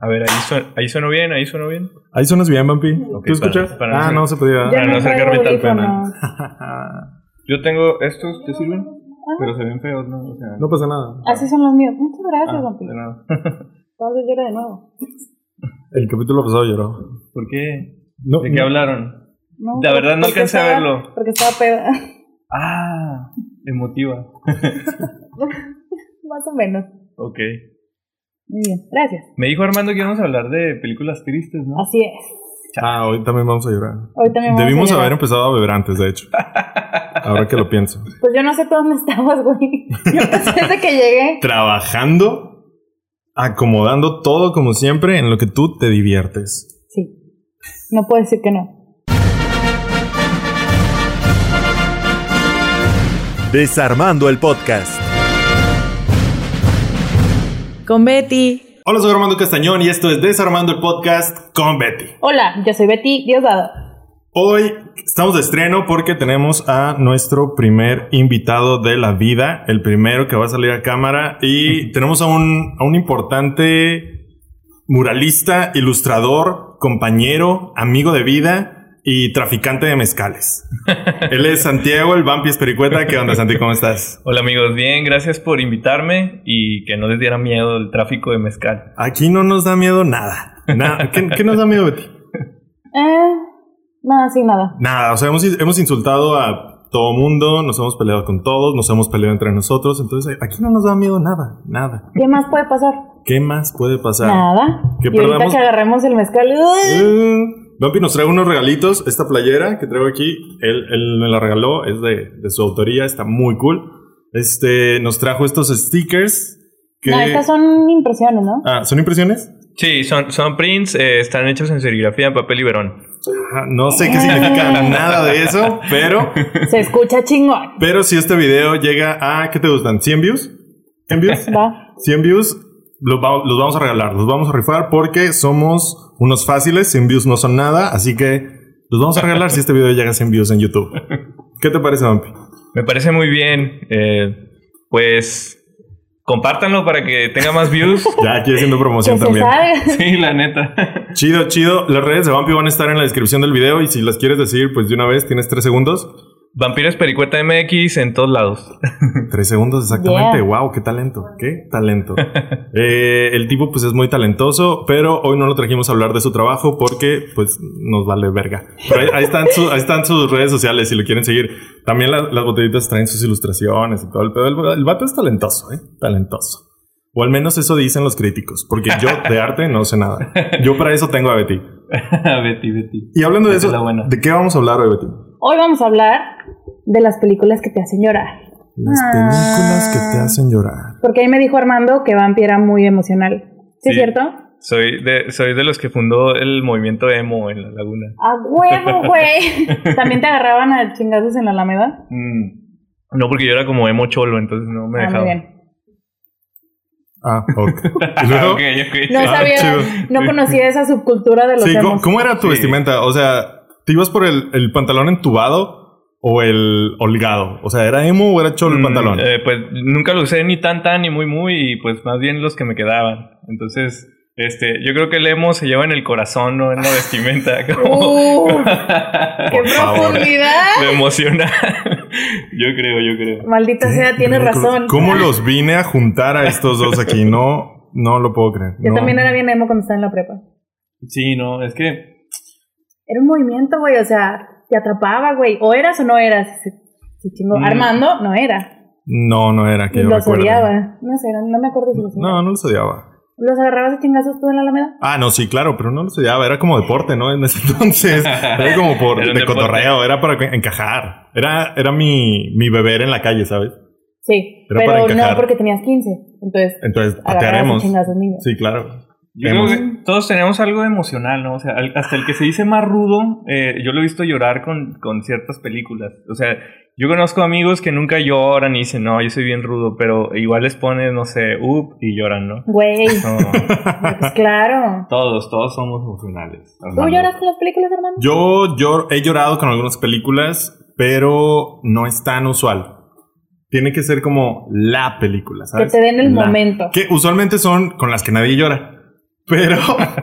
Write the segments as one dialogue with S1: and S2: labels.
S1: A ver, ahí, suena, ahí sonó bien, ahí sonó bien.
S2: Ahí suenas bien, Vampi.
S1: Ok,
S2: ¿Tú escuchas?
S1: para- para
S2: ah,
S1: mí-
S2: no se podía.
S1: Ya. Para no hacer
S3: traigo
S1: garrita al
S3: audífonos.
S1: Yo tengo estos, ¿te sirven? Ah. Pero se ven feos, ¿no? O sea,
S2: No pasa nada.
S3: Ah, Así son los míos. Muchas gracias,
S1: ah,
S3: Vampi.
S1: de nada.
S3: Tal vez llore de nuevo.
S2: El capítulo pasado lloró.
S1: ¿Por qué?
S2: No,
S1: ¿De qué
S2: no.
S1: hablaron?
S3: No,
S1: La verdad, no
S3: porque
S1: alcancé a
S3: estaba-
S1: verlo.
S3: Porque estaba peda.
S1: Ah, emotiva.
S3: Más o menos.
S1: Ok.
S3: Muy bien. Gracias.
S1: Me dijo Armando que íbamos a hablar de películas tristes, ¿no?
S3: Así es.
S2: Ah, hoy también vamos a llorar.
S3: Hoy también Eh, vamos
S2: Debimos
S3: a llorar.
S2: haber empezado a beber antes, de hecho. Ahora que lo pienso.
S3: Pues yo no sé tú dónde estabas, güey. Yo pensé desde que llegué.
S2: Trabajando, acomodando todo como siempre en lo que tú te diviertes.
S3: Sí. No puedo decir que no.
S4: Desarmando el podcast.
S5: Con Betty.
S2: Hola, soy Armando Castañón y esto es Desarmando el Podcast con Betty.
S3: Hola, yo soy Betty Diosdado.
S2: Hoy estamos de estreno porque tenemos a nuestro primer invitado de la vida, el primero que va a salir a cámara y tenemos a un, a un importante muralista, ilustrador, compañero, amigo de vida y traficante de mezcales. Él es Santiago, el Vampi Espericueta. ¿Qué onda, Santi? ¿Cómo estás?
S1: Hola amigos, bien, gracias por invitarme y que no les diera miedo el tráfico de mezcal.
S2: Aquí no nos da miedo nada. Nada. ¿Qué, qué nos da miedo, Betty?
S3: Eh, nada, sin nada.
S2: Nada, o sea, hemos, hemos insultado a todo mundo, nos hemos peleado con todos, nos hemos peleado entre nosotros, entonces eh, aquí no nos da miedo nada, nada.
S3: ¿Qué más puede pasar?
S2: ¿Qué más puede pasar?
S3: Nada.
S2: que
S3: y ahorita
S2: perdamos-
S3: que agarremos el mezcal. ¡uy!
S2: Eh, Vampi nos trae unos regalitos, esta playera que traigo aquí, él, él me la regaló, es de, de su autoría, está muy cool. Este, nos trajo estos stickers que...
S3: No, estas son impresiones, ¿no?
S2: Ah, ¿son impresiones?
S1: Sí, son, son prints, eh, están hechos en serigrafía en papel y verón.
S2: Ah, No sé qué significa
S3: Ah.
S2: nada de eso, pero...
S3: Se escucha chingón.
S2: Pero si este video llega a... ¿Qué te gustan? ¿100 views? ¿100 views?
S3: Va.
S2: 100 views los, va- los vamos a regalar, los vamos a rifar porque somos unos fáciles, 100 views no son nada, así que los vamos a regalar si este video llega a 100 views en YouTube. ¿Qué te parece, Vampi?
S1: Me parece muy bien. eh, pues compártanlo para que tenga más views.
S2: Ya aquí haciendo
S3: Que
S2: promoción
S3: Pues se
S2: también.
S3: salga.
S1: sí, la neta.
S2: Chido, chido. Las redes de Vampi van a estar en la descripción del video y si las quieres decir, pues de una vez tienes 3 segundos.
S1: Vampiros Pericueta MX en todos lados.
S2: 3 segundos exactamente.
S3: Yeah.
S2: Wow, qué talento. Qué talento. Eh, el tipo pues es muy talentoso, pero hoy no lo trajimos a hablar de su trabajo porque pues nos vale verga. Pero ahí, ahí están, su- ahí están sus redes sociales si lo quieren seguir. También la- las botellitas traen sus ilustraciones y todo el pedo. El, el vato es talentoso, ¿eh? Talentoso. O al menos eso dicen los críticos, porque yo de arte no sé nada. Yo para eso tengo a Betty.
S1: Betty, Betty.
S2: Y hablando de
S1: Esa es
S2: eso,
S1: la buena.
S2: ¿de qué vamos a hablar hoy, Betty?
S3: Hoy vamos a hablar de las películas que te hacen llorar.
S2: Las
S3: Ah.
S2: películas que te hacen llorar.
S3: Porque ahí me dijo Armando que Vampi era muy emocional. ¿Sí,
S1: Sí.
S3: es cierto?
S1: Soy de, soy de los que fundó el movimiento emo en la laguna.
S3: ¡A huevo, güey! ¿También te agarraban a chingazos en la Alameda?
S1: Mm, No, porque yo era como emo cholo, entonces no me
S3: Ah, muy
S1: dejaba.
S3: bien.
S2: Ah, ok. Y
S1: Ah,
S2: luego-
S1: ok, ok.
S3: No
S2: Ah,
S3: sabía,
S2: chido.
S3: no conocía esa subcultura de los
S2: Sí, ¿cómo,
S3: emos.
S2: cómo era tu
S1: Sí.
S2: vestimenta? O sea, ¿te ibas por el, el pantalón entubado o el holgado? O sea, ¿era emo o era cholo el
S1: Mm,
S2: pantalón?
S1: eh, pues nunca lo usé ni tan tan ni muy muy y pues más bien los que me quedaban. Entonces, este, yo creo que el emo se lleva en el corazón, no en la vestimenta. Como
S3: Uh, ¡Qué
S2: Por favor.
S3: profundidad!
S1: me emociona. yo creo, yo creo.
S3: Maldita sea, tienes
S2: Ridículo.
S3: razón.
S2: ¿Cómo los vine a juntar a estos dos aquí? No, no lo puedo creer.
S3: Yo
S2: No.
S3: también era bien emo cuando estaba en la prepa.
S1: Sí, no, es que
S3: Era un movimiento, güey, o sea, te atrapaba, güey. O eras o no eras. Sí, sí, chingo.
S1: Mm.
S3: Armando no era.
S2: No, no era que
S3: Y
S2: yo
S3: los
S2: recuerde.
S3: odiaba. No sé, no me acuerdo si los odiaba.
S2: No, no los odiaba.
S3: ¿Los agarrabas a chingazos tú en la Alameda?
S2: Ah, no, sí, claro, pero no los odiaba. Era como deporte, ¿no? En ese entonces. Era como por
S1: Era un
S2: de
S1: deporte.
S2: cotorreo, era para encajar. Era, era mi, mi beber en la calle, ¿sabes?
S3: Sí.
S2: Era para
S3: pero
S2: encajar.
S3: no porque tenías 15. Entonces,
S2: Entonces,
S3: agarrabas a
S2: patearemos.
S3: chingazos niños.
S2: Sí, claro.
S1: Yo creo
S2: Emos.
S1: que todos tenemos algo emocional, ¿no? O sea, al- hasta el que se dice más rudo, eh, yo lo he visto llorar con, con ciertas películas. O sea, yo conozco amigos que nunca lloran y dicen, no, yo soy bien rudo, pero igual les pones, no sé, up y lloran, ¿no?
S3: Güey,
S1: No,
S3: pues claro.
S1: todos, todos somos emocionales.
S3: ¿Tú lloras con las películas, Armando?
S2: Yo, llor- he llorado con algunas películas, pero no es tan usual. Tiene que ser como la película,
S3: Que
S2: ¿sabes?
S3: te den el
S2: La.
S3: momento.
S2: Que usualmente son con las que nadie llora. Pero,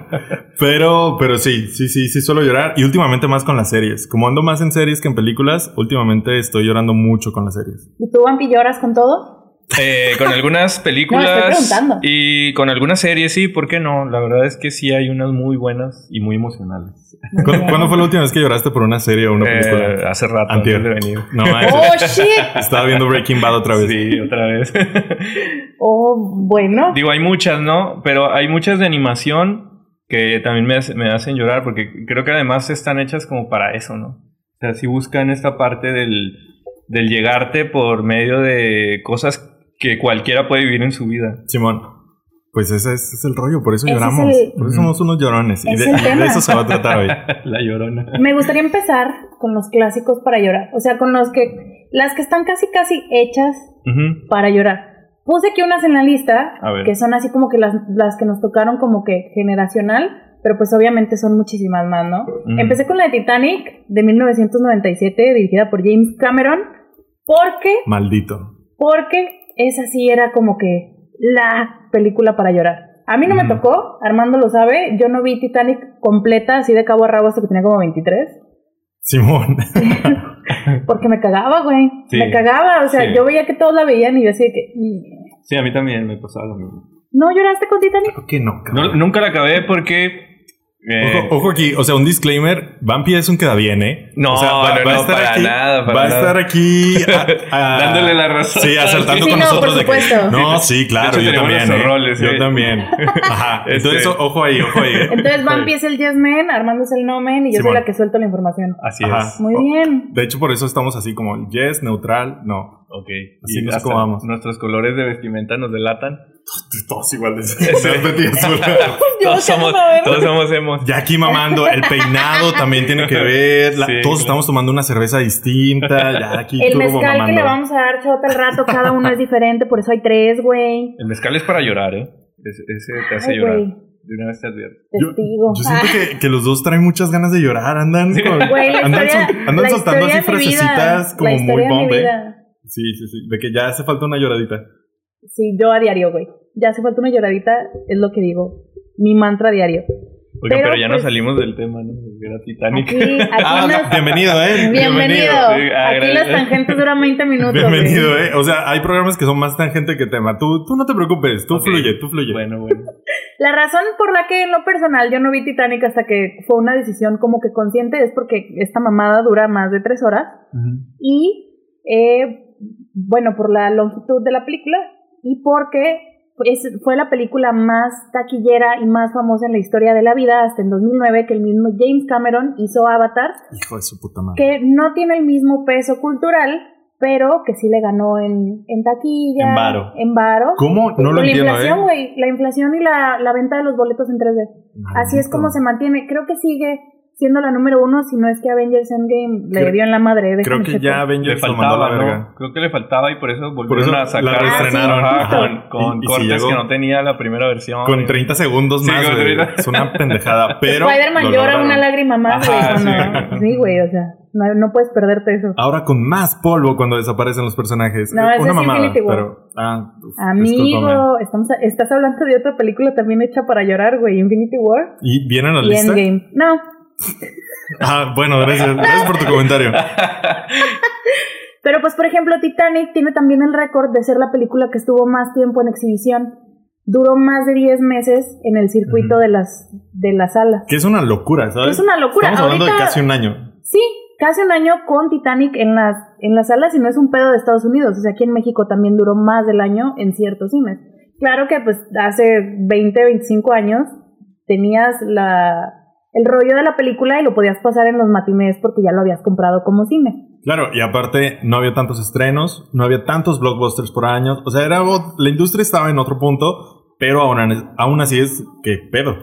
S2: pero, pero sí, sí, sí, sí suelo llorar. Y últimamente más con las series. Como ando más en series que en películas, últimamente estoy llorando mucho con las series.
S3: ¿Y tú, Vampi, lloras con todo?
S1: Eh, con algunas películas
S3: No, estoy preguntando.
S1: y con algunas series, sí, ¿por qué no? La verdad es que sí hay unas muy buenas y muy emocionales.
S2: ¿Cu- ¿Cuándo, fue la última vez que lloraste por una serie o una
S1: Eh,
S2: película?
S1: hace rato
S2: Antier.
S1: antes de venir.
S2: No, manches.
S3: ¡Oh, shit!
S2: estaba viendo Breaking Bad otra vez.
S1: Sí, otra vez.
S3: Oh, bueno.
S1: Digo, hay muchas, ¿no? Pero hay muchas de animación que también me, hace- me hacen llorar porque creo que además están hechas como para eso, ¿no? O sea, si buscan esta parte del, del llegarte por medio de cosas que cualquiera puede vivir en su vida.
S2: Simón. Pues ese es, es el rollo, por eso
S3: Ese es
S2: lloramos.
S3: el-
S2: Por eso somos unos llorones. Y
S3: Es
S2: de,
S3: el
S2: y de
S3: tema.
S2: eso se va a tratar hoy.
S1: La llorona.
S3: Me gustaría empezar con los clásicos para llorar. O sea, con los que. Las que están casi, casi hechas
S1: Ujú.
S3: para llorar. Puse aquí unas en la lista,
S1: A ver.
S3: que son así como que las, las que nos tocaron como que generacional, pero pues obviamente son muchísimas más, ¿no?
S1: Mm.
S3: Empecé con la de Titanic de 1997, dirigida por James Cameron, porque,
S2: Maldito.
S3: porque esa sí era como que la película para llorar. A mí no me
S1: Ujú.
S3: tocó, Armando lo sabe, yo no vi Titanic completa así de cabo a rabo hasta que tenía como 23.
S2: Simón.
S3: Porque me cagaba, güey.
S1: Sí.
S3: Me cagaba, o sea,
S1: Sí.
S3: yo veía que todos la veían y yo así de que... "Mm".
S1: Sí, a mí también me pasaba lo mismo.
S3: ¿No lloraste con Titanic?
S2: ¿Por qué no, cabrón?
S1: No- nunca la acabé porque... eh,
S2: Ojo, ojo aquí, o sea, un disclaimer, Vampi es un queda bien, ¿eh?
S1: No,
S2: oh. O sea,
S1: no, no, para
S2: aquí,
S1: nada, para
S2: va
S1: nada.
S2: a estar aquí a- a-
S1: Dándole la razón.
S2: Sí, acertando
S3: Sí,
S2: con
S3: no, por
S2: nosotros de que.
S3: supuesto.
S2: No, sí, claro,
S1: De hecho,
S2: yo
S1: tenemos
S2: también.
S1: nuestros
S2: ¿eh?
S1: roles,
S2: yo
S1: sí.
S2: también. Ajá.
S1: Este-
S2: Entonces, ojo ahí, ojo ahí. ¿eh?
S3: Entonces Vampi es el yes man, Armando es el no man y yo
S2: Simón.
S3: soy la que suelto la información.
S1: Así
S2: Ajá.
S1: es.
S3: Muy
S2: Oh.
S3: bien.
S2: De hecho, por eso estamos así como yes, neutral, no.
S1: Ok.
S2: Así
S1: Y
S2: nos
S1: hasta
S2: acomodamos.
S1: Nuestros colores de vestimenta nos delatan.
S2: Todos iguales. Verde y azul.
S3: Yo
S1: Todos
S3: ya no
S1: somos,
S3: me veo.
S1: todos somos emos.
S2: Ya aquí mamando, el peinado también tiene que ver. la-
S1: Sí,
S2: todos
S1: claro.
S2: estamos tomando una cerveza distinta. Ya aquí
S3: El
S2: turbo
S3: mezcal que
S2: mamando.
S3: le vamos a dar chota al rato, cada uno es diferente, por eso hay tres, güey.
S1: El mezcal es para llorar, ¿eh? Es- Ese te hace
S3: Ay,
S1: llorar.
S3: güey.
S1: De una vez te advierto.
S2: Yo,
S3: Testigo.
S2: yo siento que, que los dos traen muchas ganas de llorar. Andan, con-
S3: Güey, la
S2: andan,
S3: historia,
S2: sol- andan
S3: la
S2: soltando
S3: historia
S2: así
S3: de mi vida,
S2: frasecitas
S3: la
S2: como muy
S3: historia de mi
S2: bombe.
S3: vida.
S2: Sí, sí, sí. De que ya hace falta una lloradita.
S3: Sí, yo a diario, güey. Ya hace falta una lloradita, es lo que digo. Mi mantra diario.
S1: Oigan, pero,
S3: Pero,
S1: ya
S3: pues-
S1: nos salimos del tema, ¿no? Era Titanic.
S3: Aquí, aquí
S2: Ah,
S3: nos-
S2: bienvenido, eh.
S3: Bienvenido.
S1: Sí, ah,
S3: Aquí las
S1: gracias.
S3: tangentes duran 20 minutos. güey.
S2: Bienvenido, eh. O sea, hay programas que son más tangente que tema. Tú, tú no te preocupes, tú
S1: Ok.
S2: fluye, tú fluye.
S1: Bueno, bueno.
S3: La razón por la que en lo personal yo no vi Titanic hasta que fue una decisión como que consciente es porque esta mamada dura más de tres horas y eh, bueno, por la longitud de la película y porque es- fue la película más taquillera y más famosa en la historia de la vida hasta en 2009 que el mismo James Cameron hizo Avatar,
S2: Hijo de su puta madre.
S3: que no tiene el mismo peso cultural, pero que sí le ganó en, en taquilla,
S2: En varo.
S3: en varo.
S2: ¿Cómo? No lo
S3: la
S2: entiendo, eh.
S3: inflación, güey, la inflación y la, la venta de los boletos en 3D. Así es como se mantiene. Creo que sigue siendo la número uno, si no es que Avengers Endgame le
S2: Creo-
S3: dio en la madre.
S2: Creo
S3: déjame
S2: que
S3: checar.
S2: ya
S1: Le
S2: Avengers lo mandó a
S1: faltaba,
S2: la verga.
S1: ¿no? Creo que le faltaba y por eso volvieron
S2: eso
S1: a
S2: la
S1: sacar.
S2: reestrenaron.
S1: Ajá,
S2: Ajá.
S1: con con
S2: Y- y si
S1: cortes
S2: llegó-
S1: que no tenía la primera versión.
S2: Con 30 segundos
S1: Sí,
S2: más,
S1: con
S2: güey.
S1: 30.
S2: Es una pendejada, pero...
S3: Spider-Man
S2: lo
S3: llora
S2: lograron.
S3: una lágrima más, güey.
S1: Ajá,
S3: cuando-
S1: sí.
S3: Sí, güey, o sea, no, no puedes perderte eso.
S2: Ahora con más polvo cuando desaparecen los personajes.
S3: No, ese
S2: una
S3: es
S2: mamada,
S3: Infinity War.
S2: pero... Ah, uf, discúlpame.
S3: Amigo, estamos a- estás hablando de otra película también hecha para llorar, güey, Infinity War
S2: ¿Y vienen a la
S3: y
S2: lista?
S3: Endgame. No,
S2: Ah, bueno, gracias. Gracias por tu comentario.
S3: pero pues por ejemplo Titanic tiene también el récord de ser la película que estuvo más tiempo en exhibición. Duró más de 10 meses en el circuito
S2: Ujú.
S3: de las de las salas.
S2: Que es una locura, ¿sabes?
S3: Es una locura.
S2: Estamos hablando
S3: Ahorita-
S2: de casi un año.
S3: Sí, casi un año con Titanic en las, en las salas y no es un pedo de Estados Unidos. O sea, aquí en México también duró más del año en ciertos cines. Claro que pues hace 20, 25 años tenías la, el rollo de la película y lo podías pasar en los matinés porque ya lo habías comprado como cine.
S2: Claro, y aparte no había tantos estrenos, no había tantos blockbusters por año. O sea, era ot- la industria estaba en otro punto, pero aún, an- aún así es que pedo.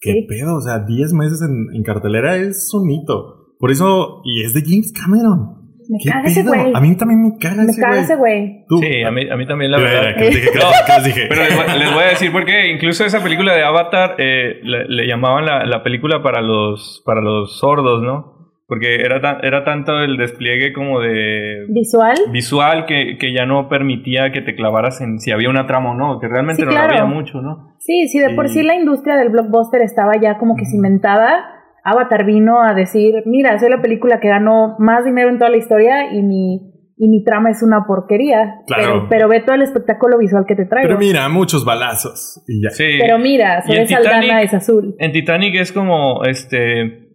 S2: ¿Qué
S3: Sí.
S2: pedo? O sea, 10 meses en, en cartelera es un hito. Por eso, y es de James Cameron.
S3: Me
S2: ¿Qué
S3: caga ese
S2: pedo?
S3: güey.
S2: A mí también me caga
S3: Me
S2: ese
S3: caga
S2: güey.
S3: ese güey.
S2: Tú-
S1: Sí, a mí, a mí también la
S2: Mira,
S1: verdad.
S2: mira, que les dije, que les-
S1: No,
S2: que les dije.
S1: Pero les, voy- les voy a decir porque incluso esa película de Avatar eh, le, le llamaban la, la película para los para los sordos, ¿no? Porque era, ta- era tanto el despliegue como de
S3: Visual.
S1: visual que, que ya no permitía que te clavaras en si había una trama o no, que realmente
S3: Sí,
S1: no
S3: claro.
S1: la había mucho, ¿no?
S3: Sí, sí, de por
S1: Y-
S3: sí la industria del blockbuster estaba ya como que cimentada. Avatar vino a decir, mira, soy la película que ganó más dinero en toda la historia y mi, y mi trama es una porquería.
S2: Claro.
S3: Pero, pero ve todo el espectáculo visual que te traigo.
S2: Pero mira, muchos balazos. Y ya.
S1: Sí.
S3: Pero mira, se
S1: Y
S3: ve
S1: en Titanic-
S3: Saldana, es azul.
S1: En Titanic es como, este,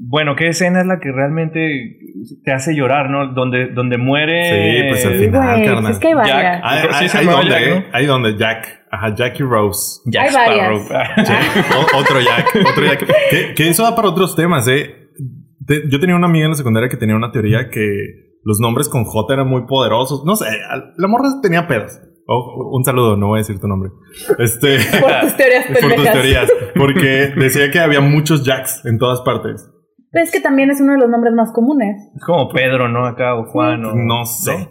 S1: bueno, ¿qué escena es la que realmente te hace llorar, no? Donde, donde muere...
S2: Sí, pues, al
S1: eh,
S2: final,
S3: Güey, pues
S2: carnal.
S3: es que hay varias.
S1: Ah,
S2: Ahí,
S1: sí
S2: ahí-
S1: se
S2: ahí
S1: llamaba
S2: donde,
S1: Jack,
S2: ¿eh? ahí donde Jack. Ajá, Jackie Rose.
S1: Jack
S3: Hay varias.
S1: Sparrow.
S2: Sí, o- otro Jack, otro Jack. Que, que eso da para otros temas, ¿eh? Te- yo tenía una amiga en la secundaria que tenía una teoría que los nombres con J eran muy poderosos. No sé, al- la morra tenía pedos. Oh, un saludo, no voy a decir tu nombre. Este,
S3: Por tus teorías
S2: por tus
S3: pendejas.
S2: teorías. Porque decía que había muchos Jacks en todas partes.
S3: Pero es que también es uno de los nombres más comunes.
S1: Es como Pedro, ¿no? Acá, o Juan, o...
S2: No sé.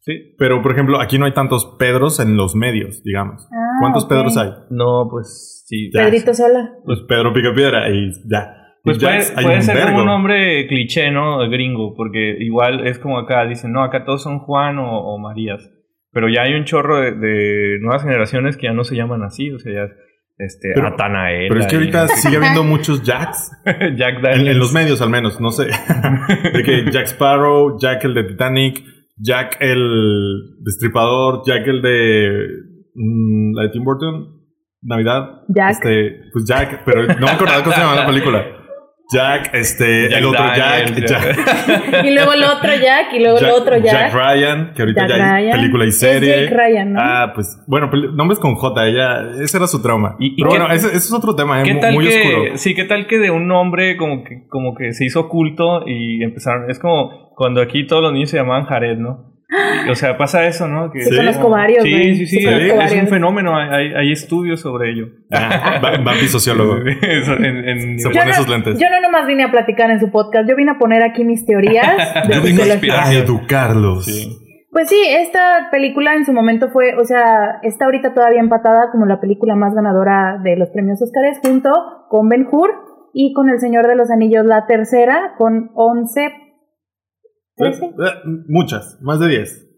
S1: Sí.
S2: Pero, por ejemplo, aquí no hay tantos Pedros en los medios, digamos.
S3: Ah,
S2: ¿Cuántos
S3: ok.
S2: Pedros hay?
S1: No, pues sí.
S2: Ya.
S3: Pedrito Sola.
S2: Pues Pedro Picapiedra y ya.
S1: Pues
S2: Y Jacks
S1: puede,
S2: hay
S1: puede
S2: un
S1: ser
S2: vergo.
S1: como un nombre cliché, ¿no? Gringo, porque igual es como acá, dicen, no, acá todos son Juan o, o Marías. Pero ya hay un chorro de, de nuevas generaciones que ya no se llaman así, o sea, ya es este,
S2: Pero-
S1: Atanael.
S2: Pero es que
S1: ahí,
S2: ahorita sigue habiendo muchos Jacks.
S1: Jack
S2: En,
S1: Daniels.
S2: en los medios, al menos, no sé. de que Jack Sparrow, Jack el de Titanic, Jack el destripador, Jack el de. mm, la de Tim Burton, Navidad.
S3: Jack.
S2: Este, pues Jack, pero no me acordaba cómo se llamaba la película. Jack, este,
S1: Jack
S2: el otro
S1: Daniels,
S2: Jack, Jack,
S3: Y luego el otro Jack, y luego el otro Jack.
S2: Este, Jack Ryan, que ahorita
S3: Jack
S2: ya hay
S3: Ryan.
S2: película y
S3: Es
S2: serie.
S3: Jake Ryan, ¿no?
S2: Ah, pues, bueno, pel- nombres con J, ella, ese era su trauma.
S1: ¿Y- y
S2: pero
S1: qué-
S2: bueno, ese, ese es otro tema, eh,
S1: ¿Qué
S2: mu-
S1: tal
S2: muy
S1: que,
S2: oscuro.
S1: Sí, ¿qué tal que de un nombre como que, como que se hizo culto y empezaron? Es como cuando aquí todos los niños se llamaban Jared, ¿no? Y, O sea, pasa eso, ¿no? Que,
S3: Sí, conozco varios,
S1: Sí,
S3: güey.
S1: sí, sí,
S3: Sí,
S1: es,
S2: conozco
S1: es un
S3: varios.
S1: fenómeno, hay, hay- hay estudios sobre ello.
S2: Ah, va- Vampi sociólogo.
S1: Eso, en- en-
S2: Se
S3: Yo
S2: pone
S3: no-
S2: sus lentes.
S3: Yo no nomás vine a platicar en su podcast, yo vine a poner aquí mis teorías. de
S2: Yo vengo
S3: psicología.
S1: inspirar.
S2: a educarlos.
S1: Sí.
S3: Pues sí, esta película en su momento fue, o sea, está ahorita todavía empatada como la película más ganadora de los premios Óscares, junto con Ben Hur y con El Señor de los Anillos, la tercera, con 11,
S2: Eh,
S3: 13,
S2: eh, Muchas, más de 10.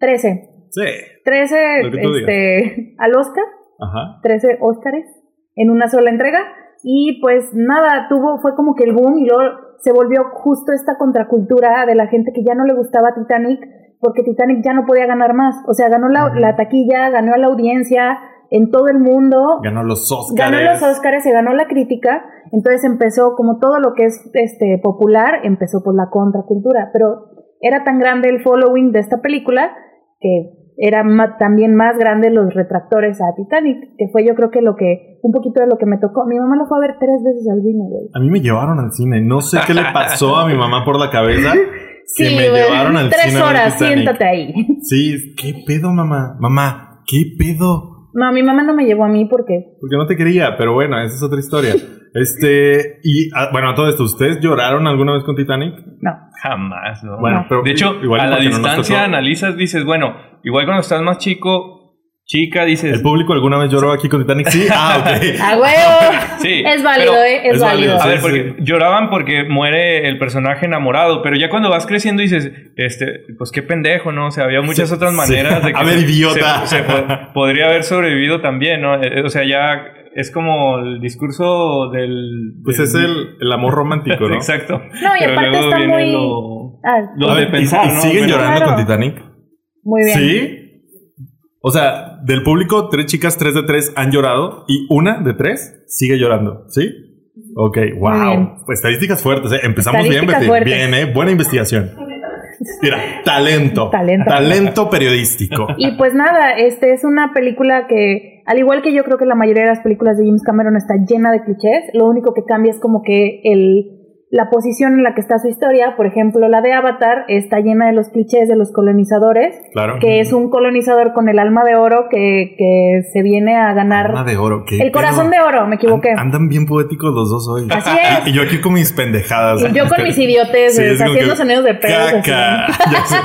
S3: 13,
S2: Sí.
S3: 13
S2: Lo que tú
S3: este, al Oscar,
S2: Ajá.
S3: 13 Óscares en una sola entrega. Y pues nada, tuvo, fue como que el boom y luego se volvió justo esta contracultura de la gente que ya no le gustaba Titanic, porque Titanic ya no podía ganar más. O sea, ganó la, la taquilla, ganó a la audiencia en todo el mundo,
S2: Ganó los Oscars.
S3: ganó los Óscares, se ganó la crítica. Entonces empezó, como todo lo que es este popular, empezó por la contracultura. Pero era tan grande el following de esta película que era ma- también más grande los retractores a Titanic, que fue yo creo que lo que, un poquito de lo que me tocó. Mi mamá lo fue a ver tres veces al cine, güey.
S2: A mí me llevaron al cine. No sé qué le pasó a mi mamá por la cabeza.
S3: Sí,
S2: me
S3: güey,
S2: llevaron al
S3: tres
S2: cine a ver
S3: horas,
S2: Titanic.
S3: siéntate ahí.
S2: Sí, ¿qué pedo, mamá? Mamá, ¿qué pedo?
S3: No, mi mamá no me llevó a mí porque
S2: Porque no te quería, pero bueno, esa es otra historia. Este, y ah, bueno, a todo esto, ¿ustedes lloraron alguna vez con Titanic?
S3: no.
S1: Jamás, ¿no?
S2: Bueno, pero
S1: de hecho,
S2: igual
S1: a la
S2: porque no nos
S1: distancia
S2: tocó.
S1: analizas, dices, bueno, igual cuando estás más chico, chica, dices...
S2: ¿El público alguna vez lloró aquí con Titanic? Sí, ah, ok.
S3: ¡A huevo!
S1: Sí,
S3: es válido,
S1: pero-
S3: eh, es,
S2: es válido,
S3: válido.
S1: A
S2: Sí,
S1: ver,
S2: sí.
S1: porque lloraban porque muere el personaje enamorado, pero ya cuando vas creciendo dices, este, pues qué pendejo, ¿no? O sea, había muchas
S2: Sí,
S1: otras
S2: sí.
S1: maneras de que
S2: A ver,
S1: se-
S2: idiota.
S1: se- se po- podría haber sobrevivido también, ¿no? Eh, eh, O sea, ya es como el discurso del
S2: Pues
S1: del-
S2: es el, el amor romántico, ¿no?
S1: Exacto.
S3: No, y
S1: Pero
S3: aparte
S1: luego
S3: está
S1: viene
S3: muy-
S1: lo-
S3: Ah,
S1: lo
S2: A
S1: de
S2: ver, ¿y-
S1: pensar,
S2: ¿Y,
S1: ¿no?
S2: siguen
S1: Pero-
S2: llorando
S3: Claro.
S2: con Titanic?
S3: muy bien.
S2: ¿Sí? O sea, del público, tres chicas, tres de tres han llorado y una de tres sigue llorando, ¿sí? Ok,
S3: bien.
S2: wow. Estadísticas fuertes, ¿eh? Empezamos bien,
S3: Estadísticas
S2: Betty.
S3: fuertes.
S2: Bien, ¿eh? Buena investigación. Mira, talento.
S3: Talento.
S2: Talento periodístico.
S3: Y pues nada, este es una película que, al igual que yo creo que la mayoría de las películas de James Cameron está llena de clichés, lo único que cambia es como que el, la posición en la que está su historia, por ejemplo, la de Avatar está llena de los clichés de los colonizadores,
S2: Claro.
S3: que es un colonizador con el alma de oro que, que se viene a
S2: Alma
S3: ganar
S2: de oro. ¿qué
S3: el corazón
S2: pedo?
S3: de oro, me equivoqué.
S2: An- andan bien poéticos los dos hoy.
S3: Así es.
S2: Y yo aquí con mis pendejadas.
S3: Y yo con mis
S2: Sí,
S3: idioteces,
S2: es como
S3: haciendo
S2: que,
S3: sonidos de pedos. así.
S2: Caca. Ya sé,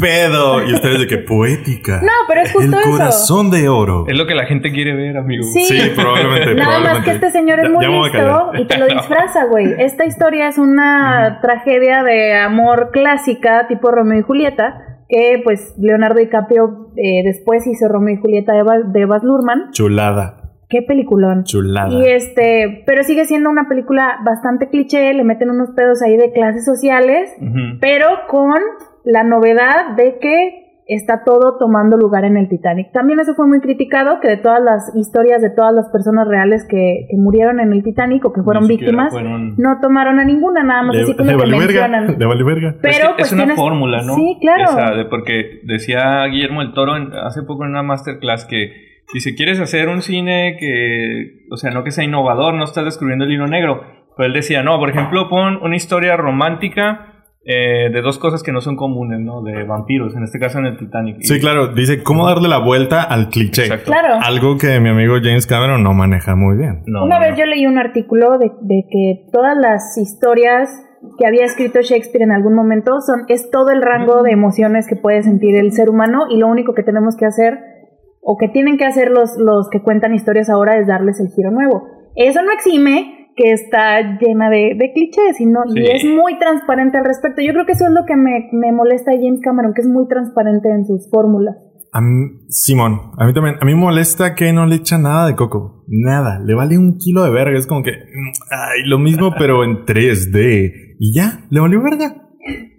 S2: pedo. Y ustedes de que poética.
S3: No, pero es
S2: El
S3: justo eso.
S2: corazón de oro.
S1: Es lo que la gente quiere ver, amigo.
S3: Sí.
S2: Sí, probablemente.
S3: Nada más
S2: probablemente.
S3: que este señor es
S2: Ya-
S3: muy
S2: ya me voy a
S3: listo
S2: callar.
S3: y te lo disfraza, güey. Esta historia es una tragedia de amor clásica, tipo Romeo y Julieta, que pues Leonardo DiCaprio eh, después hizo Romeo y Julieta de, Bas- de Baz Luhrmann.
S2: Chulada,
S3: ¡Qué peliculón!
S2: chulada.
S3: Y este, pero sigue siendo una película bastante cliché, le meten unos pedos ahí de clases sociales,
S1: Ujú.
S3: pero con la novedad de que está todo tomando lugar en el Titanic. También eso fue muy criticado, que de todas las historias de todas las personas reales que, que murieron en el Titanic o que fueron
S1: Ni siquiera
S3: víctimas,
S1: fueron-
S3: no tomaron a ninguna, nada más
S2: Le-
S3: así
S2: le
S3: como que
S2: valió verga,
S3: mencionan.
S2: le valió verga.
S3: Pero
S1: es, que
S3: pues
S1: es una
S3: tienes-
S1: fórmula, ¿no?
S3: Sí, claro.
S1: Esa de- porque decía Guillermo el Toro en- hace poco en una masterclass que dice, quieres hacer un cine que, o sea, no que sea innovador, no estás descubriendo el hilo negro. Pero él decía, no, por ejemplo, pon una historia romántica eh, de dos cosas que no son comunes, ¿no? De vampiros, en este caso en el Titanic. Y-
S2: Sí, claro, dice cómo darle la vuelta al cliché.
S1: Exacto.
S3: Claro.
S2: Algo que mi amigo James Cameron no maneja muy bien.
S1: No,
S3: Una
S1: no,
S3: vez
S1: no.
S3: yo leí un artículo de, de que todas las historias que había escrito Shakespeare en algún momento son es todo el rango de emociones que puede sentir el ser humano y lo único que tenemos que hacer o que tienen que hacer los, los que cuentan historias ahora es darles el giro nuevo. Eso no exime que está llena de, de clichés y, no- y
S1: Sí.
S3: es muy transparente al respecto. Yo creo que eso es lo que me, me molesta de James Cameron, que es muy transparente en sus fórmulas.
S2: A mí- Simón, a mí también, a mí me molesta que no le echa nada de coco. Nada, le vale un kilo de verga. Es como que, mm, ay, lo mismo, pero en 3D. Y ya, le valió verga.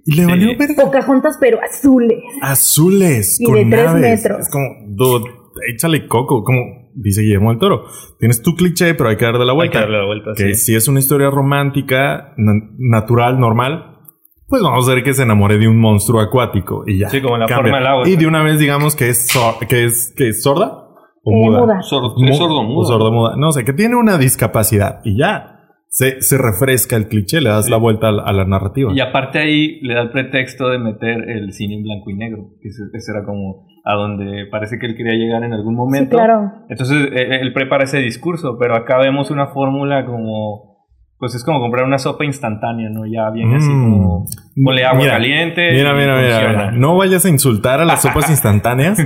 S2: Y le
S1: Sí.
S2: valió verga.
S3: Pocahontas pero azules.
S2: Azules,
S3: Y
S2: con
S3: de tres
S2: naves.
S3: metros.
S2: Es como, dude, échale coco. Como dice Guillermo del Toro, tienes tu cliché, pero hay que darle la
S1: Hay que
S2: vuelta.
S1: darle la vuelta, sí.
S2: que si es una historia romántica, na- natural, normal, pues vamos a ver que se enamore de un monstruo acuático y ya.
S1: Sí, como la forma del agua.
S2: Y de una vez digamos que es, sor- que es, que es sorda o
S3: Eh,
S2: muda.
S3: muda.
S1: Sordo,
S2: Mu-
S1: es sordomudo.
S2: o sordomuda. No sé, que tiene una discapacidad y ya. Se, se refresca el cliché, le das
S1: Sí.
S2: la vuelta a la, a la narrativa.
S1: Y aparte ahí le da el pretexto de meter el cine en blanco y negro, que ese, ese era como a donde parece que él quería llegar en algún
S3: Sí,
S1: momento.
S3: claro.
S1: Entonces él, él prepara ese discurso, pero acá vemos una fórmula como, pues es como comprar una sopa instantánea, ¿no? Ya viene así
S2: Mm.
S1: como, ponle agua
S2: Mira,
S1: caliente.
S2: Mira,
S1: y
S2: mira, mira,
S1: funciona.
S2: mira. No vayas a insultar a las sopas instantáneas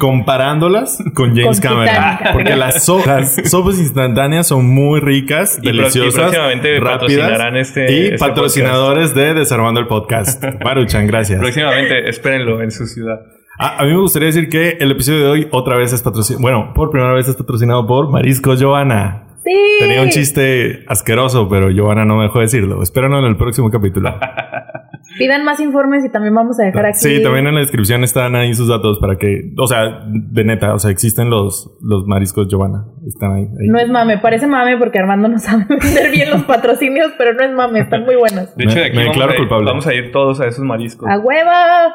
S2: comparándolas con James
S3: Con
S2: Cameron.
S3: Titanic.
S2: Porque las, so- las sopas instantáneas son muy ricas,
S1: Y pro- y
S2: deliciosas,
S1: próximamente
S2: rápidas.
S1: patrocinarán este-
S2: y
S1: este
S2: patrocinadores de Desarmando el Podcast. Maruchan, gracias. Ah,
S1: Próximamente, espérenlo en su ciudad.
S2: A, a mí me gustaría decir que el episodio de hoy otra vez es patrocinado. Bueno, por primera vez es patrocinado por Marisco Giovanna.
S3: Sí.
S2: Tenía un chiste asqueroso, pero Giovanna no me dejó decirlo. Espéranos en el próximo capítulo.
S3: Pidan más informes y también vamos a dejar aquí.
S2: Sí, también en la descripción están ahí sus datos para que, o sea, de neta, o sea, existen los, los mariscos Giovanna. Están ahí. ahí.
S3: No es mame, parece mame porque Armando no sabe vender bien los patrocinios, pero no es mame, están muy buenos.
S1: De
S2: Me-
S1: hecho, de aquí
S2: me
S1: vamos,
S2: declaro
S1: a ir,
S2: culpable.
S1: vamos a ir todos a esos mariscos.
S3: ¡A hueva!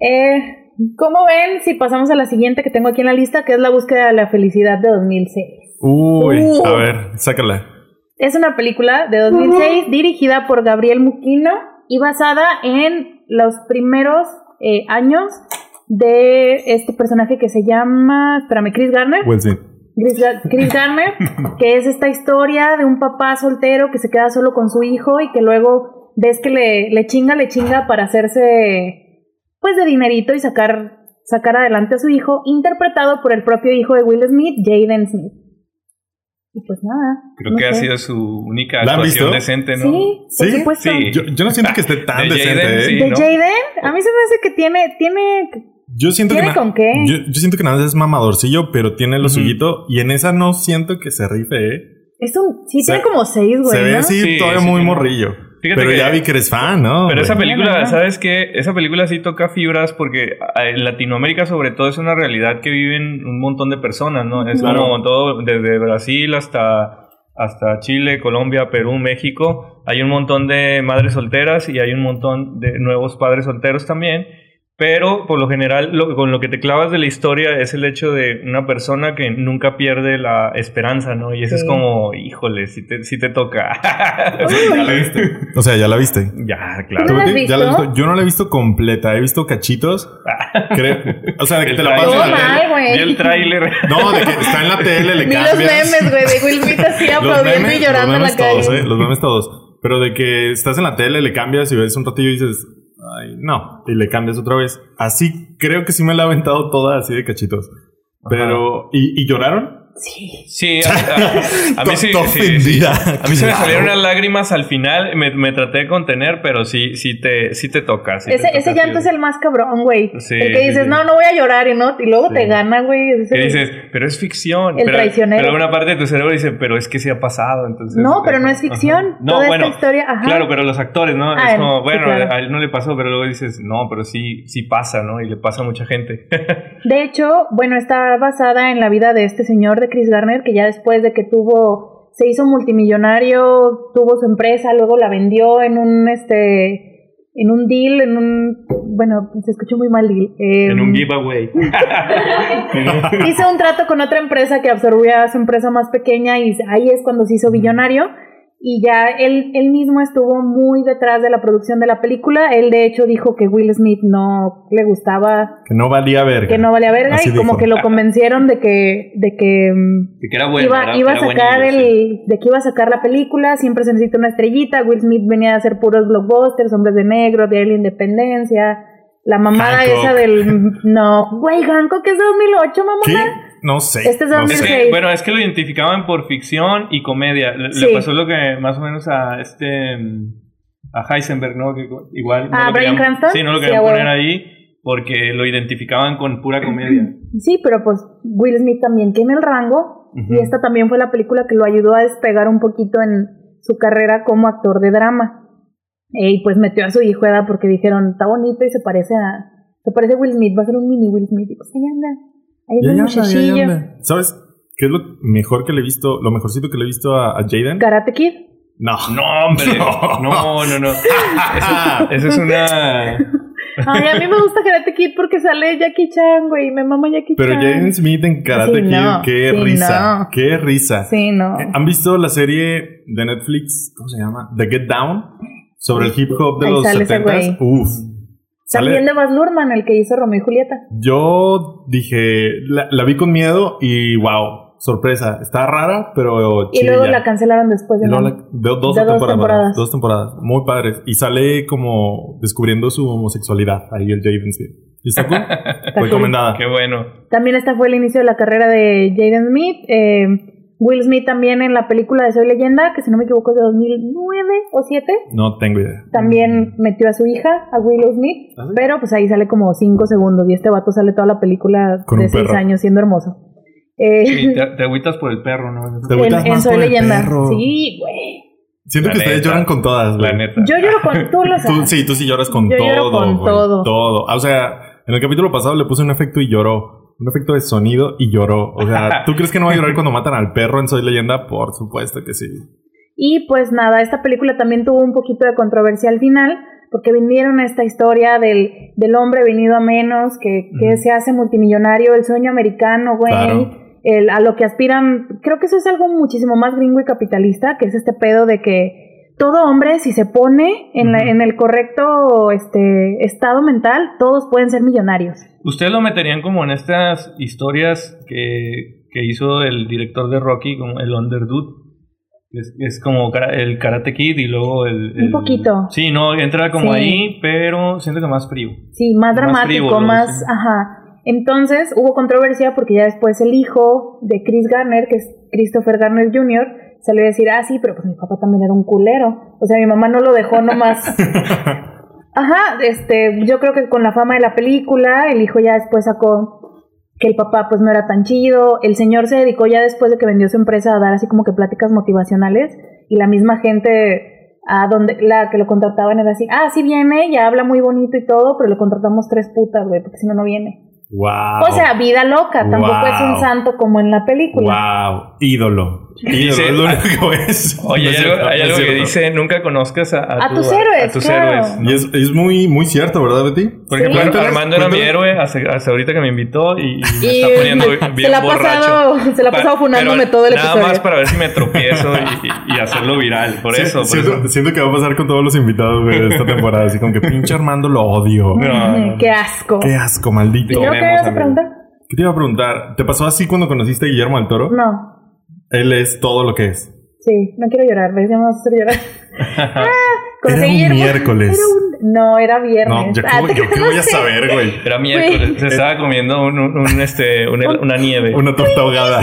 S3: Eh, ¿Cómo ven si pasamos a la siguiente que tengo aquí en la lista, que es la búsqueda de la felicidad de 2006?
S2: Uy,
S3: Uh.
S2: a ver, sácala.
S3: Es una película de 2006 dirigida por Gabriel Muquino y basada en los primeros eh, años de este personaje que se llama, espérame, Chris Garner.
S2: Will Smith.
S3: Chris, Ga- Chris Garner, que es esta historia de un papá soltero que se queda solo con su hijo y que luego ves que le, le chinga, le chinga para hacerse pues de dinerito y sacar, sacar adelante a su hijo, interpretado por el propio hijo de Will Smith, Jaden Smith. Y pues nada.
S1: Creo
S3: no
S1: que ha
S3: sé.
S1: sido su única
S2: ¿La han
S1: actuación
S2: visto?
S1: decente, ¿no?
S3: Sí, por
S2: ¿Sí?
S3: supuesto.
S1: Sí.
S2: Yo, yo no siento que esté tan
S1: De Jaden,
S2: decente. ¿eh?
S1: sí.
S3: ¿De
S1: ¿no?
S3: Jaden? A mí se me hace que tiene, tiene,
S2: Yo siento que
S3: ¿Tiene
S2: na-
S3: con qué?
S2: Yo, yo siento que nada más es mamadorcillo, pero tiene lo
S1: Ujú.
S2: suyito. Y en esa no siento que se rife, ¿eh?
S3: es un, sí,
S2: Se-
S3: tiene como seis, güey,
S2: se ve
S3: ¿no?
S2: así
S1: Sí,
S2: todavía
S1: sí,
S2: muy
S1: tiene-
S2: morrillo.
S1: Fíjate
S2: pero
S1: que-
S2: ya vi que eres fan, ¿no?
S1: Pero esa
S2: Güey.
S1: película,
S3: No, no, no.
S1: ¿sabes qué? Esa película sí toca fibras porque ah, en Latinoamérica sobre todo es una realidad que viven un montón de personas, ¿no? Es
S2: Claro.
S1: como todo, desde Brasil hasta, hasta Chile, Colombia, Perú, México. Hay un montón de madres solteras y hay un montón de nuevos padres solteros también. Pero por lo general, lo- con lo que te clavas de la historia es el hecho de una persona que nunca pierde la esperanza, ¿no? Y eso
S3: Sí.
S1: es como, híjole, si te, si te toca.
S3: Ya la
S2: O sea, ya la viste.
S1: ya,
S3: ¿Tú
S1: claro.
S3: no la has
S2: ¿Ya
S3: visto?
S2: Yo no la he visto completa, he visto cachitos. Creo. O sea, de que
S1: El
S2: te la
S1: tráiler.
S2: pasas. en
S3: Todo
S2: la tele.
S3: mal, güey.
S1: Vi el tráiler.
S2: No, de que está en la tele, le
S3: Vi
S2: cambias.
S3: los memes, güey, de Will Smith así
S2: Los
S3: aplaudiendo
S2: memes-
S3: y
S2: los
S3: llorando en la
S2: memes
S3: calle.
S2: todos, eh, Los memes todos. Pero de que estás en la tele, le cambias y ves un ratillo y dices, ay, no, y le cambias otra vez. Así creo que sí me la he aventado toda así de cachitos. Pero, ¿y, y lloraron?
S3: Sí.
S1: Sí, a, a- a mí sí.
S2: Toda
S1: sí,
S2: ofendida.
S1: sí. A mí se me
S2: Claro.
S1: salieron las lágrimas al final, me, me traté de contener, pero sí, sí te, sí te toca. sí te
S3: Ese,
S1: toca,
S3: ese
S1: sí.
S3: llanto es el más cabrón, güey.
S1: Sí,
S3: el que
S1: sí,
S3: dices,
S1: sí.
S3: no, no voy a llorar y no, y luego te gana, güey. ese-
S1: Que dices, pero es ficción.
S3: El
S1: pero,
S3: traicionero.
S1: Pero una parte de tu cerebro dice, pero es que sí ha pasado, entonces. eh,
S3: No, pero no es
S1: Ajá.
S3: ficción.
S1: No,
S3: Toda
S1: bueno.
S3: esta historia, ajá.
S1: Claro, pero los actores, ¿no?
S3: Ah,
S1: es
S3: él,
S1: como,
S3: sí,
S1: bueno,
S3: claro.
S1: a él no le pasó, pero luego dices, no, pero sí, sí pasa, ¿no? Y le pasa a mucha gente.
S3: Em. De hecho, bueno, está basada en la vida de este señor de Chris Garner, que ya después de que tuvo, se hizo multimillonario, tuvo su empresa, luego la vendió en un este, en un deal, en un bueno, se escuchó muy mal deal. eh,
S1: en un giveaway.
S3: hizo un trato con otra empresa que absorbía a su empresa más pequeña y ahí es cuando se hizo billonario. Y ya él, él mismo estuvo muy detrás de la producción de la película. Él de hecho dijo que Will Smith no le gustaba
S2: Que no valía verga.
S3: que no valía verga
S2: Así
S3: y como
S2: dijo.
S3: que lo convencieron de que de que mm,
S1: que era bueno.
S3: iba,
S1: era-
S3: iba a
S1: era
S3: sacar
S1: buenillo,
S3: el
S1: sí.
S3: de que iba a sacar la película siempre se necesita una estrellita Will Smith venía a hacer puros blockbusters hombres de negro de la independencia la mamada
S2: Hancock.
S3: esa del no güey Hancock es de 2008 mamá
S2: ¿Qué? No sé.
S3: Este es
S2: no
S1: Es
S3: 2006.
S2: sé.
S1: que, bueno, es que lo identificaban por ficción y comedia. Le, le
S3: Sí.
S1: pasó lo que más o menos a este. mm, a Heisenberg, ¿no? Que igual. no
S3: Ah,
S1: lo
S3: Bryan
S1: querían-
S3: Cranston.
S1: Sí, no lo
S3: Sí,
S1: querían
S3: a huevo.
S1: poner ahí porque lo identificaban con pura comedia.
S3: sí pero pues Will Smith también tiene el rango y
S1: Ujú.
S3: esta también fue la película que lo ayudó a despegar un poquito en su carrera como actor de drama. Eh, y pues metió a su hijuela porque dijeron, está bonito y se parece a... Se parece a Will Smith, va a ser un mini Will Smith. Y pues ahí anda. Ahí
S2: Ya,
S3: anda el
S2: ya anda, ya, ya
S3: muchachillo.
S2: anda. ¿Sabes qué es lo mejor que le he visto? Lo mejorcito que le he visto a, a Jaden.
S3: Karate Kid.
S2: No.
S1: No, hombre.
S2: No.
S1: No, no, no. Esa esa es una.
S3: Ay, a mí me gusta Karate Kid porque sale Jackie Chan, güey. Me mama Jackie
S2: Pero
S3: Chan.
S2: Jaden Smith en Karate
S3: Sí,
S2: Kid,
S3: no.
S2: qué
S3: Sí,
S2: risa.
S3: no.
S2: Qué risa.
S3: Sí, no.
S2: Eh, ¿Han visto la serie de Netflix? ¿Cómo se llama? The Get Down. Sobre el hip hop de
S3: Ahí
S2: los
S3: sale ese
S2: 70s.
S3: güey.
S2: Uf.
S3: También
S2: Sale-
S3: de Baz Luhrmann, el que hizo Romeo y Julieta.
S2: Yo dije, la, la vi con miedo y wow, sorpresa. Está rara, pero
S3: Y
S2: chidilla.
S3: luego la cancelaron después de...
S2: Y luego la-
S3: una-
S2: do- dos,
S3: de dos
S2: temporadas,
S3: temporadas.
S2: Dos temporadas. Muy padres. Y sale como descubriendo su homosexualidad. Ahí el Jaden Smith. ¿Y está cool?
S3: cool.
S2: Recomendada.
S1: Qué bueno.
S3: También esta fue el inicio de la carrera de Jaden Smith. Eh, Will Smith también en la película de Soy Leyenda, que si no me equivoco es de 2009 o 7,
S2: No tengo idea.
S3: también metió a su hija, a Willow Smith,
S2: ¿Ah, sí?
S3: pero pues ahí sale como 5 segundos y este vato sale toda la película
S2: Con
S3: de
S2: un
S3: 6
S2: perro.
S3: años siendo hermoso. Eh,
S1: Sí, te, te agüitas por el perro, ¿no?
S2: Te
S3: en,
S2: agüitas
S3: en
S2: más
S3: Soy
S2: por el
S3: Leyenda.
S2: perro.
S3: Sí, güey.
S2: Siento
S1: La
S2: que ustedes
S1: neta.
S2: lloran con todas, güey.
S1: La neta.
S3: Yo lloro con tú lo
S2: Tú,
S3: sabes.
S2: sí, tú sí lloras con
S3: Yo
S2: todo.
S3: lloro con
S2: güey,
S3: todo.
S2: Todo. Ah, O sea, en el capítulo pasado le puse un efecto y lloró. Un efecto de sonido y lloró. O sea, ¿tú crees que no va a llorar cuando matan al perro en Soy Leyenda? Por supuesto que sí.
S3: Y pues nada, esta película también tuvo un poquito de controversia al final, porque vinieron a esta historia del, del hombre venido a menos, que, que
S1: Ujú.
S3: se hace multimillonario, el sueño americano, güey.
S2: Claro.
S3: el- a lo que aspiran, creo que eso es algo muchísimo más gringo y capitalista, que es este pedo de que todo hombre, si se pone en, la-
S1: Ujú.
S3: en el correcto este, estado mental, todos pueden ser millonarios.
S1: ¿Ustedes lo meterían como en estas historias que, que hizo el director de Rocky, como el Underdude? Es, es como cara- el Karate Kid y luego el...
S3: Un
S1: el-
S3: poquito.
S1: Sí, no, entra como
S3: Sí.
S1: ahí, pero siento que más frío.
S3: Sí, más
S1: Más
S3: dramático,
S1: frívolo,
S3: más...
S1: sí.
S3: Ajá. Entonces hubo controversia porque ya después el hijo de Chris Garner, que es Christopher Garner Jr., salió a decir, ah, sí, pero pues mi papá también era un culero. O sea, mi mamá no lo dejó nomás. Ajá, este, yo creo que con la fama de la película, el hijo ya después sacó que el papá pues no era tan chido. El señor se dedicó ya después de que vendió su empresa a dar así como que pláticas motivacionales y la misma gente a donde la que lo contrataban era así, ah, sí viene, ya habla muy bonito y todo, pero lo contratamos tres putas, güey, porque si no, no viene.
S2: Wow.
S3: O sea, vida loca, tampoco
S2: Wow.
S3: es un santo como en la película.
S2: wow. Ídolo. Ídolo.
S1: Dice- "Ah,
S2: es lo único que es.
S1: Oye,
S2: No
S1: hay
S2: es
S1: algo, hay
S2: cierto, no es
S1: algo que
S2: cierto.
S1: dice, nunca conozcas a,
S3: A
S1: tu-
S3: tus
S1: a-
S3: héroes,
S1: a tus
S3: claro.
S1: héroes.
S2: Y es, es muy, muy cierto, ¿verdad, Betty?
S1: Por
S3: Sí.
S1: ejemplo,
S2: Cuéntales,
S1: Armando era mi
S2: cuéntales.
S1: héroe hasta, hasta ahorita que me invitó y, y me
S3: Y
S1: está poniendo
S3: se
S1: bien
S3: la ha
S1: borracho.
S3: pasado, se la ha
S1: Pa-
S3: pasado funándome
S1: pero
S3: todo el
S1: Nada
S3: episodio.
S1: más para ver si me tropiezo y, y- y hacerlo viral. Por
S2: Sí,
S1: eso, por
S2: siento,
S1: eso.
S2: siento que va a pasar con todos los invitados güey, de esta temporada. Así como que pinche Armando lo odio.
S1: No, no, no.
S3: Qué asco.
S2: um, Qué asco, maldito.
S3: ¿Y luego qué
S1: Tomemos,
S3: vas a
S1: amigo.
S3: preguntar?
S2: ¿Qué te iba a preguntar? ¿Te pasó así cuando conociste a Guillermo del Toro?
S3: No.
S2: Él es todo lo que es.
S3: Sí, no quiero llorar, ¿ves? Ya me vas a hacer llorar. Ah,
S2: Era un
S3: conseguir-
S2: miércoles.
S3: Era un- No, era viernes.
S2: No, yo,
S3: Ah,
S2: cómo-
S3: te
S2: yo qué
S3: creas,
S2: voy a
S3: no sé.
S2: saber, güey.
S1: Era miércoles. Se estaba comiendo un, un- un, este, un hel- una nieve.
S2: Una torta ahogada.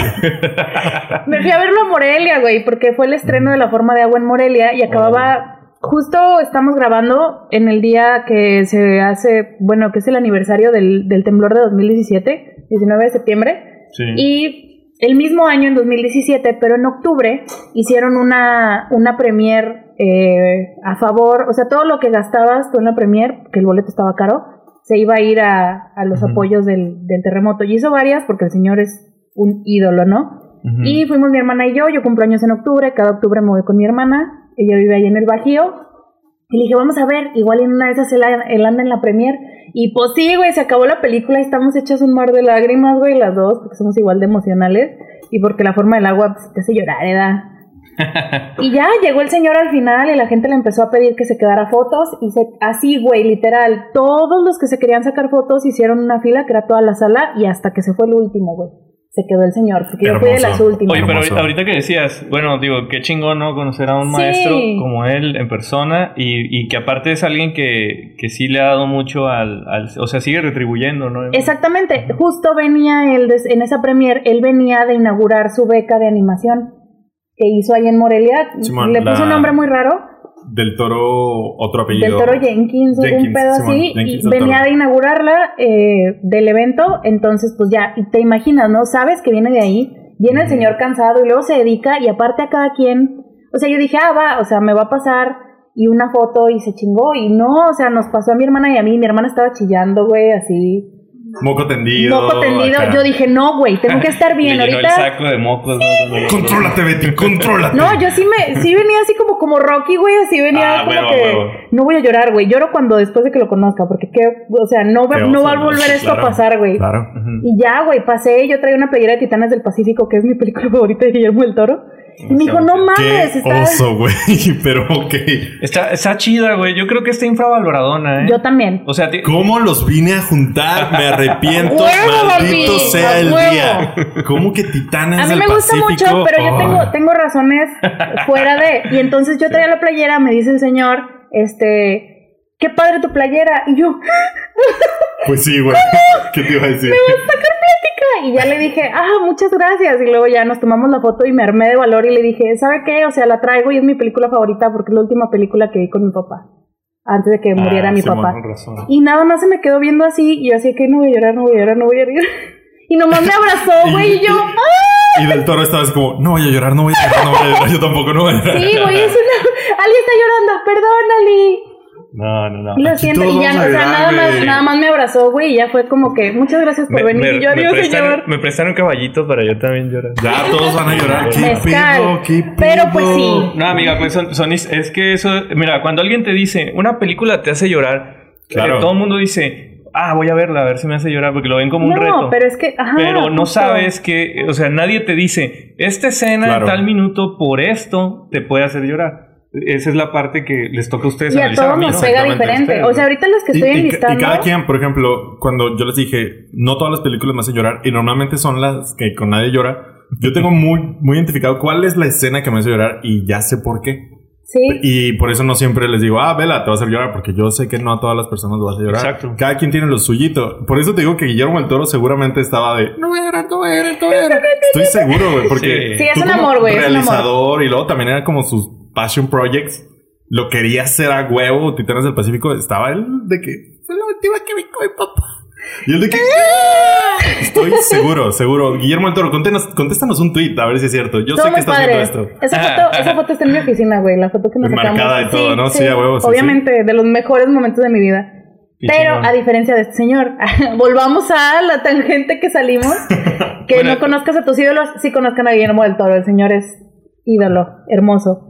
S3: Me fui a verlo a Morelia, güey, porque fue el estreno de La Forma de Agua en Morelia y acababa. Justo estamos grabando en el día que se hace, bueno, que es el aniversario del, del temblor de 2017, 19 de septiembre.
S1: Sí.
S3: Y el mismo año, en 2017, pero en octubre, hicieron una, una premier eh, a favor. O sea, todo lo que gastabas tú en la premier, que el boleto estaba caro, se iba a ir a, a los
S1: Ujú.
S3: apoyos del, del terremoto. Y hizo varias porque el señor es un ídolo, ¿no?
S1: Ujú.
S3: Y fuimos mi hermana y yo, yo cumplo años en octubre, cada octubre me voy con mi hermana, ella vive ahí en el Bajío. Y le dije, vamos a ver, igual en una de esas él, él anda en la premier. Y pues sí, güey, se acabó la película y estamos hechas un mar de lágrimas, güey, las dos, porque somos igual de emocionales y porque la forma del agua pues, te hace llorar, edad. y ya llegó el señor al final y la gente le empezó a pedir que se quedara fotos y se, así, güey, literal, todos los que se querían sacar fotos hicieron una fila que era toda la sala y hasta que se fue el último, güey. Se quedó el señor, porque yo fui de
S2: Hermoso.
S3: las últimas.
S1: Oye, pero
S2: Hermoso.
S1: ahorita, ahorita que decías, bueno, digo, qué chingón, ¿no? Conocer a un
S3: Sí.
S1: maestro como él en persona y, y que aparte es alguien que, que sí le ha dado mucho al, al- O sea, sigue retribuyendo, ¿no?
S3: Exactamente, justo venía él des- en esa premier, él venía de inaugurar su beca de animación que hizo ahí en Morelia,
S2: Simón,
S3: le puso
S2: la-
S3: un nombre muy raro,
S2: Del toro, otro
S3: del
S2: apellido.
S3: Toro Jenkins, o de un
S2: Jenkins,
S3: pedo
S2: Simón,
S3: así,
S2: Jenkins
S3: y
S2: del
S3: venía
S2: Toro.
S3: de inaugurarla eh, del evento, entonces pues ya, y te imaginas, ¿no? Sabes que viene de ahí, viene el señor cansado y luego se dedica y aparte a cada quien, o sea, yo dije, ah, va, o sea, me va a pasar y una foto y se chingó y no, o sea, nos pasó a mi hermana y a mí, mi hermana estaba chillando, güey, así.
S2: Moco tendido.
S3: moco tendido.
S2: acá.
S3: Yo dije, no, güey, tengo que estar
S1: Le
S3: bien
S1: llenó el
S3: ahorita.
S1: saco de mocos. ¿no? Cuando-
S2: Contrólate, Betty, contrólate.
S3: No, yo sí me, sí venía así como, como Rocky, güey, así venía
S2: Ah,
S3: como
S2: huevo,
S3: que
S2: huevo.
S3: no voy a llorar, güey. Lloro cuando después de que lo conozca, porque qué, o sea, no, va-
S2: Qué
S3: no
S2: oso,
S3: va a
S2: ¿no?
S3: volver
S2: Sí,
S3: esto
S2: claro,
S3: a pasar, güey.
S2: Claro.
S1: Ujú.
S3: Y ya, güey, pasé, yo traía una playera de Titanes del Pacífico, que es mi película favorita de Guillermo del Toro. Y me dijo, no mames,
S2: Qué
S3: está.
S2: oso, güey. Pero ok.
S1: Está, está chida, güey. Yo creo que está infravaloradona, ¿eh?
S3: Yo también.
S1: o sea, ti-
S2: ¿Cómo los vine a juntar? Me arrepiento.
S3: Huevo,
S2: maldito
S3: papi,
S2: sea
S3: a
S2: el
S3: huevo.
S2: día. ¿Cómo que Titanes
S3: A mí
S2: del
S3: me gusta
S2: Pacífico?
S3: mucho, pero yo
S2: Oh.
S3: tengo, tengo razones fuera de. Y entonces yo traía la playera, me dice el señor, este, qué padre tu playera. Y yo,
S2: Pues sí, güey. ¿Qué te iba a decir?
S3: "Ah", y ya le dije, ah, muchas gracias. Y luego ya nos tomamos la foto y me armé de valor y le dije, ¿sabe qué? O sea, la traigo y es mi película favorita porque es la última película que vi con mi papá, antes de que muriera
S2: Ah,
S3: mi
S2: Simón,
S3: papá.
S2: con razón.
S3: Y nada más se me quedó viendo así y yo así que no voy a llorar, no voy a llorar, no voy a llorar. Y nomás me abrazó, güey, y yo, "Ah".
S2: Y del toro estaba así como, no voy a llorar, no voy a llorar, no voy a llorar, yo tampoco no voy a llorar.
S3: Sí, güey, es una... Ali está llorando, perdón, Ali.
S1: No, no, no.
S3: Lo
S2: Aquí
S3: siento,
S2: todos
S3: y ya,
S2: vamos a
S3: o sea,
S2: llorar,
S3: nada más,
S2: güey.
S3: nada más me abrazó, güey, y ya fue como que, muchas gracias por
S1: Me,
S3: venir,
S1: me-
S3: y yo,
S1: me
S3: adiós,
S1: prestan,
S3: señor.
S1: me prestan un caballito para yo también llorar.
S2: Ya todos van a llorar. ¿Qué
S3: Mezcal.
S2: pedo? ¿Qué pedo?
S3: Pero, pues, sí.
S1: No, amiga, pues son, son- es que eso, mira, cuando alguien te dice, una película te hace llorar,
S2: Claro.
S1: eh, todo el mundo dice, ah, voy a verla, a ver si me hace llorar, porque lo ven como
S3: No,
S1: un reto.
S3: pero es que, ajá,
S1: Pero no
S3: justo.
S1: sabes que, o sea, nadie te dice, esta escena
S2: Claro.
S1: en tal minuto por esto te puede hacer llorar. Esa es la parte que les toca a ustedes
S3: Y a
S1: analizar.
S3: todos
S1: mí
S3: nos
S1: no.
S3: pega
S2: Exactamente,
S3: diferente.
S1: ustedes,
S3: O sea, ahorita los que
S2: Y,
S3: estoy
S2: y ca-
S3: enlistando.
S2: y cada quien, por ejemplo, cuando yo les dije, no todas las películas me hacen llorar, y normalmente son las que con nadie llora, yo tengo muy, muy identificado cuál es la escena que me hace llorar y ya sé por qué.
S3: Sí.
S2: Y por eso no siempre les digo, ah, vela, te vas a hacer llorar, porque yo sé que no a todas las personas lo vas a llorar.
S1: Exacto.
S2: Cada quien tiene lo suyito. Por eso te digo que Guillermo el Toro seguramente estaba de, no voy a llorar, no voy a llorar, no voy a llorar". Estoy seguro, güey, porque.
S1: Sí.
S3: Sí, es
S2: tú
S3: un
S2: como
S3: amor, güey, es un amor.
S2: Realizador, y luego también era como sus passion projects. Lo quería hacer a huevo, Titanes del Pacífico. Estaba él de que, fue la última que vi con mi papá. Y él de que, "Ah". estoy seguro, seguro. Guillermo el Toro, conténos- contéstanos un tweet, a ver si es cierto. Yo
S3: Todo
S2: sé que
S3: muy
S2: estás
S3: padre.
S2: viendo esto.
S3: Esa foto, esa foto está en mi oficina, güey. La foto que nos sacamos.
S2: Enmarcada y todo, ¿no? Sí, a huevo, sí,
S3: Obviamente, de los mejores momentos de mi vida. Pero a diferencia de este señor, volvamos a la tangente que salimos. Que
S1: Bueno,
S3: no conozcas a tus ídolos, sí conozcan a Guillermo del Toro. El señor es ídolo, hermoso.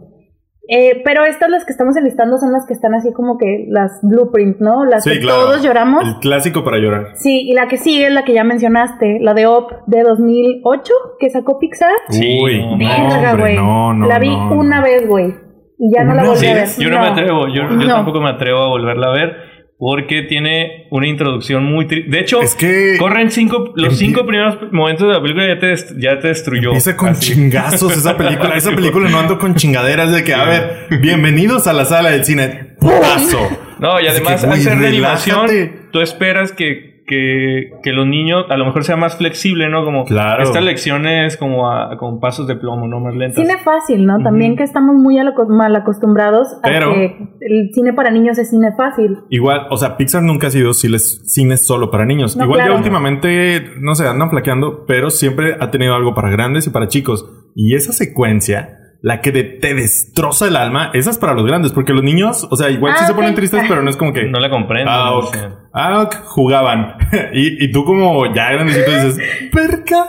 S3: Eh, pero estas las que estamos enlistando son las que están así como que las blueprint, ¿no? Las
S2: Sí,
S3: que
S2: claro.
S3: todos lloramos.
S2: El clásico para llorar.
S3: Sí, y la que sigue es la que ya mencionaste, la de Op de 2008 que sacó Pixar.
S1: Sí,
S2: Uy,
S1: no,
S2: no,
S3: Verga,
S2: hombre,
S3: güey.
S2: no, no,
S3: la vi
S2: no,
S3: una
S2: no.
S3: vez, güey. Y ya no la
S2: ¿Una
S3: volví
S1: Sí,
S3: a ver.
S1: yo no, me atrevo, yo, yo
S3: No.
S1: tampoco me atrevo a volverla a ver. porque tiene una introducción muy triste. De hecho,
S2: Es que
S1: corren cinco, los
S2: Empie-
S1: cinco primeros momentos de la película ya te, dest- ya te destruyó.
S2: empieza con
S1: Así.
S2: chingazos esa película. Esa película no ando con chingaderas de que, a ver, bienvenidos a la sala del cine. ¡Putazo!
S1: No, y
S2: Así
S1: además,
S2: que,
S1: al
S2: güey,
S1: ser de
S2: relájate.
S1: animación, tú esperas que, que, que los niños a lo mejor sea más flexible, ¿no? Como
S2: Claro.
S1: estas lecciones como a- con pasos de plomo, ¿no? Más lentas.
S3: Cine fácil, ¿no? También
S1: Ujú.
S3: que estamos muy a lo co- mal acostumbrados
S2: Pero-
S3: a que el cine para niños es cine fácil.
S2: Igual, o sea, Pixar nunca ha sido ciles- cine solo para niños.
S3: No,
S2: Igual
S3: claro.
S2: ya últimamente, no sé, andan flaqueando, pero siempre ha tenido algo para grandes y para chicos. Y esa secuencia, la que de- te destroza el alma, esa es para los grandes, porque los niños, o sea, igual sí
S3: Ah,
S2: se ponen
S3: ok.
S2: tristes, pero no es como que...
S1: No la comprendo.
S2: Ah,
S1: no
S2: ok.
S1: sé.
S2: Ah, ok, jugaban. y, y tú como ya grandecito dices, perca.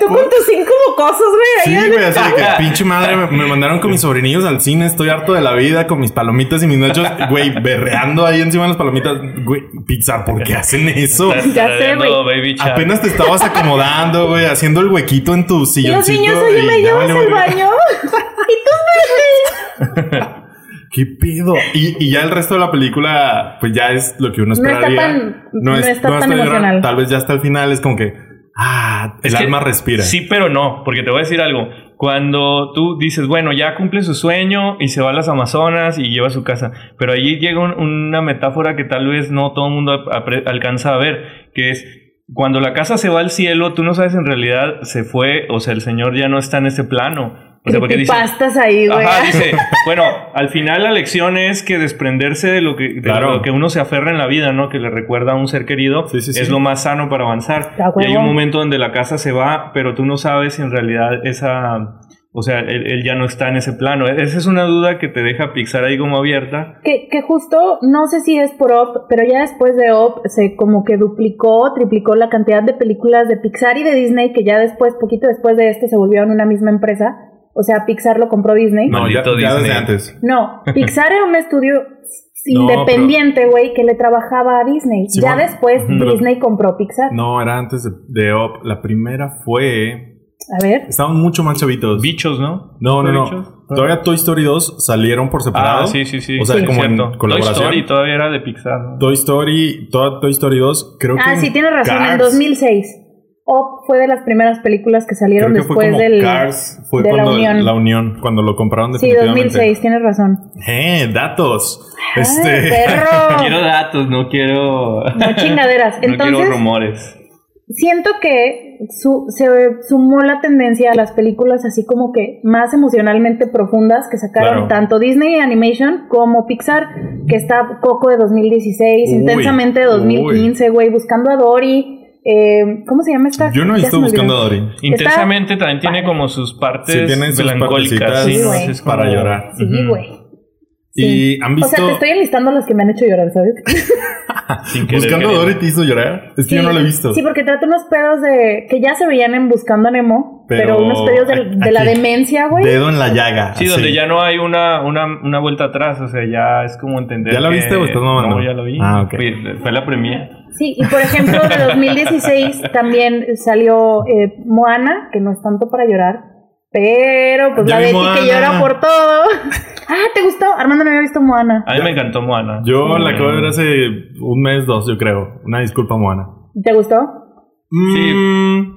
S3: Tú con tus cinco mocosos, güey.
S2: Sí,
S3: ahí
S2: güey, así de que pinche madre, me, me mandaron con mis sobrinillos al cine, estoy harto de la vida, con mis palomitas y mis nachos, güey, berreando ahí encima de las palomitas. Güey, Pixar, ¿por qué hacen eso?
S1: Estás
S3: Ya sé,
S1: tarareando
S3: güey.
S1: Baby Shark.
S2: Apenas te estabas acomodando, güey, haciendo el huequito en tu
S3: Y los
S2: silloncito.
S3: niños,
S2: y
S3: oye, ¿me
S2: ya
S3: llevas
S2: valió
S3: al
S2: verga.
S3: baño? y tú
S2: ¿Qué pedo? Y, y ya el resto de la película, pues ya es lo que uno
S3: No está
S2: esperaría.
S3: tan- no está tan
S2: llorando.
S3: emocional.
S2: Tal vez ya hasta el final es como que, ah, el
S1: Es que
S2: alma respira.
S1: Sí, pero no, porque te voy a decir algo. Cuando tú dices, bueno, ya cumple su sueño y se va a las Amazonas y lleva a su casa, pero allí llega un- una metáfora que tal vez no todo el mundo apre- alcanza a ver, que es cuando la casa se va al cielo, tú no sabes en realidad se fue, o sea, el Señor ya no está en ese plano. O sea, porque dice,
S3: pastas ahí, güey.
S1: Ajá, dice, bueno, al final la lección es que desprenderse de lo que, de
S2: Claro.
S1: lo que uno se aferra en la vida, ¿no? Que le recuerda a un ser querido,
S2: Sí, sí, sí.
S1: es lo más sano para avanzar.
S3: A
S1: Y hay
S3: huevo.
S1: un momento donde la casa se va, pero tú no sabes si en realidad esa... O sea, él, él ya no está en ese plano. E-, Esa es una duda que te deja Pixar ahí como abierta.
S3: Que, que justo, no sé si es por Up, pero ya después de Up se como que duplicó, triplicó la cantidad de películas de Pixar y de Disney que ya después, poquito después de esto, se volvieron una misma empresa. O sea, Pixar lo compró Disney.
S2: No, ya,
S1: Maldito
S2: ya desde
S1: Disney.
S2: antes.
S3: No, Pixar era un estudio
S2: No,
S3: independiente, güey, que le trabajaba a Disney.
S2: Sí,
S3: ya
S2: bueno,
S3: después
S2: ujú, pero-
S3: Disney compró Pixar.
S2: No, era antes de, de Up. La primera fue.
S3: A ver.
S2: Estaban mucho más chavitos.
S1: Bichos, ¿no?
S2: No, no,
S1: ¿Bichos?
S2: no. Todavía Toy Story 2 salieron por separado.
S1: Ah, sí, sí, sí.
S2: O sea,
S1: sí,
S2: como en
S1: cierto.
S2: colaboración.
S1: Toy Story todavía era de Pixar. ¿no?
S2: Toy Story, toda Toy Story 2, creo que.
S3: Ah,
S2: en
S3: sí, tienes razón, en
S2: Cars,
S3: 2006. Up fue de las primeras películas que
S2: Creo
S3: salieron
S2: que fue
S3: después
S2: como
S3: del...
S2: Cars, fue
S3: de la
S2: cuando
S3: Unión.
S2: la unión, cuando lo compraron
S3: Sí,
S2: definitivamente.
S3: 2006, tienes razón.
S2: ¡Eh, datos!
S3: ¡Ay,
S2: Este.
S3: perro!
S1: Quiero datos, no quiero...
S3: No chingaderas.
S1: no quiero
S3: Entonces,
S1: rumores.
S3: siento que su- se sumó la tendencia a las películas así como que más emocionalmente profundas que sacaron
S2: Claro.
S3: tanto Disney Animation como Pixar, que está Coco de 2016,
S2: Uy,
S3: intensamente de 2015, güey, buscando a Dory. eh, ¿Cómo se llama esta?
S2: Yo no he
S3: Ya
S2: visto
S3: se me olvidó.
S2: buscando a Dory.
S1: Intensamente también tiene
S3: padre.
S1: como sus partes
S2: Sí, tiene sus
S1: melancólicas.
S2: partecitas
S1: Sí,
S3: Sí,
S1: ¿no?
S3: güey.
S1: Es como-
S2: para llorar.
S3: Sí,
S2: Ujú.
S3: güey. Sí.
S2: Y han
S3: O sea,
S2: visto.
S3: te estoy enlistando las que me han hecho llorar, ¿sabes?
S1: Sin querer,
S2: Buscando a
S1: queriendo.
S2: Dory te hizo llorar. Es que yo no lo he visto.
S3: Sí, porque trata unos pedos de. que ya se veían en Buscando a Nemo, pero,
S2: Pero
S3: unos pedos de, de la
S2: aquí.
S3: demencia, güey.
S2: Dedo en la llaga.
S1: Sí, donde
S2: así.
S1: ya no hay una, una, una vuelta atrás, o sea, ya es como entender.
S2: ¿Ya la
S1: que-
S2: viste o estás mamando?
S1: No, ya la vi.
S2: Ah, ok.
S1: Fue- Fue la premia.
S3: Sí, y por ejemplo, de 2016 también salió eh, Moana, que no es tanto para llorar, pero pues
S2: Ya
S3: la
S2: vi
S3: Betty que
S2: Moana.
S3: llora por todo. Ah, ¿te gustó? Armando no había visto Moana.
S1: A mí me encantó Moana.
S2: Yo la acabo de ver
S1: hacer
S2: hace un mes, dos, yo creo. Una disculpa, Moana.
S3: ¿Te gustó?
S1: Sí.
S2: Mm,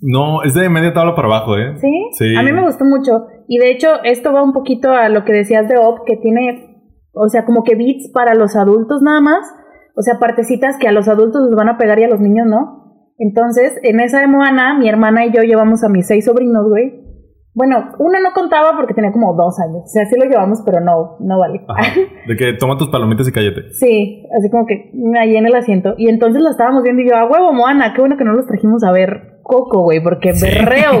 S2: No, es de media tabla para abajo, ¿eh?
S3: ¿Sí?
S2: Sí.
S3: A mí me gustó mucho. Y de hecho, esto va un poquito a lo que decías de Op, que tiene, o sea, como que beats para los adultos nada más. O sea, partecitas que a los adultos les van a pegar y a los niños no. Entonces, en esa de Moana, mi hermana y yo llevamos a mis seis sobrinos, güey. Bueno, uno no contaba porque tenía como dos años. O sea, sí lo llevamos, pero no, no vale.
S2: Ajá. De que toma tus palomitas y cállate.
S3: Sí, así como que mm, ahí en el asiento. Y entonces la estábamos viendo y yo, a huevo, Moana, qué bueno que no los trajimos a ver Coco, güey, porque berreo,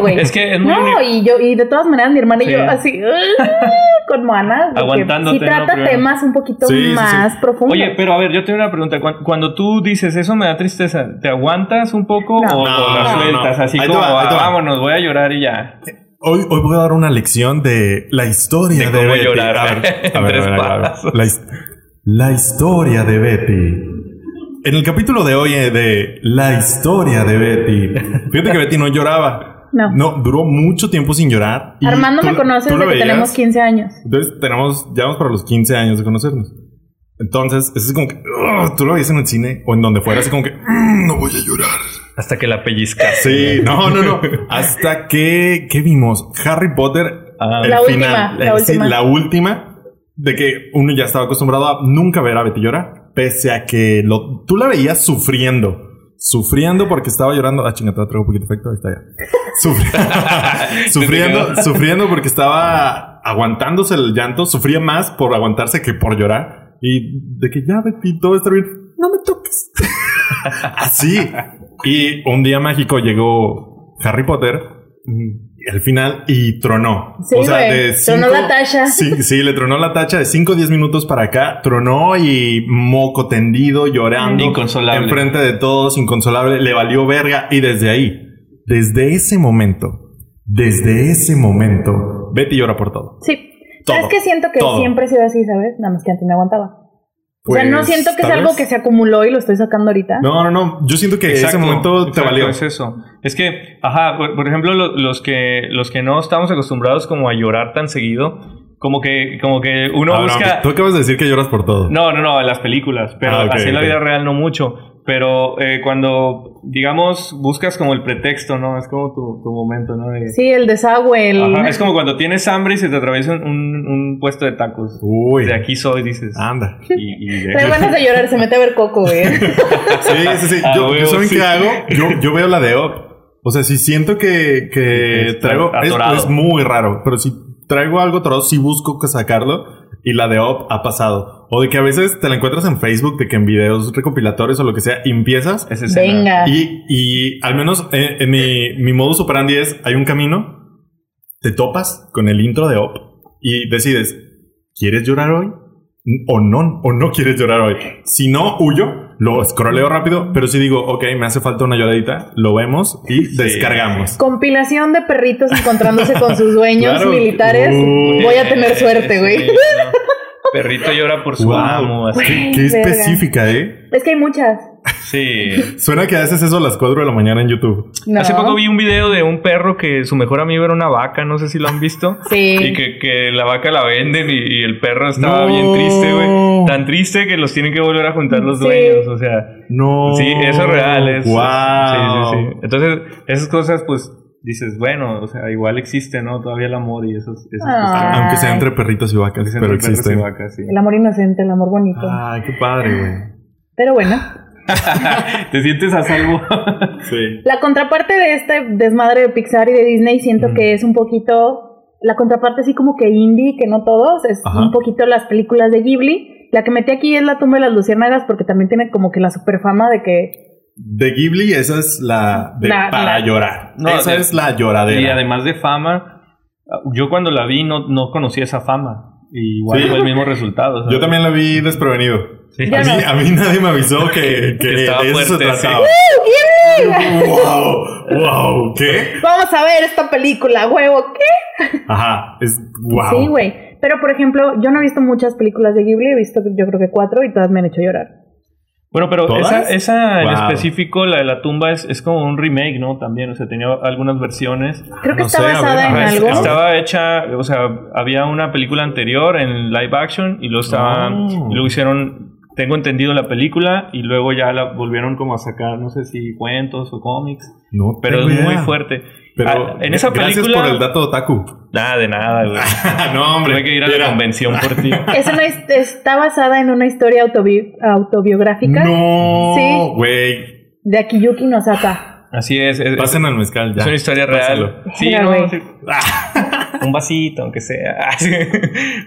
S3: güey.
S1: Es que es muy
S3: No,
S1: uni-
S3: y yo, y de todas maneras mi hermana
S1: Sí.
S3: y yo así, con Moana. porque
S1: Aguantándote,
S3: Sí trata
S1: ¿no? Primero.
S3: temas un poquito
S2: Sí, sí, sí.
S3: más profundos.
S1: Oye, pero a ver, yo tengo una pregunta. Cuan- Cuando, tú dices eso me da tristeza, ¿te aguantas un poco
S3: No.
S1: o, o la
S2: No, no,
S1: sueltas
S2: no.
S1: así
S2: Ahí te
S1: como,
S2: va, ahí te
S1: "Ah,
S2: va".
S1: vámonos, voy a llorar y ya?
S2: Hoy, hoy voy a dar una lección de la historia
S1: De
S2: de,
S1: cómo
S2: Betty.
S1: llorar.
S2: A ver, a ver,
S1: Tres
S2: a ver, a ver.
S1: pasos.
S2: La, his- la historia de Betty. En el capítulo de hoy eh, de La historia de Betty. Fíjate que Betty no lloraba.
S3: No.
S2: duró mucho tiempo sin llorar. y
S3: Armando
S2: tú-
S3: me conoce
S2: tú
S3: desde
S2: la
S3: que
S2: veías.
S3: tenemos 15 años.
S2: Entonces tenemos, ya vamos para los 15 años de conocernos. Entonces, eso es como que "Ugh", tú lo ves en el cine o en donde fuera, así como que "Mm, no voy a llorar.
S1: Hasta que la pellizcas.
S2: Sí, no, no, no. Hasta que, ¿qué vimos? Harry Potter,
S1: Ah.
S2: el
S3: La última,
S2: final.
S3: la
S2: Eh, sí,
S3: última.
S2: la última de que uno ya estaba acostumbrado a nunca ver a Betty llorar, pese a que lo, tú la veías sufriendo. Sufriendo porque estaba llorando. Ah, chingada, traigo un poquito de efecto. Ahí está ya. Sufri- sufriendo, sufriendo porque estaba aguantándose el llanto. Sufría más por aguantarse que por llorar. Y de que ya, Betty, todo está bien. No me toques. Así. Y un día mágico llegó Harry Potter y al final y tronó.
S3: Sí, güey. Tronó la tacha.
S2: Sí, sí, le tronó la tacha de 5 o 10 minutos para acá. Tronó y moco tendido, llorando.
S1: Inconsolable.
S2: Enfrente de todos, inconsolable. Le valió verga. Y desde ahí, desde ese momento, desde ese momento, Betty llora por todo.
S3: Sí.
S2: Todo,
S3: Pero es que siento que
S2: todo.
S3: siempre he sido así, ¿sabes? Nada más que antes me aguantaba. o sea, no
S2: Pues,
S3: siento que es
S2: tal
S3: algo
S2: vez.
S3: que se acumuló y lo estoy sacando ahorita.
S2: No, no, no. Yo siento que
S1: Exacto,
S2: ese momento te
S1: exacto,
S2: valió.
S1: Es eso. Es que, ajá, por, por ejemplo, lo- los que los que no estamos acostumbrados como a llorar tan seguido, como que como que uno
S2: Abraham,
S1: busca
S2: Tú acabas de decir Ah, que lloras por todo.
S1: No, no, no, en las películas, pero
S2: Ah, ok,
S1: así en la
S2: ok.
S1: vida real no mucho. Pero eh, cuando, digamos, buscas como el pretexto, ¿no? Es como tu, tu momento, ¿no? De-
S3: Sí, el desagüe, el...
S1: Ajá, es como cuando tienes hambre y se te atraviesa un, un- un puesto de tacos.
S2: Uy. Ah.
S1: De aquí soy, dices.
S2: Anda.
S1: Y, y de-
S3: Trae ganas de llorar, se mete a ver coco, güey.
S2: Sí, sí, sí.
S1: Ah,
S2: Yo,
S1: huevo,
S2: yo, ¿saben
S1: sí.
S2: qué hago? Yo, yo veo la de Op. O sea, si siento que, que
S1: Está
S2: traigo. Es,
S1: atorado.
S2: es muy raro, pero si traigo algo atorado, sí busco que sacarlo. Y la de Op ha pasado. O de que a veces te la encuentras en Facebook, de que en videos recopilatorios o lo que sea, y empiezas.
S1: esa escena.
S3: Venga.
S2: Y, y al menos eh, en mi, mi modus operandi es: hay un camino, te topas con el intro de Op y decides, ¿quieres llorar hoy? O no, o no quieres llorar hoy. Si no, huyo, lo escroleo rápido, pero si digo, ok, me hace falta una lloradita, lo vemos y descargamos.
S3: Compilación de perritos encontrándose con sus dueños
S2: Claro. Uh,
S3: militares.
S2: Uy.
S3: Voy a tener suerte, güey.
S1: Sí, no. Perrito llora por su
S2: Wow.
S1: amo. así.
S2: Qué, qué
S3: Verga.
S2: específica, ¿eh?
S3: Es que hay muchas.
S1: Sí.
S2: Suena que haces eso a las 4 de la mañana en YouTube.
S3: No.
S1: Hace poco vi un video de un perro que su mejor amigo era una vaca, no sé si lo han visto. Y
S3: Sí.
S1: que, que la vaca la venden y, y el perro estaba
S2: No.
S1: bien triste, güey. Tan triste que los tienen que volver a juntar los
S3: Sí.
S1: dueños. O sea,
S2: No.
S1: sí, eso es real. Es,
S2: Wow.
S1: Sí, sí, sí. Entonces, esas cosas, pues dices, bueno, o sea, igual existe, ¿no? Todavía el amor y esas, esas
S3: Ah.
S1: cuestiones.
S2: Aunque sea entre perritos y vacas,
S1: Aunque sean
S2: pero
S1: entre perros
S2: existen.
S1: y vacas, sí.
S3: El amor inocente, el amor bonito.
S2: Ay, qué padre, güey.
S3: Pero bueno,
S1: Te sientes a salvo.
S2: Sí.
S3: la contraparte de este desmadre de Pixar y de Disney siento que es un poquito... La contraparte así como que indie, que no todos, es
S2: Ajá.
S3: un poquito las películas de Ghibli. La que metí aquí es La tumba de las luciérnagas porque también tiene como que la superfama de que...
S2: De Ghibli, esa es la de
S3: La-
S2: para
S3: la-
S2: llorar.
S1: No,
S2: esa
S1: de-
S2: es la
S1: y
S2: lloradera.
S1: además de fama, yo cuando la vi no, no conocía esa fama. Y igual
S2: Sí.
S1: fue el mismo resultado. ¿sabes?
S2: Yo también la vi desprevenido.
S1: Sí.
S2: A mí, a mí nadie me avisó que, que
S1: Que estaba
S2: de eso
S1: fuerte,
S2: se trataba. wow, wow, ¿qué?
S3: Vamos a ver esta película, huevo, ¿qué?
S2: Ajá, es wow.
S3: Sí, güey. Pero, por ejemplo, yo no he visto muchas películas de Ghibli, he visto yo creo que cuatro y todas me han hecho llorar.
S1: Bueno, pero
S2: ¿Todas?
S1: esa, esa en
S2: Wow.
S1: específico, la de la tumba, es, es como un remake, ¿no? También, o sea, tenía algunas versiones.
S3: Creo que
S2: No
S3: está
S2: sé, a ver,
S3: basada
S2: a
S3: en
S2: ver,
S1: Ajá, es-
S3: algo.
S1: Estaba hecha, o sea, había una película anterior en live action y luego estaba,
S2: Oh.
S1: luego hicieron, tengo entendido la película y luego ya la volvieron como a sacar, no sé si cuentos o cómics,
S2: No
S1: pero
S2: tengo
S1: es muy
S2: idea.
S1: fuerte.
S2: Pero
S1: Ah, en esa
S2: gracias
S1: película,
S2: por el dato otaku.
S1: nada de nada, güey.
S2: no, hombre.
S1: Tuve que ir a la
S2: Ah, Mira.
S1: convención por ti.
S3: Es una his- está basada en una historia autobi- autobiográfica
S2: No,
S3: Sí.
S2: güey.
S3: de Akiyuki Nosaka.
S1: Así es, es,
S2: Pasen al mezcal ya.
S1: es una historia real.
S2: Pásalo.
S1: Sí,
S3: Mira,
S1: no,
S3: güey.
S1: sí. Ah, un vasito, aunque sea. Ah, sí.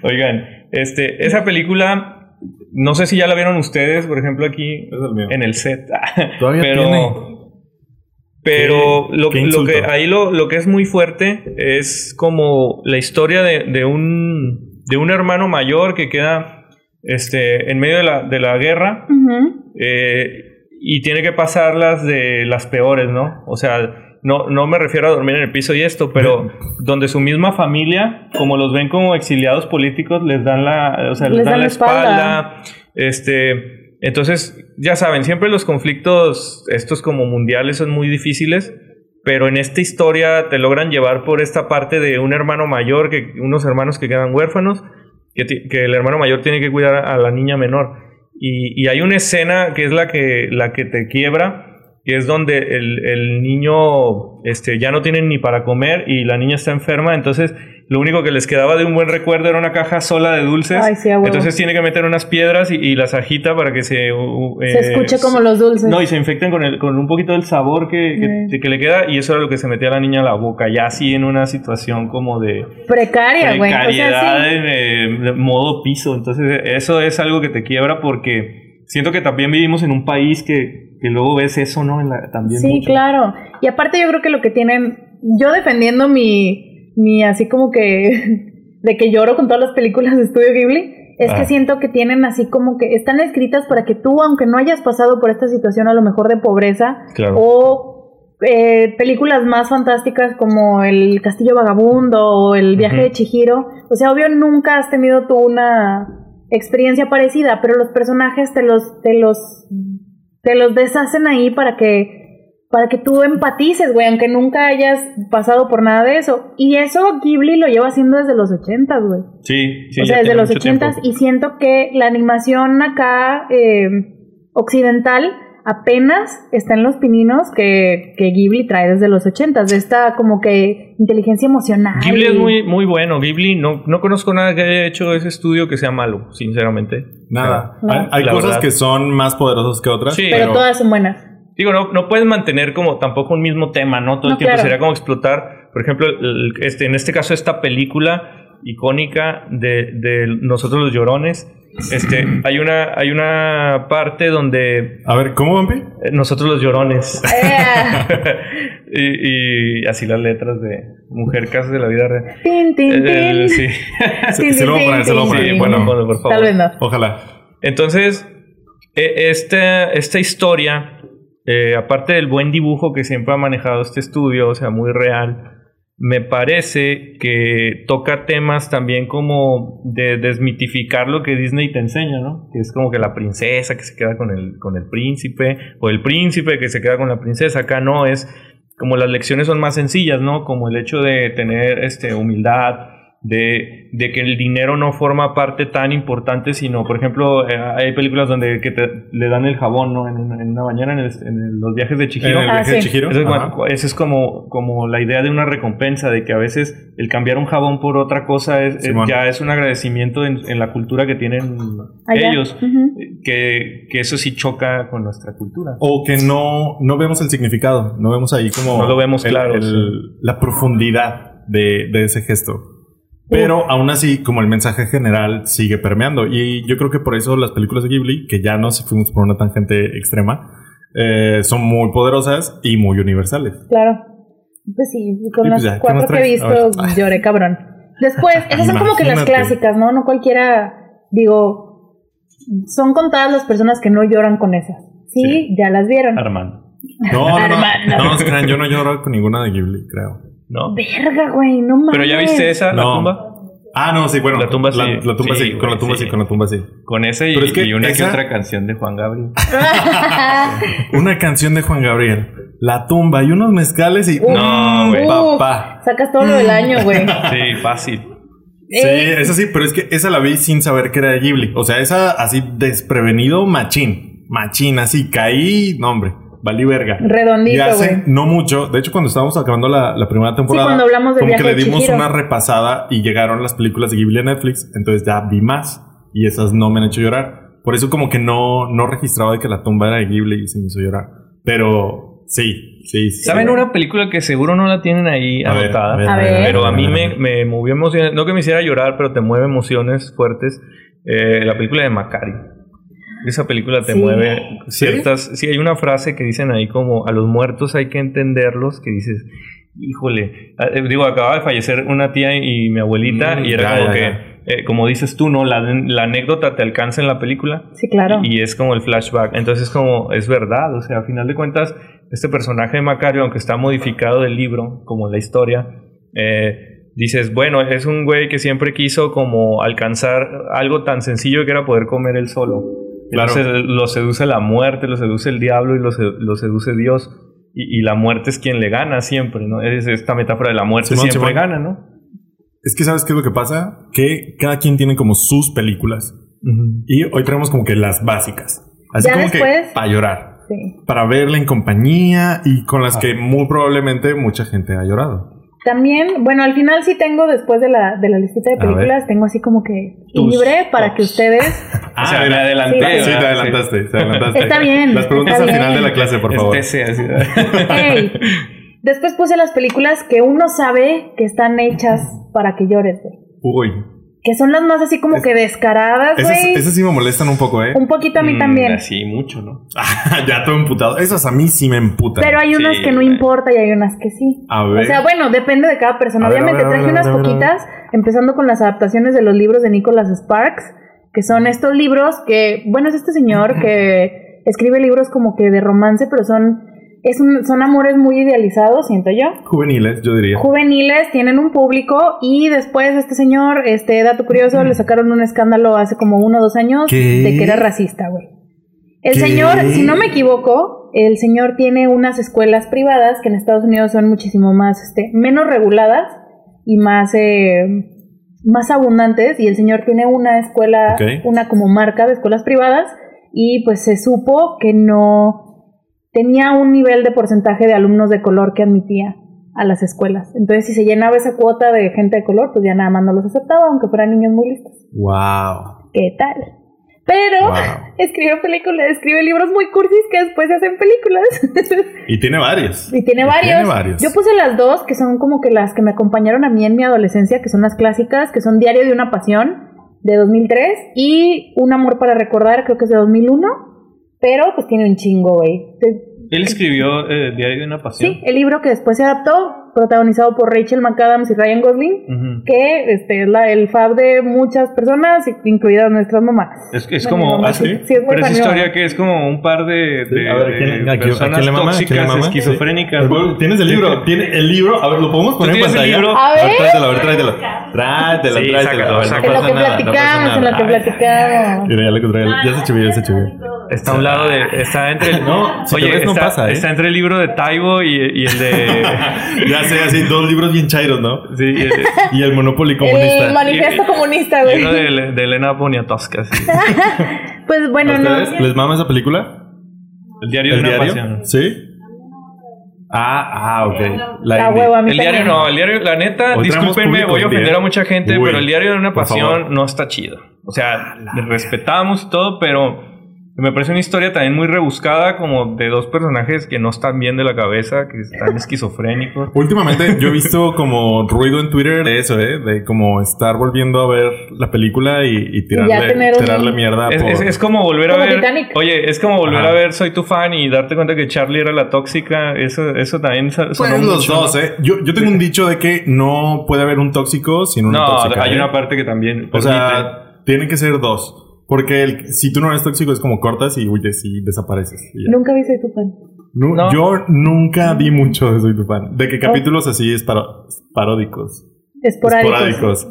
S1: Oigan, este, esa película, no sé si ya la vieron ustedes, por ejemplo, aquí
S2: Es el mío.
S1: en el set. Ah,
S2: Todavía
S1: pero,
S2: tiene.
S1: Pero
S2: Qué-
S1: lo,
S2: qué
S1: lo
S2: insulto.
S1: que ahí lo, lo que es muy fuerte es como la historia de, de un de un hermano mayor que queda este en medio de la, de la guerra
S3: Ujú.
S1: eh, y tiene que pasar las de las peores, ¿no? O sea, no, no me refiero a dormir en el piso y esto, pero donde su misma familia, como los ven como exiliados políticos, les dan la, o sea, les dan la espalda. Este, entonces, ya saben, siempre los conflictos, estos como mundiales, son muy difíciles. Pero en esta historia te logran llevar por esta parte de un hermano mayor, que unos hermanos que quedan huérfanos, que, ti- que el hermano mayor tiene que cuidar a la niña menor. Y, y hay una escena que es la que, la que te quiebra, que es donde el, el niño este, ya no tiene ni para comer y la niña está enferma, entonces lo único que les quedaba de un buen recuerdo era una caja sola de dulces.
S3: Ay, sí, a huevo.
S1: entonces tiene que meter unas piedras y, y las agita para que se... uh, uh,
S3: Se
S1: eh,
S3: escuche como
S1: se-
S3: los dulces.
S1: No, y se infectan con, el, con un poquito del sabor que, que-
S3: Sí.
S1: que le queda y eso era lo que se metía a la niña a la boca, ya así en una situación como de
S3: Precaria, güey. O sea,
S1: precariedad
S3: sí.
S1: en eh, de modo piso. Entonces, eso es algo que te quiebra porque siento que también vivimos en un país que, que luego ves eso, ¿no? En la- también
S3: Sí,
S1: mucho.
S3: claro. Y aparte yo creo que lo que tienen, yo defendiendo mi, mi así como que, de que lloro con todas las películas de Estudio Ghibli, es
S1: Ah.
S3: que siento que tienen así como que, están escritas para que tú, aunque no hayas pasado por esta situación a lo mejor de pobreza,
S1: Claro.
S3: o eh, películas más fantásticas como El Castillo Vagabundo o El Viaje
S1: Ujú.
S3: de Chihiro, o sea, obvio nunca has tenido tú una experiencia parecida, pero los personajes te los, te los te los deshacen ahí para que para que tú empatices, güey, aunque nunca hayas pasado por nada de eso. Y eso Ghibli lo lleva haciendo desde los ochentas, güey.
S1: Sí, sí.
S3: o
S1: ya
S3: sea, desde
S1: tiene
S3: los
S1: mucho
S3: ochentas
S1: tiempo.
S3: y siento que la animación acá eh, occidental apenas está en los pininos que, que Ghibli trae desde los ochentas, de esta como que inteligencia emocional.
S1: Ghibli
S3: y-
S1: es muy, muy bueno. Ghibli, no, no conozco nada que haya hecho ese estudio que sea malo, sinceramente.
S2: Nada.
S3: No.
S2: Hay, hay
S1: La
S2: cosas
S1: verdad.
S2: que son más poderosas que otras.
S1: Sí.
S3: Pero
S1: pero-
S3: todas son buenas.
S1: Digo, no, no puedes mantener como tampoco un mismo tema, ¿no? Todo
S3: No,
S1: el tiempo
S3: claro.
S1: sería como explotar, por ejemplo, el- este, en este caso esta película icónica de, de Nosotros los Llorones. Este, hay una, hay una parte donde
S2: A ver, ¿cómo, Vampi?
S1: eh, Nosotros los Llorones
S3: Eh,
S1: y, y así las letras de Mujer Casas de la Vida Real.
S3: tin, tin, tin.
S1: Eh, eh, sí.
S2: Se, se lo voy a poner, se lo voy a poner.
S1: Sí,
S2: bueno,
S1: ponlo, por favor.
S3: Tal vez no.
S2: ojalá.
S1: Entonces, e- esta, esta historia, eh, aparte del buen dibujo que siempre ha manejado este estudio, o sea, muy real, me parece que toca temas también como de desmitificar lo que Disney te enseña, ¿no? Que es como que la princesa que se queda con el, con el príncipe, o el príncipe que se queda con la princesa, acá no, es como las lecciones son más sencillas, ¿no? Como el hecho de tener este, humildad, de, de que el dinero no forma parte tan importante, sino, por ejemplo, eh, hay películas donde que te- le dan el jabón, ¿no? En, una- en una bañera, en, el- en el- los viajes de
S2: En
S1: Chihiro.
S2: el
S3: Ah,
S2: viaje de
S3: sí.
S2: Chihiro.
S1: Eso es,
S2: Ajá.
S1: cuando- eso es como, como la idea de una recompensa, de que a veces el cambiar un jabón por otra cosa es, es-
S2: Simón.
S1: ya es un agradecimiento en, en la cultura que tienen
S3: Allá.
S1: ellos,
S3: Ujú.
S1: que, que eso sí choca con nuestra cultura.
S2: O que no, no vemos el significado, no vemos ahí como...
S1: No lo vemos
S2: el-
S1: claro,
S2: el-
S1: sí.
S2: La profundidad de, de ese gesto. Pero aún así, como el mensaje general sigue permeando. Y yo creo que por eso las películas de Ghibli, que ya nos fuimos por una tangente extrema, eh, son muy poderosas y muy universales.
S3: Claro. Pues sí, y con
S2: Y
S3: las
S2: pues ya, ¿qué
S3: cuatro
S2: más
S3: que he
S2: traes? A
S3: visto
S2: ver.
S3: lloré cabrón. Después, esas son como que las
S2: Imagínate.
S3: clásicas, ¿no? No cualquiera, digo, son contadas las personas que no lloran con esas. Sí,
S2: Sí.
S3: ya las vieron.
S1: Armando,
S2: No, no, no,
S3: Armando.
S2: no, no se crean, yo no lloro con ninguna de Ghibli, creo.
S1: ¿no?
S3: Verga, güey, no mames.
S1: Pero ya viste esa, la
S2: No.
S1: tumba.
S2: Ah, no, sí, bueno.
S1: La tumba sí.
S2: La, la tumba sí,
S1: Sí,
S2: con la
S1: güey,
S2: tumba sí.
S1: sí.
S2: con la tumba sí.
S1: Con esa y,
S2: Pero es que
S1: y una
S2: esa-
S1: que otra canción de Juan Gabriel.
S2: Una canción de Juan Gabriel. La tumba y unos mezcales y...
S3: Uf,
S1: No, güey.
S3: uf,
S2: Papá.
S3: Sacas todo lo del año, güey.
S1: Sí, fácil.
S2: Sí,
S3: Eh,
S2: esa sí, pero es que esa la vi sin saber que era de Ghibli. O sea, esa así desprevenido, machín. Machín, así caí, no hombre, valí verga.
S3: Redondito,
S2: Y hace
S3: güey.
S2: no mucho, de hecho cuando estábamos acabando la, la primera temporada,
S3: cuando hablamos del
S2: como que
S3: viaje
S2: le
S3: de
S2: dimos
S3: Chihiro.
S2: una repasada y llegaron las películas de Ghibli a Netflix, entonces ya vi más y esas no me han hecho llorar. Por eso como que no, no registraba de que la tumba era de Ghibli y se me hizo llorar. Pero sí, sí. sí.
S1: ¿Saben una película que seguro no la tienen ahí
S2: A ver,
S1: anotada?
S3: A ver.
S1: Pero a mí
S2: a ver,
S1: me,
S2: a ver.
S1: me movió emociones. No que me hiciera llorar, pero te mueve emociones fuertes. Eh, la película de Macari. Esa película te
S3: Sí.
S1: mueve
S2: ¿Sí?
S1: ciertas. ¿Sí? hay una frase que dicen ahí como: a los muertos hay que entenderlos. Que dices, híjole. Ah, eh, Digo, acababa de fallecer una tía y mi abuelita.
S2: Mm,
S1: y era
S2: ya,
S1: como
S2: ya,
S1: que,
S2: ya.
S1: eh, como dices tú, ¿no? La, la anécdota te alcanza en la película.
S3: sí, claro.
S1: Y es como el flashback. Entonces, como es verdad. O sea, a final de cuentas, este personaje de Macario, aunque está modificado del libro, como en la historia, eh, dices, bueno, es un güey que siempre quiso como alcanzar algo tan sencillo que era poder comer él solo.
S2: Claro.
S1: Entonces, lo seduce la muerte, lo seduce el diablo y lo, se- lo seduce Dios. Y, y la muerte es quien le gana siempre, ¿no? Es esta metáfora de la muerte
S2: Simón,
S1: siempre
S2: Simón.
S1: gana, ¿no?
S2: Es que sabes qué es lo que pasa? Que cada quien tiene como sus películas. Y hoy traemos como que las básicas. Así
S3: Ya
S2: como
S3: después-
S2: que para llorar.
S3: Sí.
S2: Para verla en compañía y con
S1: Ah.
S2: las que muy probablemente mucha gente ha llorado.
S3: También, bueno, al final sí tengo después de la, de la listita de
S2: A ver.
S3: películas, tengo así como que
S1: Tus
S3: libre para
S1: tops.
S3: que ustedes.
S1: o sea, Ah, me
S2: mira.
S1: adelanté.
S3: Sí,
S2: Sí, te
S1: ¿verdad?
S2: adelantaste, te adelantaste.
S3: Está bien,
S2: Las preguntas
S3: está
S2: al final
S3: bien.
S2: de la clase, por
S1: Este Es
S2: favor.
S1: TC, así, ¿verdad?
S3: Ey. Después puse las películas que uno sabe que están hechas para que llores, güey.
S2: Uy,
S3: Que son las más así como que descaradas,
S2: esas,
S3: güey.
S2: esas sí me molestan un poco, ¿eh?
S3: Un poquito a mí
S1: Mm,
S3: también.
S1: Así, mucho, ¿no?
S2: ya todo emputado. Esas a mí sí me emputan.
S3: Pero hay
S1: Sí,
S3: unas que no
S1: güey.
S3: importa y hay unas que sí.
S2: A
S3: O
S2: ver.
S3: sea, bueno, depende de cada persona.
S2: A ver, a
S3: Obviamente
S2: ver, a ver,
S3: traje
S2: a ver,
S3: unas
S2: a ver, a ver.
S3: poquitas, empezando con las adaptaciones de los libros de Nicholas Sparks, que son estos libros que, bueno, es este señor que escribe libros como que de romance, pero son, es un- son amores muy idealizados, siento yo.
S2: Juveniles, yo diría.
S3: Juveniles, tienen un público y después este señor, este dato curioso, le sacaron un escándalo hace como uno o dos años
S2: ¿Qué?
S3: de que era racista, güey. El
S2: ¿Qué?
S3: señor, si no me equivoco, el señor tiene unas escuelas privadas que en Estados Unidos son muchísimo más, este, menos reguladas y más, eh, más abundantes. Y el señor tiene una escuela,
S2: Ok.
S3: una como marca de escuelas privadas. Y pues se supo que no tenía un nivel de porcentaje de alumnos de color que admitía a las escuelas. Entonces, si se llenaba esa cuota de gente de color, pues ya nada más no los aceptaba, aunque fueran niños muy listos.
S2: Wow.
S3: ¿Qué tal? Pero
S2: Wow.
S3: escribe películas, escribe libros muy cursis que después se hacen películas.
S2: Y tiene varios.
S3: y tiene varios.
S2: varios.
S3: Yo puse las dos, que son como que las que me acompañaron a mí en mi adolescencia, que son las clásicas, que son Diario de una Pasión, de 2003, y Un Amor para Recordar, creo que es de 2001, pero pues tiene un chingo, güey. Te-
S1: Él escribió eh, Diario de una Pasión.
S3: Sí, el libro que después se adaptó, protagonizado por Rachel McAdams y Ryan Gosling,
S1: Ujú.
S3: que este, es la, el fab de muchas personas, incluidas nuestras mamás.
S1: Es, es
S3: Bueno,
S1: como.
S3: mamá,
S1: ah, sí.
S3: sí, sí, es muy
S1: pero esa
S3: fan de
S1: historia
S3: mamá.
S1: que es como un par de,
S2: Sí,
S1: de-
S2: a ver, ¿a quién-
S1: de
S2: a quién- a quién-
S1: personas
S2: a quién le mama? ¿A quién le
S1: tóxicas,
S2: mama?
S1: esquizofrénicas.
S2: Bueno, Tienes el libro, tiene el libro. A ver, lo podemos poner en
S1: tienes el
S2: pantalla.
S1: libro?
S3: A ver.
S2: Tráetelo, a ver, tráetelo. Tráetelo,
S1: Sí,
S2: tráetelo,
S1: sácalo,
S2: a ver, no
S1: sácalo.
S3: En lo
S2: pasa
S3: que
S2: nada, no pasa
S3: platicamos, en lo
S2: nada.
S3: que
S2: Ay,
S3: platicamos.
S2: Mira, ya lo encontré, ya se chivió, ya se chivió.
S1: Está a un lado de. Está entre el.
S2: No, si te ves,
S1: está,
S2: no pasa, ¿eh?
S1: está entre el libro de Taibo y, y el de.
S2: Ya sé, así, dos libros bien chairos, ¿no?
S1: sí, y el-
S2: Y el Monopoly
S3: El
S2: comunista.
S3: manifiesto
S1: Y-
S3: comunista,
S1: y
S3: güey.
S1: uno de, de Elena Poniatowska. sí.
S3: Pues
S2: ¿A
S3: bueno, no.
S2: ustedes les mama esa película?
S1: El Diario de
S2: ¿El
S1: una
S2: diario?
S1: Pasión.
S2: ¿Sí? Ah, ah, ok.
S3: La
S2: indie.
S3: huevo a mí
S1: El diario
S3: también.
S1: no, el diario, la neta,
S2: Hoy traemos
S1: discúlpenme,
S2: público
S1: voy a
S2: hoy día.
S1: ofender a mucha gente,
S2: Uy,
S1: pero el diario de una
S2: por favor.
S1: pasión no está chido. O sea, le respetamos y todo, pero me parece una historia también muy rebuscada, como de dos personajes que no están bien de la cabeza, que están esquizofrénicos.
S2: Últimamente yo he visto como ruido en Twitter de eso, ¿eh? De como estar volviendo a ver la película y, y tirarle,
S3: tener un-
S2: tirarle mierda.
S1: Es,
S2: por...
S1: es- es como volver a
S3: Como
S1: ver.
S3: Titanic.
S1: Oye, es como volver
S2: Ah, Ajá.
S1: a ver Soy tu fan y darte cuenta que Charlie era la tóxica. Eso, eso también so-
S2: Pues
S1: sonó
S2: los
S1: mucho,
S2: dos,
S1: ¿no?
S2: ¿eh? Yo, yo tengo un dicho de que no puede haber un tóxico sin una
S1: No,
S2: tóxica.
S1: hay
S2: ¿eh?
S1: una parte que también.
S2: O
S1: permite.
S2: sea, tienen que ser dos. Porque el- si tú no eres tóxico es como cortas y huyes y desapareces. y ya.
S3: Nunca vi Soy tu fan.
S2: Nu-
S1: No.
S2: Yo nunca vi mucho de Soy tu fan. De que capítulos así es paro- paródicos.
S3: Esporádicos.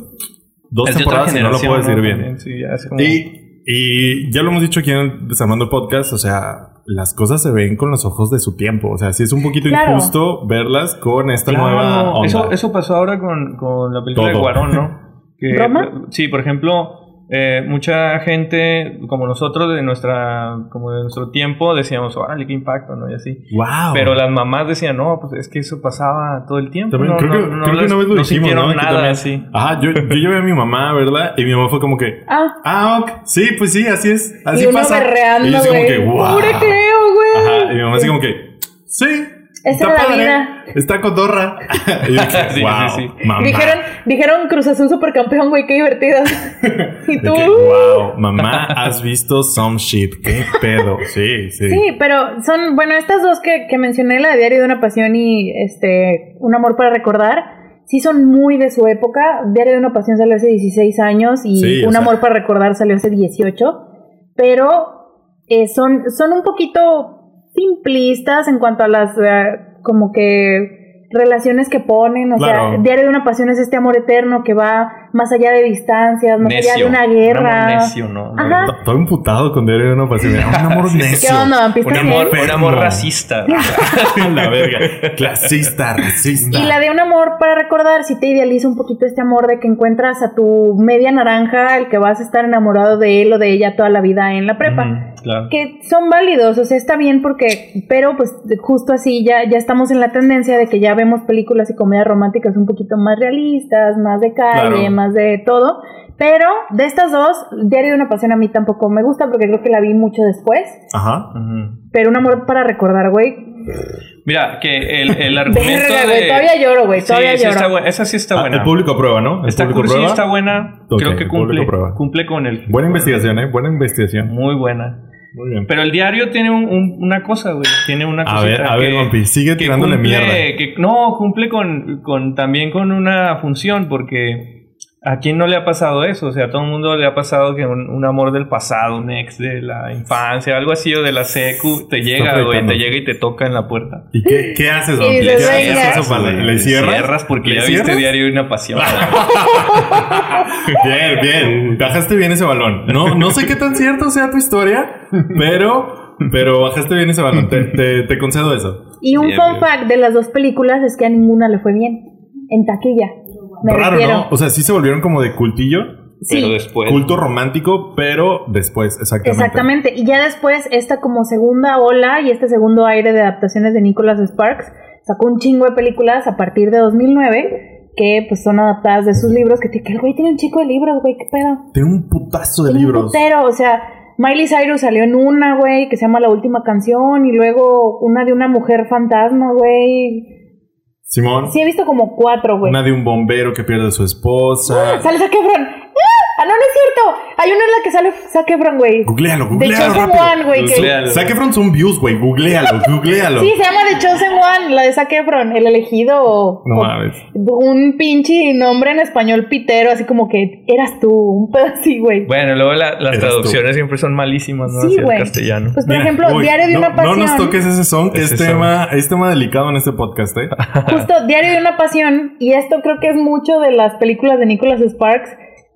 S2: Dos
S1: Es de otra
S2: temporadas y no lo
S1: generación,
S2: puedo decir
S1: ¿no?
S2: bien.
S1: También, sí, ya es como-
S2: Y, y ya lo hemos dicho aquí en el Desarmando el Podcast, o sea, las cosas se ven con los ojos de su tiempo. O sea, sí es un poquito
S3: Claro.
S2: injusto verlas con esta
S1: Claro,
S2: nueva onda.
S1: Eso, eso pasó ahora con, con la película
S2: Todo.
S1: de Guarón, ¿no? Que,
S3: ¿Roma?
S1: Sí, por ejemplo, eh, mucha gente, como nosotros, de nuestra, como de nuestro tiempo, decíamos, órale, qué impacto, ¿no? Y así.
S2: Wow.
S1: Pero las mamás decían, no, pues es que eso pasaba todo el tiempo.
S2: También
S1: no,
S2: creo,
S1: no,
S2: que,
S1: no
S2: creo que
S1: les-
S2: una vez lo
S1: no
S2: dijimos,
S1: sintieron
S2: ¿no? Que
S1: nada
S2: también-
S1: así.
S2: Ajá, yo, yo llevé a mi mamá, ¿verdad? Y mi mamá fue como que,
S3: Ah,
S2: ah, ok, sí, pues sí, así es, así
S3: y uno
S2: pasa.
S3: berreando,
S2: y yo así como
S3: güey.
S2: que, wow.
S3: Pobre Cleo, güey.
S2: Ajá, y mi mamá así como que, sí,
S3: Esa
S2: está
S3: era la
S2: padre,
S3: vida.
S2: está cotorra. y yo dije,
S1: Sí,
S2: wow,
S1: sí,
S2: mamá.
S3: Dijeron, dijeron Cruz Azul supercampeón, güey, qué divertido. y
S2: De
S3: tú.
S2: que, wow, mamá, has visto some shit, qué pedo. Sí, sí.
S3: Sí, pero son, bueno, estas dos que, que mencioné, la de Diario de una Pasión y este Un Amor para Recordar, sí son muy de su época. Diario de una Pasión salió hace 16 años y
S2: Sí, o
S3: Un
S2: sea.
S3: Amor para Recordar salió hace 18, pero eh, son, son un poquito simplistas en cuanto a las, eh, como que relaciones que ponen, o
S2: Claro.
S3: sea, Diario de una Pasión es este amor eterno que va más allá de distancias, más allá de una guerra.
S1: Un amor necio, ¿no? No,
S3: Ajá.
S2: Todo imputado con ver una pasión. Un amor necio.
S3: ¿Qué onda,
S1: Un
S3: vampista
S1: amor,
S2: bien.
S1: un amor
S2: Enfermo.
S1: racista.
S2: la verga. Clasista, racista.
S3: Y la de un amor para recordar, si te idealiza un poquito este amor de que encuentras a tu media naranja, el que vas a estar enamorado de él o de ella toda la vida en la prepa.
S1: Ujú, Mm, claro.
S3: Que son válidos, o sea, está bien porque, pero pues justo así ya, ya estamos en la tendencia de que ya vemos películas y comedias románticas un poquito más realistas, más de calle,
S2: Claro.
S3: más de todo. Pero de estas dos, Diario de una Pasión a mí tampoco me gusta porque creo que la vi mucho después.
S2: Ajá.
S1: Ujú.
S3: Pero un amor para recordar, güey.
S1: Mira, que el, el argumento
S3: Verga, güey,
S1: de...
S3: Todavía lloro, güey.
S1: Sí,
S3: Todavía
S1: sí
S3: lloro.
S1: está buena. Esa sí está
S2: Ah,
S1: buena.
S2: el público aprueba, ¿no? El
S1: está
S2: público
S1: cursi,
S2: aprueba.
S1: está buena.
S2: Ok,
S1: Creo que
S2: el público
S1: cumple,
S2: aprueba.
S1: cumple con el...
S2: Buena investigación, ¿eh? Buena investigación.
S1: Muy buena.
S2: Muy bien.
S1: Pero el diario tiene un- un- una cosa, güey. Tiene una
S2: A
S1: cosita
S2: ver, a ver,
S1: que-
S2: Gompi, sigue
S1: que
S2: tirándole
S1: cumple-
S2: mierda.
S1: que- no, cumple con, con- también con una función, porque ¿a quién no le ha pasado eso? O sea, a todo el mundo le ha pasado que un, un amor del pasado, un ex de la infancia, algo así, o de la secu, te llega, güey,
S2: proyectando.
S1: te llega y te toca en la puerta.
S2: ¿Y qué, qué haces,
S3: Y
S2: Gompi? ¿Qué
S3: dices,
S2: haces
S3: venga.
S2: eso para- ¿Le cierras?
S1: cierras? porque
S2: ¿Le
S1: ya
S2: cierras?
S1: viste diario y una pasión.
S2: Bien, bien. Bajaste bien ese balón. No, no sé qué tan cierto sea tu historia, pero, pero bajaste bien ese balón. Te, te, te concedo eso.
S3: Y un
S1: Bien,
S3: fun
S1: bien.
S3: fact de las dos películas es que a ninguna le fue bien. En taquilla. Me
S2: Raro,
S3: refiero.
S2: ¿no? O sea, sí se volvieron como de cultillo,
S1: Pero
S3: Sí,
S1: después.
S2: culto romántico, pero después, exactamente.
S3: exactamente. Y ya después, esta como segunda ola y este segundo aire de adaptaciones de Nicholas Sparks sacó un chingo de películas a partir de 2009 que pues son adaptadas de sus libros. Que, te- que el güey tiene un chico de libros, güey, qué pedo.
S2: Tengo un putazo de
S3: Tiene un
S2: libros.
S3: putero, o sea. Miley Cyrus salió en una, güey, que se llama La Última Canción, y luego una de una mujer fantasma, güey.
S2: Simón,
S3: Sí, he visto como cuatro, güey.
S2: una de un bombero que pierde a su esposa.
S3: Sale Zac Efron. ¡Ah! ¡Ah, no, no es cierto! Hay una en la que sale Zac Efron, güey.
S2: Googlealo,
S3: The
S2: googlealo
S3: Chosen
S2: rápido.
S3: One, güey. que-
S1: Googlealo.
S2: Zac Efron son views, güey. Googlealo, googlealo.
S3: Sí, se llama The Chosen One, la de Zac Efron, el elegido o...
S2: No
S3: o
S2: mames.
S3: Un pinche nombre en español pitero, así como que eras tú, un pedo así, güey.
S1: Bueno, luego la- las
S2: Eras tú.
S1: traducciones siempre son malísimas, ¿no?
S3: Sí,
S1: Hacia el
S3: güey.
S1: castellano.
S3: Pues por
S2: Mira,
S3: ejemplo,
S2: uy,
S3: Diario de
S2: no,
S3: una Pasión.
S2: No nos toques ese son, que
S1: Ese
S2: es,
S1: son.
S2: tema, es tema delicado en este podcast, ¿eh?
S3: Justo, Diario de una Pasión, y esto creo que es mucho de las películas de Nicholas Sparks.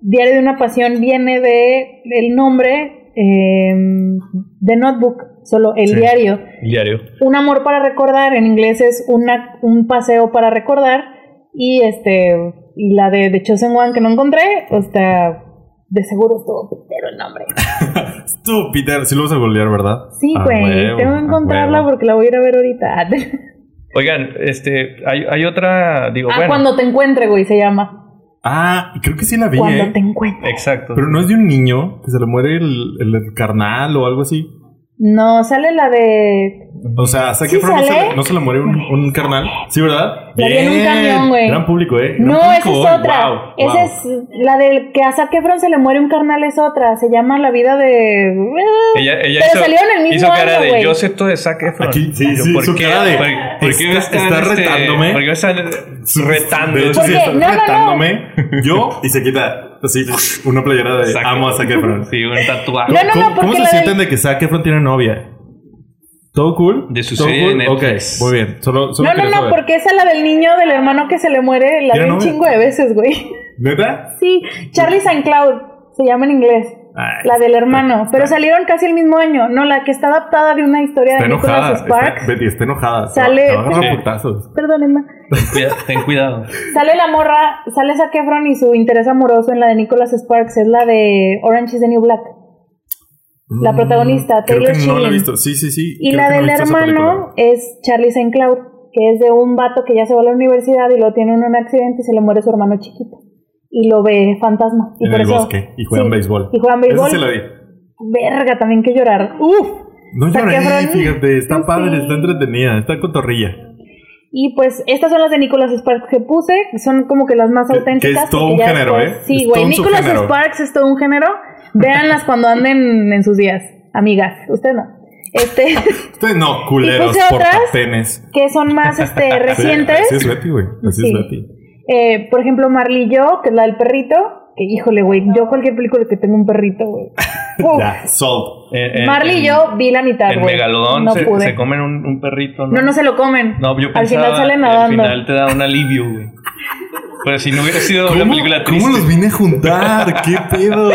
S3: Diario de una Pasión viene de el nombre eh, de Notebook, solo el
S1: Sí.
S3: diario.
S1: El diario.
S3: Un amor para recordar, en inglés es una, un paseo para recordar. Y este y la de The Chosen One que no encontré, o sea, de seguro estuvo pitero el nombre.
S2: Tú, Peter, sí lo vas a googlear, ¿verdad?
S3: Sí,
S1: Ah,
S2: A
S3: güey,
S2: huevo,
S3: tengo
S2: a
S3: que encontrarla
S2: huevo.
S3: porque la voy a ir a ver ahorita. Ah,
S1: Oigan, este, hay, hay otra, digo, bueno.
S3: Ah, cuando te encuentre, güey, se llama.
S2: Ah, creo que sí la vi,
S3: Cuando
S2: ¿eh?
S3: te encuentre.
S1: Exacto.
S2: Pero no es de un niño que se le muere el, el, carnal o algo así.
S3: No, sale la de.
S2: O sea, hasta
S3: Sí
S2: que no, se
S3: sale.
S2: le, no se le muere un, un carnal. Sí, ¿verdad?
S3: La vi en un
S2: Bien.
S3: camión, güey.
S2: Gran público, ¿eh? Gran
S3: No, esa
S2: público
S3: es
S2: hoy.
S3: otra.
S2: Wow,
S3: esa
S2: wow.
S3: es la del que a Zac Efron se le muere un carnal, es otra. Se llama La vida de.
S1: Ella, ella
S3: Pero
S1: hizo,
S3: salieron el mismo
S1: hizo cara
S3: año,
S1: de
S3: güey.
S1: yo sé todo de Zac Efron.
S2: Aquí, sí,
S1: Pero
S2: sí, su cara de,
S1: ¿Por, por qué me
S2: está-
S1: están,
S2: está
S1: este,
S2: retándome?
S1: ¿Por qué me están retando?
S2: De hecho,
S3: ¿Por
S2: sí,
S3: qué?
S2: está
S3: No, no, no.
S2: retándome. Yo y se quita así una playera de
S1: Zac
S2: amo a Zac Efron.
S1: Sí, un tatuaje.
S3: No, no,
S2: ¿Cómo,
S3: porque
S2: cómo se
S3: la
S2: sienten de que Zac Efron tiene novia? ¿Todo cool?
S1: De su
S2: ¿Todo
S1: serie de
S2: Ok,
S1: Netflix.
S2: muy bien. Solo, solo
S3: No, no,
S2: quería
S3: no,
S2: saber.
S3: porque esa la del niño, del hermano que se le muere, la
S2: ¿Tiene
S3: vi un
S2: novia?
S3: chingo de veces, güey.
S2: ¿Neta?
S3: Sí, Charlie St. Cloud, se llama en inglés.
S2: Ay,
S3: La del hermano, pero salieron casi el mismo año. No, la que está adaptada de una historia
S2: Está
S3: de
S2: enojada.
S3: Nicholas Sparks.
S2: Está, Betty, está enojada.
S3: Sale-
S2: Te va a agarrar
S1: Sí.
S2: putazos.
S3: Perdónenme.
S1: Ten cuida- Ten cuidado.
S3: Sale la morra, sale Zac Efron y su interés amoroso en la de Nicholas Sparks es la de Orange is the New Black. La
S2: Mm,
S3: protagonista,
S2: Creo
S3: Taylor
S2: que no la he
S3: Shilling.
S2: visto. Sí, sí, sí.
S3: Y
S2: creo
S3: la
S2: que no he
S3: del
S2: visto esa película.
S3: hermano es Charlie St. Cloud, que es de un vato que ya se va a la universidad y lo tiene en un accidente y se le muere su hermano chiquito. Y lo ve fantasma. Y
S2: En
S3: por
S2: el
S3: eso-
S2: bosque. Y juegan
S3: sí,
S2: béisbol.
S3: Y juegan béisbol.
S2: Esa se la vi.
S3: Verga, también que llorar. Uf.
S2: No
S3: Zac
S2: lloré,
S3: Efron.
S2: fíjate. Está
S3: Sí,
S2: padre,
S3: sí.
S2: está entretenida, está cotorrilla.
S3: Y pues estas son las de Nicholas Sparks que puse, son como que las más
S2: Que-
S3: auténticas.
S2: que es todo
S3: porque
S2: un
S3: ya
S2: género,
S3: después-
S2: ¿eh?
S3: Sí,
S2: Es todo
S3: güey,
S2: un
S3: Nicholas
S2: subgénero.
S3: Sparks es todo un género. Véanlas cuando anden en sus días, amigas, usted no. Este,
S2: Ustedes no, culeros,
S3: Y puse otras.
S2: portapenes.
S3: que son más este,
S2: Sí,
S3: recientes.
S2: así es Betty, güey. Así es
S3: Sí.
S2: Betty.
S3: Eh, por ejemplo, Marley y yo, que es la del perrito. Que híjole, güey, yo cualquier película que tenga un perrito, güey. Uf.
S2: Ya, Salt.
S1: En- en-
S3: Marley y yo vi la mitad,
S1: En
S3: güey.
S1: Megalodón
S3: no
S1: se,
S3: pude.
S1: se comen un, un perrito, ¿no?
S3: No, no se lo comen.
S1: No, yo
S3: Al
S1: pensaba
S3: final salen
S1: que
S3: nadando.
S1: Al final te da un alivio, güey. Pues si no hubiera sido una
S2: ¿Cómo,
S1: película
S2: cómo
S1: triste.
S2: los vine a juntar? ¿Qué pedo?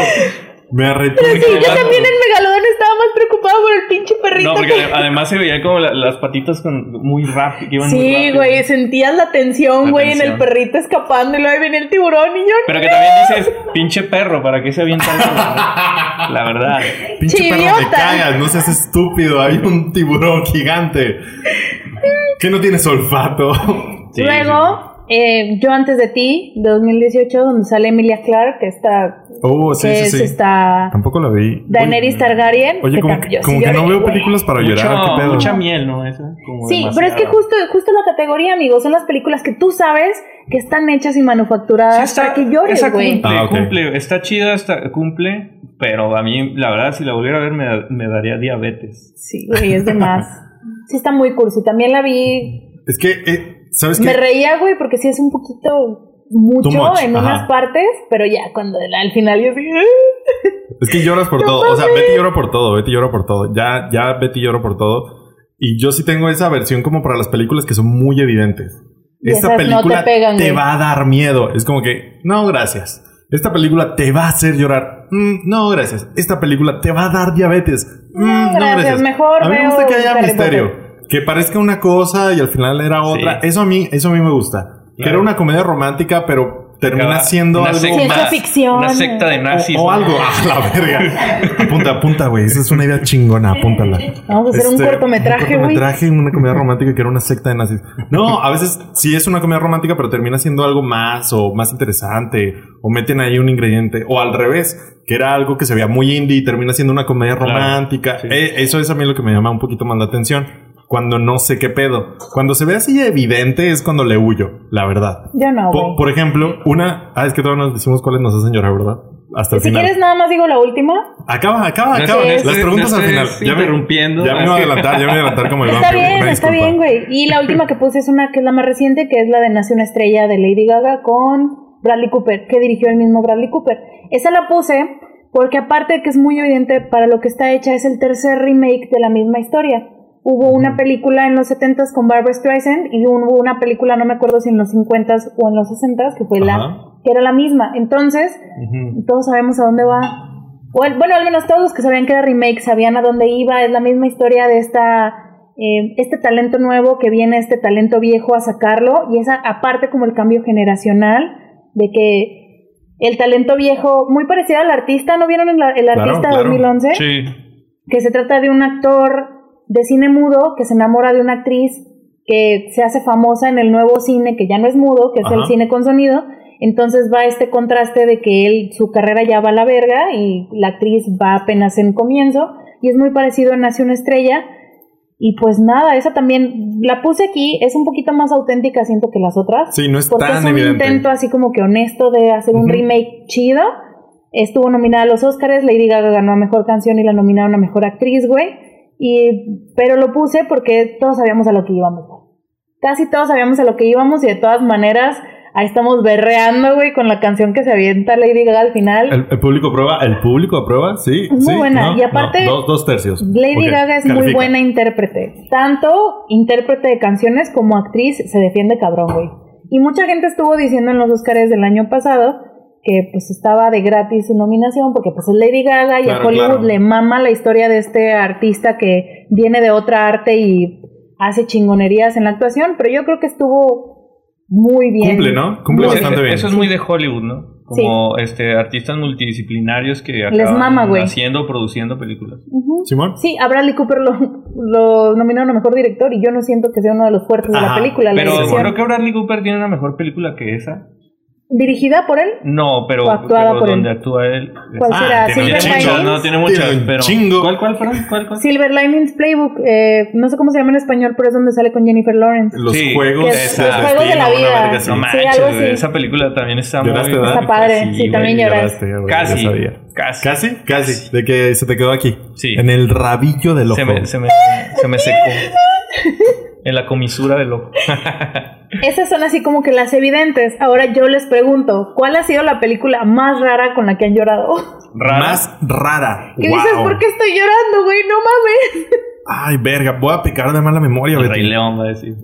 S2: Me
S3: Sí,
S2: arrepiento.
S3: yo también en Megalodón estaba más preocupado por el pinche perrito.
S1: No, porque
S3: que-
S1: ade- además se veía como la- las patitas con muy rápido, que iban muy
S3: Sí,
S1: rápido.
S3: güey, sentías la tensión,
S1: La
S3: güey, en el
S1: tensión.
S3: perrito escapando y luego ahí venía el tiburón y yo.
S1: Pero que también dices, pinche perro, ¿para qué se avienta? el perro?" La verdad.
S2: Pinche perro, te
S3: Chiviota.
S2: cagas, no seas estúpido. Hay un tiburón gigante que no tienes olfato.
S1: Sí,
S3: luego, eh, Yo antes de ti, 2018, donde sale Emilia Clark, que está.
S2: Oh, sí,
S3: que
S2: sí,
S3: es
S2: sí.
S3: esta
S2: Tampoco la vi.
S3: Daenerys Targaryen.
S2: Oye, como,
S3: también yo
S2: que,
S3: sí
S2: como que
S3: lloré,
S2: no veo
S3: güey.
S2: películas para
S1: Mucho-
S2: llorar. ¿Qué pedo?
S1: mucha miel, ¿no? Eso, como
S3: Sí, pero es que
S1: demasiado.
S3: justo, justo la categoría, amigos, son las películas que tú sabes que están hechas y manufacturadas
S1: Sí, está-
S3: para que llores,
S1: esa
S3: güey.
S1: Cumple,
S2: Ah, ok.
S1: cumple, está chida, está, cumple, pero a mí, la verdad, si la volviera a ver, me, da- me daría diabetes.
S3: Sí, güey, es de más. Sí, está muy cursi. También la vi.
S2: Es que, eh, ¿sabes
S3: Me
S2: qué?
S3: reía, güey, porque sí es un poquito
S2: Too
S3: mucho
S2: much,
S3: en
S2: ajá.
S3: unas partes, pero ya cuando al final yo dije. "Ah,
S2: Es que lloras por todo. O sea, Betty llora por todo. Betty llora por todo. Ya, ya Betty llora por todo. Y yo sí tengo esa versión como para las películas que son muy evidentes.
S3: Y
S2: Esta
S3: esas no te
S2: película te,
S3: pegan, güey.
S2: va a dar miedo. Es como que, no, gracias. Esta película te va a hacer llorar. Mm, no, gracias. Esta película te va a dar diabetes. Mm,
S3: No,
S2: no, gracias.
S3: gracias. Mejor
S2: a mí me
S3: veo este
S2: gusta que haya
S3: Harry
S2: misterio. Que parezca una cosa y al final era otra.
S1: Sí.
S2: Eso a mí, eso a mí me gusta. Que
S1: Claro.
S2: era una comedia romántica, pero termina
S1: Acaba-
S2: siendo
S1: una
S2: algo
S1: secta-
S3: Ciencia ficción.
S1: Una secta de nazis.
S2: o, o
S1: ¿no?
S2: algo. Ah, la verga. Apunta, apunta, güey. Esa es una idea chingona. Apúntala.
S3: Vamos a hacer un cortometraje, güey.
S2: Este, Un cortometraje, una comedia romántica que era una secta de nazis. No, a veces sí es una comedia romántica, pero termina siendo algo más o más interesante. O meten ahí un ingrediente. O al revés, que era algo que se veía muy indie y termina siendo una comedia
S1: Claro.
S2: romántica.
S1: Sí.
S2: Eh, eso es a mí lo que me llama un poquito más la atención. Cuando no sé qué pedo. Cuando se ve así evidente es cuando le huyo, la verdad.
S3: Yo no,
S2: Por,
S3: güey.
S2: por ejemplo, una. Ah, es que todavía nos decimos cuáles nos hacen llorar, ¿verdad? Hasta el
S3: Si
S2: final.
S3: quieres, nada más digo la última.
S2: Acaba, acaba,
S1: No
S2: acaba.
S1: estés-
S2: Las preguntas
S1: no
S2: al final.
S1: estés
S2: Ya me,
S1: interrumpiendo.
S2: ya me iba a adelantar, ya me iba a adelantar como el
S3: Está
S2: vampiro.
S3: bien,
S2: Una
S3: está
S2: disculpa.
S3: bien, güey. Y la última que puse es una que es la más reciente, que es la de Nace una estrella de Lady Gaga con Bradley Cooper, que dirigió el mismo Bradley Cooper. Esa la puse porque aparte de que es muy evidente para lo que está hecha, es el tercer remake de la misma historia. Hubo una película en los 70s con Barbara Streisand y un- hubo una película, no me acuerdo si en los 50s o en los 60s, que fue
S2: Ajá.
S3: la que era la misma. Entonces, todos sabemos a dónde va. O al- bueno, al menos todos los que sabían que era remake sabían a dónde iba. Es la misma historia de esta, eh, este talento nuevo que viene este talento viejo a sacarlo. Y esa, aparte, como el cambio generacional de que el talento viejo, muy parecido al artista, ¿no vieron el, el
S2: Claro,
S3: artista
S2: claro.
S3: 2011?
S1: Sí.
S3: que se trata de un actor de cine mudo que se enamora de una actriz que se hace famosa en el nuevo cine que ya no es mudo, que es
S2: Ajá.
S3: el cine con sonido. Entonces va este contraste de que él, su carrera ya va a la verga y la actriz va apenas en comienzo. Y es muy parecido a Nace una estrella. Y pues nada, esa también la puse aquí, es un poquito más auténtica, siento que las otras.
S2: Sí, no es
S3: Porque
S2: tan
S3: es un
S2: evidente.
S3: intento así como que honesto de hacer un
S2: Ujú.
S3: remake chido. Estuvo nominada a los Oscars, Lady Gaga ganó a Mejor Canción y la nominaron a Mejor Actriz, güey. Y, pero lo puse porque todos sabíamos a lo que íbamos, güey. Casi todos sabíamos a lo que íbamos y de todas maneras ahí estamos berreando, güey, con la canción que se avienta Lady Gaga al final.
S2: El, el público aprueba, el público aprueba, sí.
S3: Es muy
S2: sí,
S3: buena,
S2: no,
S3: y aparte-
S2: no, dos, dos tercios.
S3: Lady
S2: Ok,
S3: Gaga es muy
S2: califica.
S3: buena intérprete. Tanto intérprete de canciones como actriz se defiende cabrón, güey. Y mucha gente estuvo diciendo en los Oscars del año pasado que pues estaba de gratis su nominación porque pues es Lady Gaga y
S2: Claro,
S3: a Hollywood
S2: claro.
S3: le mama la historia de este artista que viene de otra arte y hace chingonerías en la actuación, pero yo creo que estuvo muy bien.
S2: Cumple, ¿no? Cumple
S1: Pues,
S2: bastante
S1: eh,
S2: bien.
S1: Eso es muy de Hollywood, ¿no? Como este artistas multidisciplinarios que acaban
S3: Les mama, güey.
S1: haciendo, produciendo películas.
S3: Ujú.
S2: ¿Simón?
S3: Sí, a Bradley Cooper lo, lo nominaron a mejor director y yo no siento que sea uno de los fuertes de
S2: Ajá,
S3: la película. la
S1: Pero
S3: dirección.
S1: creo que Bradley Cooper tiene una mejor película que esa.
S3: ¿Dirigida por él?
S1: No, pero,
S3: O actuada
S1: pero
S3: por
S1: donde
S3: él. Pues, ah,
S1: actúa él.
S3: ¿Cuál será?
S2: Ah, tiene
S1: Tiene
S2: un
S3: ¿Silver
S2: chingo,
S1: muchas, no,
S3: Linings?
S1: tiene muchas,
S2: Tiene un
S1: pero.
S2: chingo.
S1: ¿Cuál, cuál fueron? ¿Cuál, cuál?
S3: Silver Linings Playbook, eh, no sé cómo se llama en español, pero es donde sale con Jennifer Lawrence.
S2: Los
S1: Sí,
S2: juegos
S1: que
S2: del
S1: es- los
S3: juegos de la
S2: destino, una
S3: vida.
S2: verga así.
S1: No
S3: Sí,
S1: manches,
S3: algo así.
S1: güey, esa película también está muy...
S2: ¿Lloraste, verdad?
S3: Está padre, sí,
S1: güey.
S3: también lloré.
S2: Lloraste, ya, güey, ya
S1: Casi,
S2: sabía.
S1: casi.
S2: ¿Casi? Casi. De que se te quedó aquí.
S1: Sí.
S2: En el rabillo del ojo.
S1: Se me, se, me, se me secó. En la comisura del ojo.
S3: Esas son así como que las evidentes. Ahora yo les pregunto, ¿cuál ha sido la película más rara con la que han llorado?
S1: Rara.
S2: Más rara.
S3: ¿Qué dices?
S2: Wow.
S3: ¿Por qué estoy llorando, güey? No mames.
S2: Ay, verga, voy a pecar de mala memoria,
S1: El
S2: Betty.
S1: Rey León va a decir.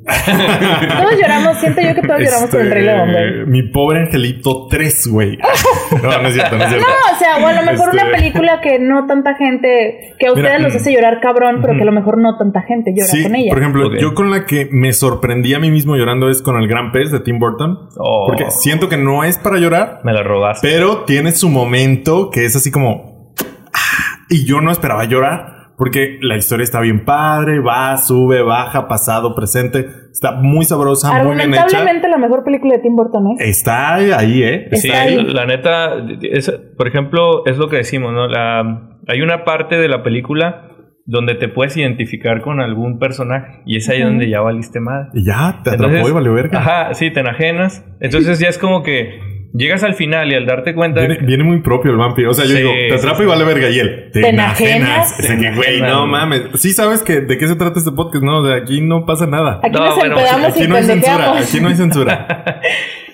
S3: Todos lloramos, siento yo que todos lloramos con el Rey León, güey.
S2: Este, Mi pobre angelito 3, güey. No, no es cierto, no es cierto.
S3: No, o sea, o a lo mejor
S2: Este-
S3: una película que no tanta gente, que
S2: Mira,
S3: a
S2: mm.
S3: ustedes los hace llorar cabrón, pero que a lo mejor no tanta gente llora
S2: Sí,
S3: con ella.
S2: por ejemplo,
S1: Ok.
S2: yo con la que me sorprendí a mí mismo llorando es con El Gran Pez de Tim Burton.
S1: Oh.
S2: Porque siento que no es para llorar,
S1: Me la robaste.
S2: pero tiene su momento que es así como... "Ah", Y yo no esperaba llorar porque la historia está bien padre, va, sube, baja, pasado, presente. Está muy sabrosa, muy bien hecha.
S3: Argumentablemente la mejor película de Tim Burton, ¿eh?
S2: Está ahí, ¿eh?
S1: Sí,
S3: Está ahí.
S1: la, la neta, es- por ejemplo, es lo que decimos, ¿no? La, hay una parte de la película donde te puedes identificar con algún personaje y es ahí
S3: Ujú.
S1: donde ya valiste madre.
S2: Y ya, te
S1: Entonces,
S2: atrapó y valió verga.
S1: Ajá, sí, te enajenas. Entonces ya es como que llegas al final y al darte cuenta...
S2: Viene, viene muy propio el vampiro. O sea, yo
S1: Sí,
S2: digo, te atrapa
S1: sí,
S2: y vale verga. Y él, te
S3: ¿Te
S2: enajenas.
S3: enajenas?
S2: O sea, que, güey, no
S1: Enajenas.
S2: mames. Sí sabes que de qué se trata este podcast, ¿no? De aquí no pasa nada.
S3: Aquí
S1: No,
S3: nos
S1: bueno,
S3: empedamos
S2: Aquí
S3: y
S2: no hay censura.
S3: pendejeamos.
S2: Aquí no hay censura.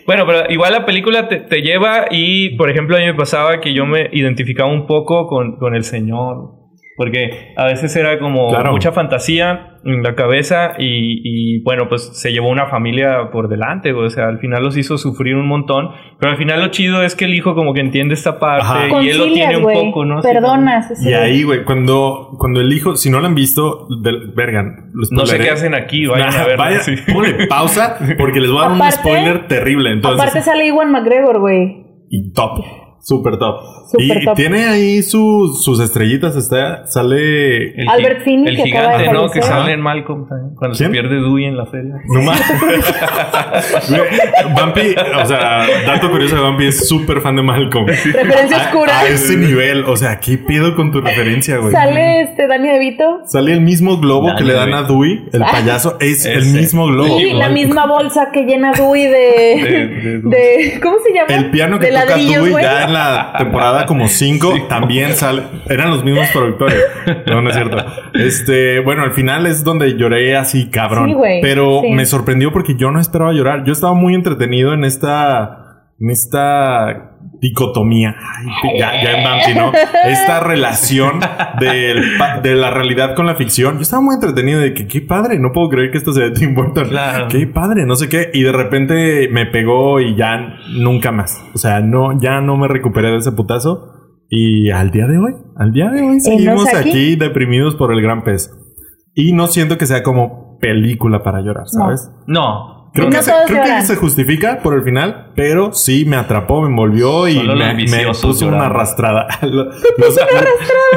S1: Bueno, pero igual la película te, te lleva y, por ejemplo, a mí me pasaba que yo me identificaba un poco con, con el señor. Porque a veces era como
S2: Claro.
S1: mucha fantasía en la cabeza y, y, bueno, pues se llevó una familia por delante. güey. O sea, al final los hizo sufrir un montón. Pero al final lo chido es que el hijo como que entiende esta parte
S2: Ajá.
S1: y él lo tiene
S3: Concilias,
S1: un
S3: güey.
S1: poco, ¿no? Sí,
S3: Perdonas. sí.
S2: Y ahí, güey, cuando, cuando el hijo, si no lo han visto, del- verga, los
S1: No sé
S2: spoileré.
S1: qué hacen aquí, vayan
S2: Pues Nah,
S1: a verlo.
S2: vaya,
S1: sí.
S2: ponle pausa porque les voy a dar un
S3: Aparte-
S2: spoiler terrible. Entonces,
S3: Aparte sale Iwan McGregor, güey.
S2: y top. Super top.
S3: Súper
S2: y
S3: top.
S2: tiene ahí sus, sus estrellitas. Está, sale
S1: El
S3: Albert
S1: gi-
S3: Finney,
S1: El
S3: que acaba de
S1: gigante, ¿no?
S3: fallecer.
S1: Que sale en Malcolm también. Cuando
S2: ¿Quién?
S1: se pierde Dewey en la feria.
S2: No mames. Güey, Bumpy, o sea, dato curioso de Bumpy es súper fan de Malcolm.
S3: Referencia
S2: A-
S3: oscura.
S2: A, Ah, ese nivel. O sea, ¿qué pido con tu referencia, güey?
S3: Sale este Danny DeVito.
S2: Sale el mismo globo que le dan a Dewey, el
S3: Ah.
S2: payaso. Es el
S1: Ese.
S2: mismo globo.
S3: Y la
S1: Igual.
S3: misma bolsa que llena Dewey de.
S1: De- de Dewey.
S3: de- ¿Cómo se llama?
S2: El piano que
S3: de
S2: toca
S3: ladrillos,
S2: Dewey
S3: güey.
S2: ya en la temporada como 5 también sale. Eran los mismos productores. No, no es cierto. Este, bueno, al final es donde lloré así, cabrón.
S3: Sí, güey,
S2: Pero
S3: sí.
S2: me sorprendió porque yo no esperaba llorar. Yo estaba muy entretenido en esta. En esta dicotomía. Ay, ya, ya en Bumpy, ¿no? Esta relación del pa- de la realidad con la ficción. Yo estaba muy entretenido de que qué padre. No puedo creer que esto sea de Tim Burton.
S1: Claro.
S2: Qué padre, no sé qué. Y de repente me pegó y ya nunca más. O sea, no, ya no me recuperé de ese putazo. Y al día de hoy, al día de hoy seguimos aquí?
S3: aquí?
S2: deprimidos por el gran pez. Y no siento que sea como película para llorar,
S3: No.
S2: ¿sabes?
S1: No.
S2: Creo,
S3: No
S2: que, se,
S3: todos
S2: creo que
S3: lloran.
S2: se justifica por el final, pero sí me atrapó, me envolvió y
S1: Solo los
S2: me, me
S1: viciosos
S2: puso una
S1: lloraron.
S2: arrastrada. los,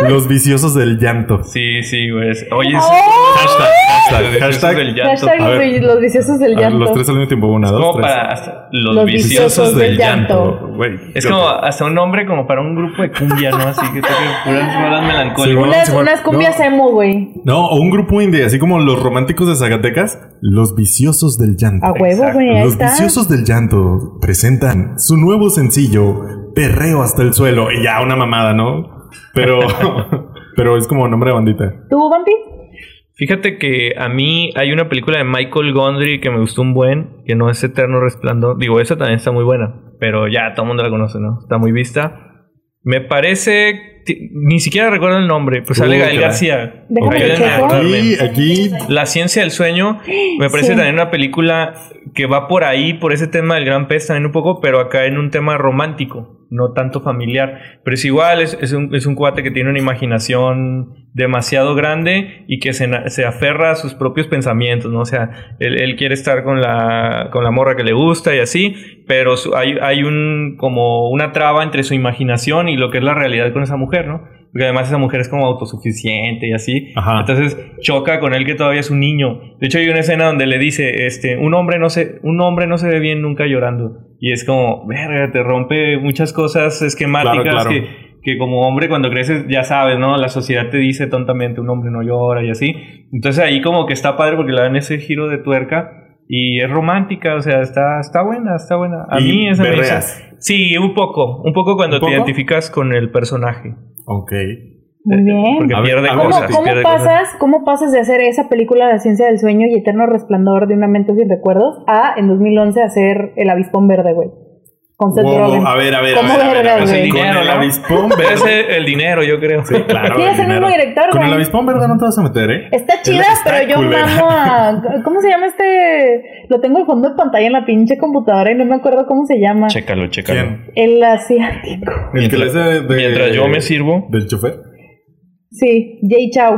S2: los viciosos del llanto.
S1: Sí, sí, güey. Oye, es-
S3: ¡Oh!
S1: hashtag,
S2: Hashtag.
S1: hashtag, hashtag del llanto.
S3: Hashtag
S2: A
S3: los,
S2: ver.
S3: los viciosos del
S2: A ver,
S3: llanto.
S2: los tres al mismo tiempo, una,
S1: Es
S2: dos,
S1: como
S2: tres.
S1: para hasta los,
S3: Los
S1: viciosos,
S3: viciosos
S1: del
S3: del
S1: llanto.
S3: llanto.
S2: Güey,
S1: Es
S2: yo-
S1: como hasta un nombre como para un grupo de cumbia, ¿no? Así que toca puras rolas melancólicas.
S3: Unas,
S2: Sí, bueno.
S3: unas cumbias
S2: No.
S3: emo, güey.
S2: No, o un grupo indie, así como los románticos de Zacatecas, los viciosos del llanto.
S3: A huevo,
S1: Exacto.
S3: güey. Ahí
S2: los
S3: Ah, está.
S2: viciosos del llanto presentan su nuevo sencillo, Perreo hasta el suelo. Y ya, una mamada, ¿no? Pero, pero es como nombre de bandita.
S3: ¿Tú, Bambi?
S1: Fíjate que a mí hay una película de Michael Gondry que me gustó un buen, que no es Eterno Resplandor. Digo, esa también está muy buena, pero ya todo el mundo la conoce, ¿no? Está muy vista. Me parece, ti- ni siquiera recuerdo el nombre, pues sale
S2: Uh,
S1: Gael
S2: caray.
S1: García.
S3: Déjame
S1: Quieren
S3: checo.
S1: acordarme.
S2: Aquí, aquí,
S1: La ciencia del sueño me parece
S3: Sí.
S1: también una película que va por ahí, por ese tema del gran pez también un poco, pero acá en un tema romántico, no tanto familiar. Pero es igual, es, es un, es un cuate que tiene una imaginación demasiado grande y que se, na- se aferra a sus propios pensamientos, ¿no? O sea, él, él quiere estar con la, con la morra que le gusta y así, pero su- hay, hay un, como una traba entre su imaginación y lo que es la realidad con esa mujer, ¿no? Porque además esa mujer es como autosuficiente y así.
S2: Ajá.
S1: Entonces choca con él que todavía es un niño. De hecho hay una escena donde le dice, este, un hombre no se, un hombre no se ve bien nunca llorando. Y es como, verga, te rompe muchas cosas esquemáticas
S2: Claro, claro.
S1: Que, que como hombre cuando creces ya sabes, ¿no? La sociedad te dice tontamente un hombre no llora y así. Entonces ahí como que está padre porque le dan ese giro de tuerca. Y es romántica, o sea, está, está buena, está buena. A
S2: Y
S1: mí esa me hizo-
S2: berreas.
S1: Sí, un poco, un poco cuando
S2: ¿Un poco?
S1: te identificas con el personaje.
S2: Ok. Eh,
S3: Muy bien.
S1: Porque
S2: A ver,
S1: pierde
S2: a ver,
S3: ¿Cómo,
S1: cosas.
S3: cómo
S1: pierde cosas.
S3: pasas, ¿Cómo pasas de hacer esa película La ciencia del sueño y Eterno resplandor de una mente sin recuerdos a en 2011 hacer El avispón verde, güey? con Seth
S2: Wow,
S3: Rogen.
S2: a ver, a ver, a
S3: ¿Cómo
S2: ver, a ver, a
S3: vergas,
S2: ver.
S1: el
S3: güey?
S2: Con
S1: dinero,
S2: el
S1: ¿no?
S2: avispón
S1: Debe
S2: verde.
S1: ser el dinero, yo creo.
S2: Sí, claro.
S3: Sí, es el
S2: dinero.
S3: mismo director,
S2: Con el
S3: güey.
S2: avispón verde no te vas a meter, ¿eh?
S3: Está chida,
S2: Él está
S3: pero yo
S2: culera.
S3: mamo a. ¿Cómo se llama este? Lo tengo de fondo de pantalla en la pinche computadora y no me acuerdo cómo se llama.
S1: Chécalo, chécalo.
S2: ¿Quién? Eh,
S3: El asiático.
S2: El que le
S1: Mientras,
S2: hace de-
S1: mientras yo me sirvo.
S2: ¿Del chofer?
S3: Sí, Jay Chow.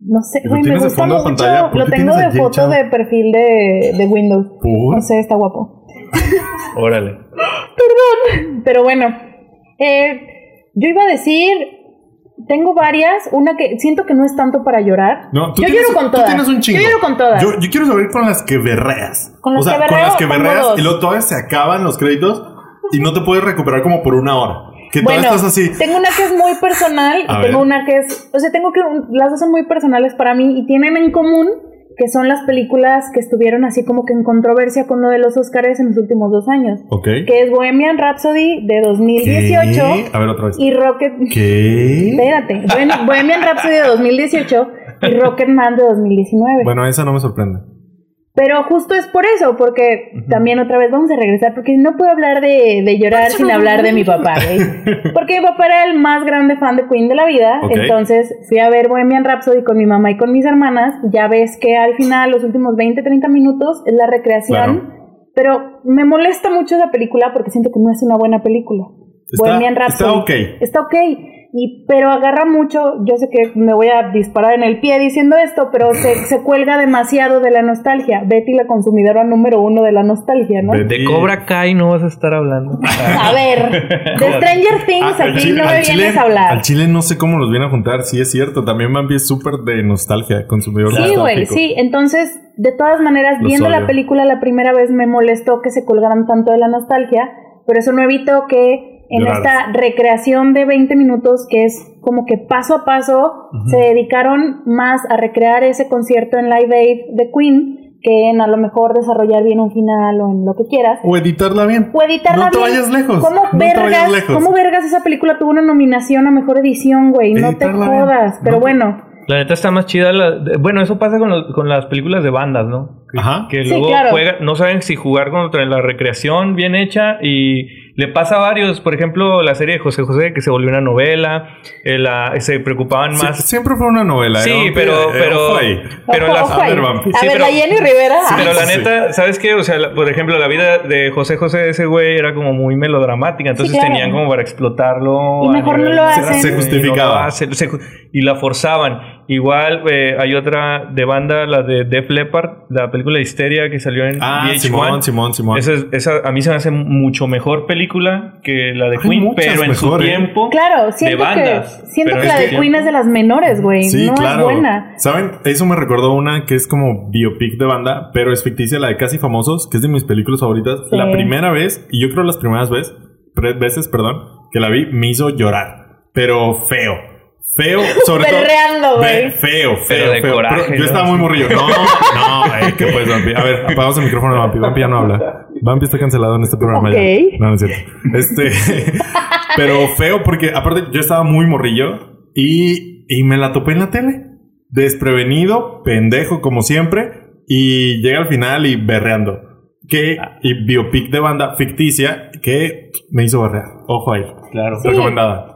S3: No sé,
S2: ¿Lo
S3: güey, me
S2: tienes de
S3: gusta
S2: fondo de
S3: mucho.
S2: pantalla? ¿Por
S3: Lo
S2: qué
S3: tengo
S2: tienes a
S3: de
S2: Jay
S3: foto
S2: Chou?
S3: de perfil de, de Windows.
S2: ¿Por?
S3: No sé, está guapo.
S1: Órale.
S3: Pero bueno, eh, yo iba a decir. Tengo varias. Una que siento que no es tanto para llorar.
S2: No, tú
S3: yo
S2: tienes,
S3: lloro con
S2: tú
S3: todas.
S2: tienes un chingo.
S3: Yo lloro con todas.
S2: Yo, yo quiero saber con las que berreas.
S3: Con las
S2: o sea,
S3: que
S2: con
S3: berreo,
S2: las que
S3: tengo
S2: berreas
S3: dos.
S2: y luego todavía se acaban los créditos y no te puedes recuperar como por una hora. Que todavía estás así.
S3: Tengo una que es muy personal y
S2: A
S3: tengo
S2: ver.
S3: una que es. O sea, tengo que. un- Las dos son muy personales para mí y tienen en común que son las películas que estuvieron así como que en controversia con lo de los Oscars en los últimos dos años.
S2: Ok.
S3: Que es Bohemian Rhapsody de 2018
S2: ¿Qué? A ver, otra vez.
S3: y Rocket.
S2: ¿Qué?
S3: Espérate. Bohem- Bohemian Rhapsody de 2018 y Rocketman de 2019.
S2: Bueno, esa no me sorprende.
S3: Pero justo es por eso, porque también otra vez vamos a regresar, porque no puedo hablar de, de llorar sin hablar de mi papá, güey. Porque mi papá era el más grande fan de Queen de la vida,
S2: Ok.
S3: entonces fui a ver Bohemian Rhapsody con mi mamá y con mis hermanas, ya ves que al final los últimos 20, 30 minutos es la recreación, pero me molesta mucho la película porque siento que no es una buena película.
S2: Está-
S3: Bohemian Rhapsody.
S2: está ok.
S3: Está ok. Y, pero agarra mucho, yo sé que me voy a disparar en el pie diciendo esto, pero se, se cuelga demasiado de la nostalgia. Betty, la consumidora número uno de la nostalgia, ¿no?
S2: Betty.
S1: De Cobra Kai no vas a estar hablando.
S3: A ver, de Stranger Things
S2: Ah, al
S3: aquí
S2: chile-
S3: no me
S2: al
S3: vienes
S2: chile-
S3: a hablar.
S2: Al chile no sé cómo los vienen a juntar. Sí, es cierto. También Bambi es súper de nostalgia, consumidor
S3: Sí, güey,
S2: nostálgico.
S3: sí. Entonces, de todas maneras,
S2: Los
S3: viendo la
S2: odio.
S3: película la primera vez me molestó que se colgaran tanto de la nostalgia, pero eso no evitó que en
S2: Lloraras.
S3: esta recreación de 20 minutos, que es como que paso a paso, se dedicaron más a recrear ese concierto en Live Aid de Queen que en a lo mejor desarrollar bien un final o en lo que quieras.
S2: O editarla bien.
S3: O editarla
S2: No te
S3: bien.
S2: vayas lejos.
S3: ¿Cómo
S2: No te
S3: vergas,
S2: vayas lejos.
S3: ¿Cómo vergas esa película tuvo una nominación a mejor edición, güey? No te
S2: Editarla bien.
S3: jodas, pero
S2: No te-
S3: bueno.
S1: La neta está más chida. la- de- bueno, eso pasa con, los- con las películas de bandas, ¿no? Que-
S2: Ajá.
S1: Que
S3: Sí,
S1: luego
S3: claro.
S1: juegan- no saben si jugar contra la recreación bien hecha y le pasa a varios. Por ejemplo, la serie de José José, que se volvió una novela, eh, la- se preocupaban
S2: Sie-
S1: más.
S2: siempre fue una novela.
S1: Sí,
S2: ¿eh?
S1: pero-
S2: Eh,
S1: pero-
S2: ojo ahí.
S1: Pero
S3: Ojo,
S1: las-
S3: ojo
S2: a
S3: ahí.
S2: ver, vamos.
S3: A
S1: Sí,
S3: ver,
S1: pero-
S3: la Jenny Rivera.
S1: Pero la
S2: sí, sí.
S1: neta, ¿sabes qué? O sea, la- por ejemplo, la vida de José José, ese güey, era como muy melodramática. Entonces
S3: claro.
S1: tenían como para explotarlo.
S3: Y
S1: a
S3: mejor no
S1: nivel-
S3: lo
S2: Se- hacen. se
S1: Y no lo
S2: justificaba.
S1: hacen, se ju- y la forzaban. Igual eh, hay otra de banda, la de Def Leppard, la película Histeria que salió en
S2: Ah,
S1: VH1.
S2: Simón, Simón, Simón.
S1: Esa, es- esa a mí se me hace mucho mejor película que la de
S2: Hay
S1: Queen,
S2: muchas
S1: pero en su
S2: mejor, ¿eh?
S1: tiempo.
S3: Claro, siento
S1: bandas,
S3: que, siento
S1: pero
S3: que
S1: es
S3: la de
S1: que-
S3: Queen es de las menores, güey.
S2: Sí,
S3: no
S2: claro.
S3: es buena.
S2: ¿Saben? Eso me recordó una que es como biopic de banda, pero es ficticia, la de Casi Famosos, que es de mis películas favoritas.
S3: Sí.
S2: La primera vez, y yo creo las primeras veces, tres veces, perdón, que la vi, me hizo llorar. Pero feo. Feo, sobre todo.
S3: Perreando,
S2: Ve-
S3: güey.
S2: Feo, feo,
S1: Pero de
S2: feo.
S1: coraje,
S2: Pero yo
S1: ¿no?
S2: estaba muy morrillo. No, no, eh, ¿qué puedes, Vampi? A ver, apagamos el micrófono de Vampi. Vampi ya no habla. Vampi está cancelado en este programa
S3: Ok.
S2: ya. No, no es cierto. Este, pero feo porque aparte yo estaba muy morrillo y, y me la topé en la tele. Desprevenido, pendejo como siempre y llega al final y berreando. Que, y biopic de banda ficticia que me hizo berrear. Ojo ahí.
S1: Claro.
S3: Sí.
S2: Recomendada.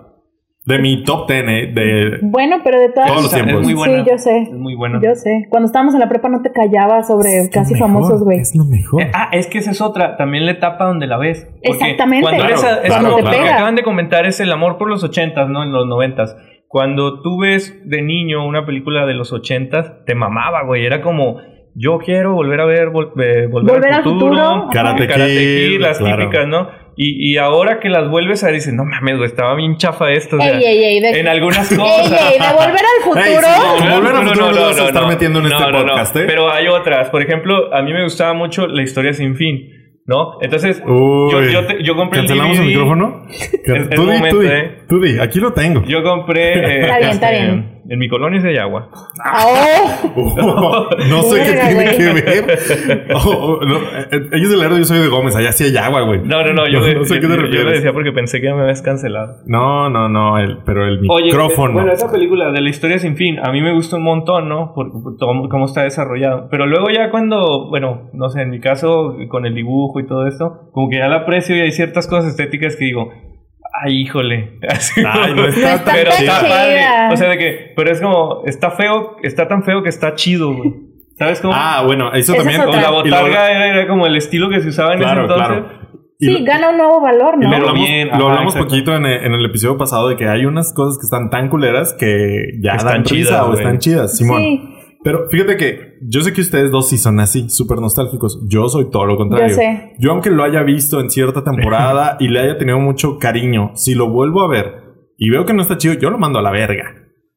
S2: De mi top 10, eh, de
S3: Bueno, pero de todas
S2: Todos los
S1: Esa es
S2: tiempos.
S1: muy buena.
S3: Sí, yo sé.
S1: Es muy buena.
S3: Yo sé. Cuando estábamos en la prepa no te callabas sobre
S2: Es lo
S3: casi
S2: mejor,
S3: famosos, güey.
S2: Es lo mejor.
S1: Eh, Ah, es que esa es otra, también la etapa donde la ves. Porque
S3: Exactamente.
S1: Cuando
S2: Claro,
S1: eres a- es
S2: claro,
S1: como
S2: claro.
S1: lo que
S3: Pega.
S1: acaban de comentar es el amor por los ochentas, ¿no? En los noventas. Cuando tú ves de niño una película de los ochentas, te mamaba, güey. Era como, yo quiero volver a ver vol- eh, Volver,
S3: Volver
S1: al
S3: al
S1: Futuro.
S3: Futuro.
S2: Karate
S1: Karate
S2: Kid,
S1: Kid, las
S2: claro.
S1: típicas, ¿no? Y, y ahora que las vuelves a ver, dices, no mames, güey, estaba bien chafa esto. o sea,
S3: Ey, ey, ey. De,
S1: en algunas
S3: ey,
S1: cosas.
S3: ey, de volver al
S2: Ey,
S3: futuro.
S2: sí,
S1: Claro,
S2: Volver al
S1: no,
S2: futuro
S1: no,
S2: lo
S1: no,
S2: vas a
S1: no,
S2: estar
S1: no.
S2: metiendo en
S1: No,
S2: este
S1: no, no.
S2: podcast, ¿eh?
S1: Pero hay otras. Por ejemplo, a mí me gustaba mucho la historia sin fin, ¿no? Entonces,
S2: Uy.
S1: yo, yo, te- yo compré el
S2: ¿Cancelamos el,
S1: DVD.
S2: micrófono?
S1: Es- es
S2: di,
S1: momento,
S2: di.
S1: ¿eh?
S2: Tú di, aquí lo tengo.
S1: Yo compré. eh,
S3: Está bien, está
S1: este,
S3: bien.
S1: En mi colonia es de agua.
S3: ¡Oh!
S2: no sé qué
S3: Verga,
S2: tiene
S3: güey.
S2: que ver. Oh, oh, no, eh, eh, Ellos de Lerdo, yo soy de Gómez. Allá sí hay agua, güey.
S1: No, no, no. Yo,
S2: No,
S1: le-
S2: no sé a qué te
S1: yo- yo
S2: refieres.
S1: le decía porque pensé que ya me habías cancelado.
S2: No, no, no. el- pero el
S1: Oye,
S2: micrófono.
S1: bueno, esa película de la historia sin fin, a mí me gusta un montón, ¿no? Por, por todo- cómo está desarrollado. Pero luego ya cuando, bueno, no sé, en mi caso, con el dibujo y todo esto, como que ya la aprecio y hay ciertas cosas estéticas que digo, ay, híjole. Así
S2: Ay,
S1: como-
S2: no está
S3: No está
S2: tan
S1: pero
S3: tan
S1: está
S2: chida.
S1: padre.
S3: chida.
S1: O sea, de que, pero es como, está feo, está tan feo que está chido, güey. ¿Sabes cómo?
S2: Ah, bueno, eso
S3: Esa
S2: también.
S3: es
S1: o
S3: otra.
S1: la
S2: y luego-
S1: botarga era, era como el estilo que se usaba en
S2: Claro,
S1: ese entonces.
S2: claro. Y
S3: Sí,
S2: lo-
S3: gana un nuevo valor,
S2: Y lo
S3: ¿no?
S1: Pero
S2: hablamos,
S1: bien,
S2: lo
S1: ajá,
S2: hablamos
S1: exacto.
S2: poquito en el, en el episodio pasado de que hay unas cosas que están tan culeras que ya
S1: Que
S2: dan
S1: están
S2: risa
S1: chidas,
S2: o
S1: güey.
S2: están chidas, Simón.
S3: Sí,
S2: Pero fíjate que yo sé que ustedes dos sí son así, súper nostálgicos. Yo soy todo lo contrario.
S3: yo sé.
S2: Yo aunque lo haya visto en cierta temporada y le haya tenido mucho cariño, si lo vuelvo a ver y veo que no está chido, yo lo mando a la verga.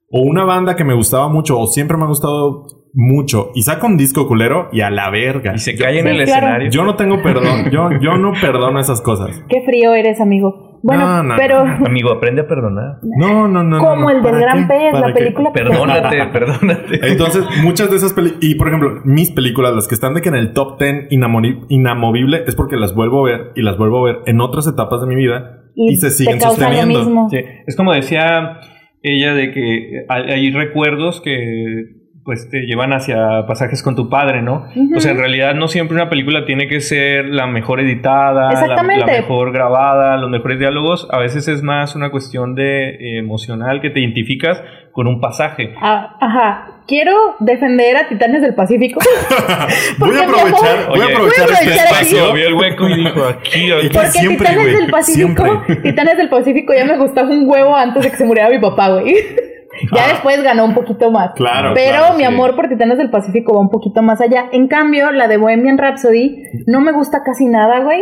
S2: O una banda que me gustaba mucho o siempre me ha gustado mucho y saca un disco culero y a la verga.
S1: Y se cae en
S3: Sí,
S1: el
S3: claro.
S1: escenario.
S2: Yo no tengo perdón, yo, yo no perdono esas cosas.
S3: Qué frío eres, amigo. Bueno,
S2: No, no,
S3: pero
S1: Amigo, aprende a perdonar.
S2: No, no, no. no,
S3: como
S2: no.
S3: el del
S2: ¿Para
S3: Gran
S2: qué?
S3: Pez,
S2: ¿Para
S3: la
S2: qué?
S3: película. que-
S1: Perdónate, perdónate.
S2: Entonces, muchas de esas películas, y por ejemplo, mis películas, las que están de que en el top 10 inamoni- inamovible, es porque las vuelvo a ver y las vuelvo a ver en otras etapas de mi vida y, se
S3: te
S2: siguen
S3: causa lo
S2: sosteniendo.
S3: mismo.
S1: Sí, Es como decía ella de que hay, hay recuerdos que pues te llevan hacia pasajes con tu padre, ¿no?
S3: Ujú.
S1: O sea, en realidad no siempre una película tiene que ser la mejor editada, la- la,
S3: Exactamente.
S1: mejor grabada, los mejores diálogos. A veces es más una cuestión de eh, emocional que te identificas con un pasaje.
S3: Ah, ajá. Quiero defender a Titanes del Pacífico.
S2: Voy a
S3: Porque, mi
S2: aprovechar,
S3: amor,
S2: voy a
S1: oye,
S2: aprovechar
S3: voy a
S2: este
S3: aprovechar
S2: espacio.
S1: Vio el hueco y dijo aquí, aquí.
S3: Porque
S2: Siempre,
S3: Titanes
S2: güey,
S3: del Pacífico,
S2: siempre.
S3: Titanes del Pacífico ya me gustaba un huevo antes de que se muriera mi papá, güey. ya
S2: Ah.
S3: después ganó un poquito más.
S2: Claro,
S3: Pero
S2: Ah, claro,
S3: mi
S2: sí.
S3: amor por Titanes del Pacífico va un poquito más allá. En cambio, la de Bohemian Rhapsody no me gusta casi nada, güey.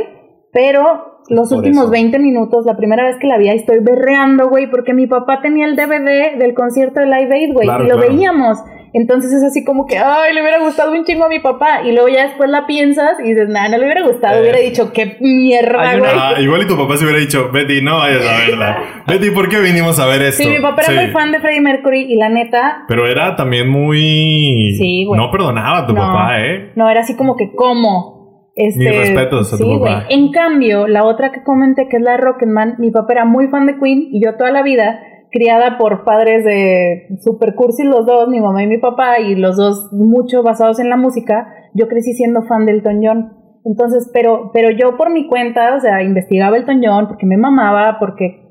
S3: Pero los
S2: Por
S3: últimos
S2: eso.
S3: 20 minutos, la primera vez que la vi, ahí estoy berreando, güey, porque mi papá tenía el DVD del concierto de Live Aid, güey,
S2: Claro,
S3: y lo
S2: claro.
S3: veíamos. Entonces es así como que, ay, le hubiera gustado un chingo a mi papá. Y luego ya después la piensas y dices, nah, no le hubiera gustado,
S1: Eh.
S3: hubiera dicho, qué mierda,
S1: Hay una-
S3: güey.
S2: Ah, igual y tu papá se hubiera dicho, Betty, no vayas a verla. Betty, ¿por qué vinimos a ver esto?
S3: Sí, mi papá era
S2: Sí.
S3: muy fan de Freddie Mercury y la neta,
S2: Pero era también muy...
S3: Sí, güey.
S2: No perdonaba a tu
S3: No.
S2: papá, ¿eh?
S3: no, era así como que, ¿cómo? Este,
S2: Mis respetos a tu
S3: sí,
S2: papá.
S3: güey. En cambio, la otra que comenté, que es la de Rocketman, mi papá era muy fan de Queen y yo toda la vida, criada por padres de super cursis los dos, mi mamá y mi papá, y los dos mucho basados en la música, yo crecí siendo fan del Elton John. Entonces, pero, pero yo por mi cuenta, o sea, investigaba Elton John porque me mamaba, porque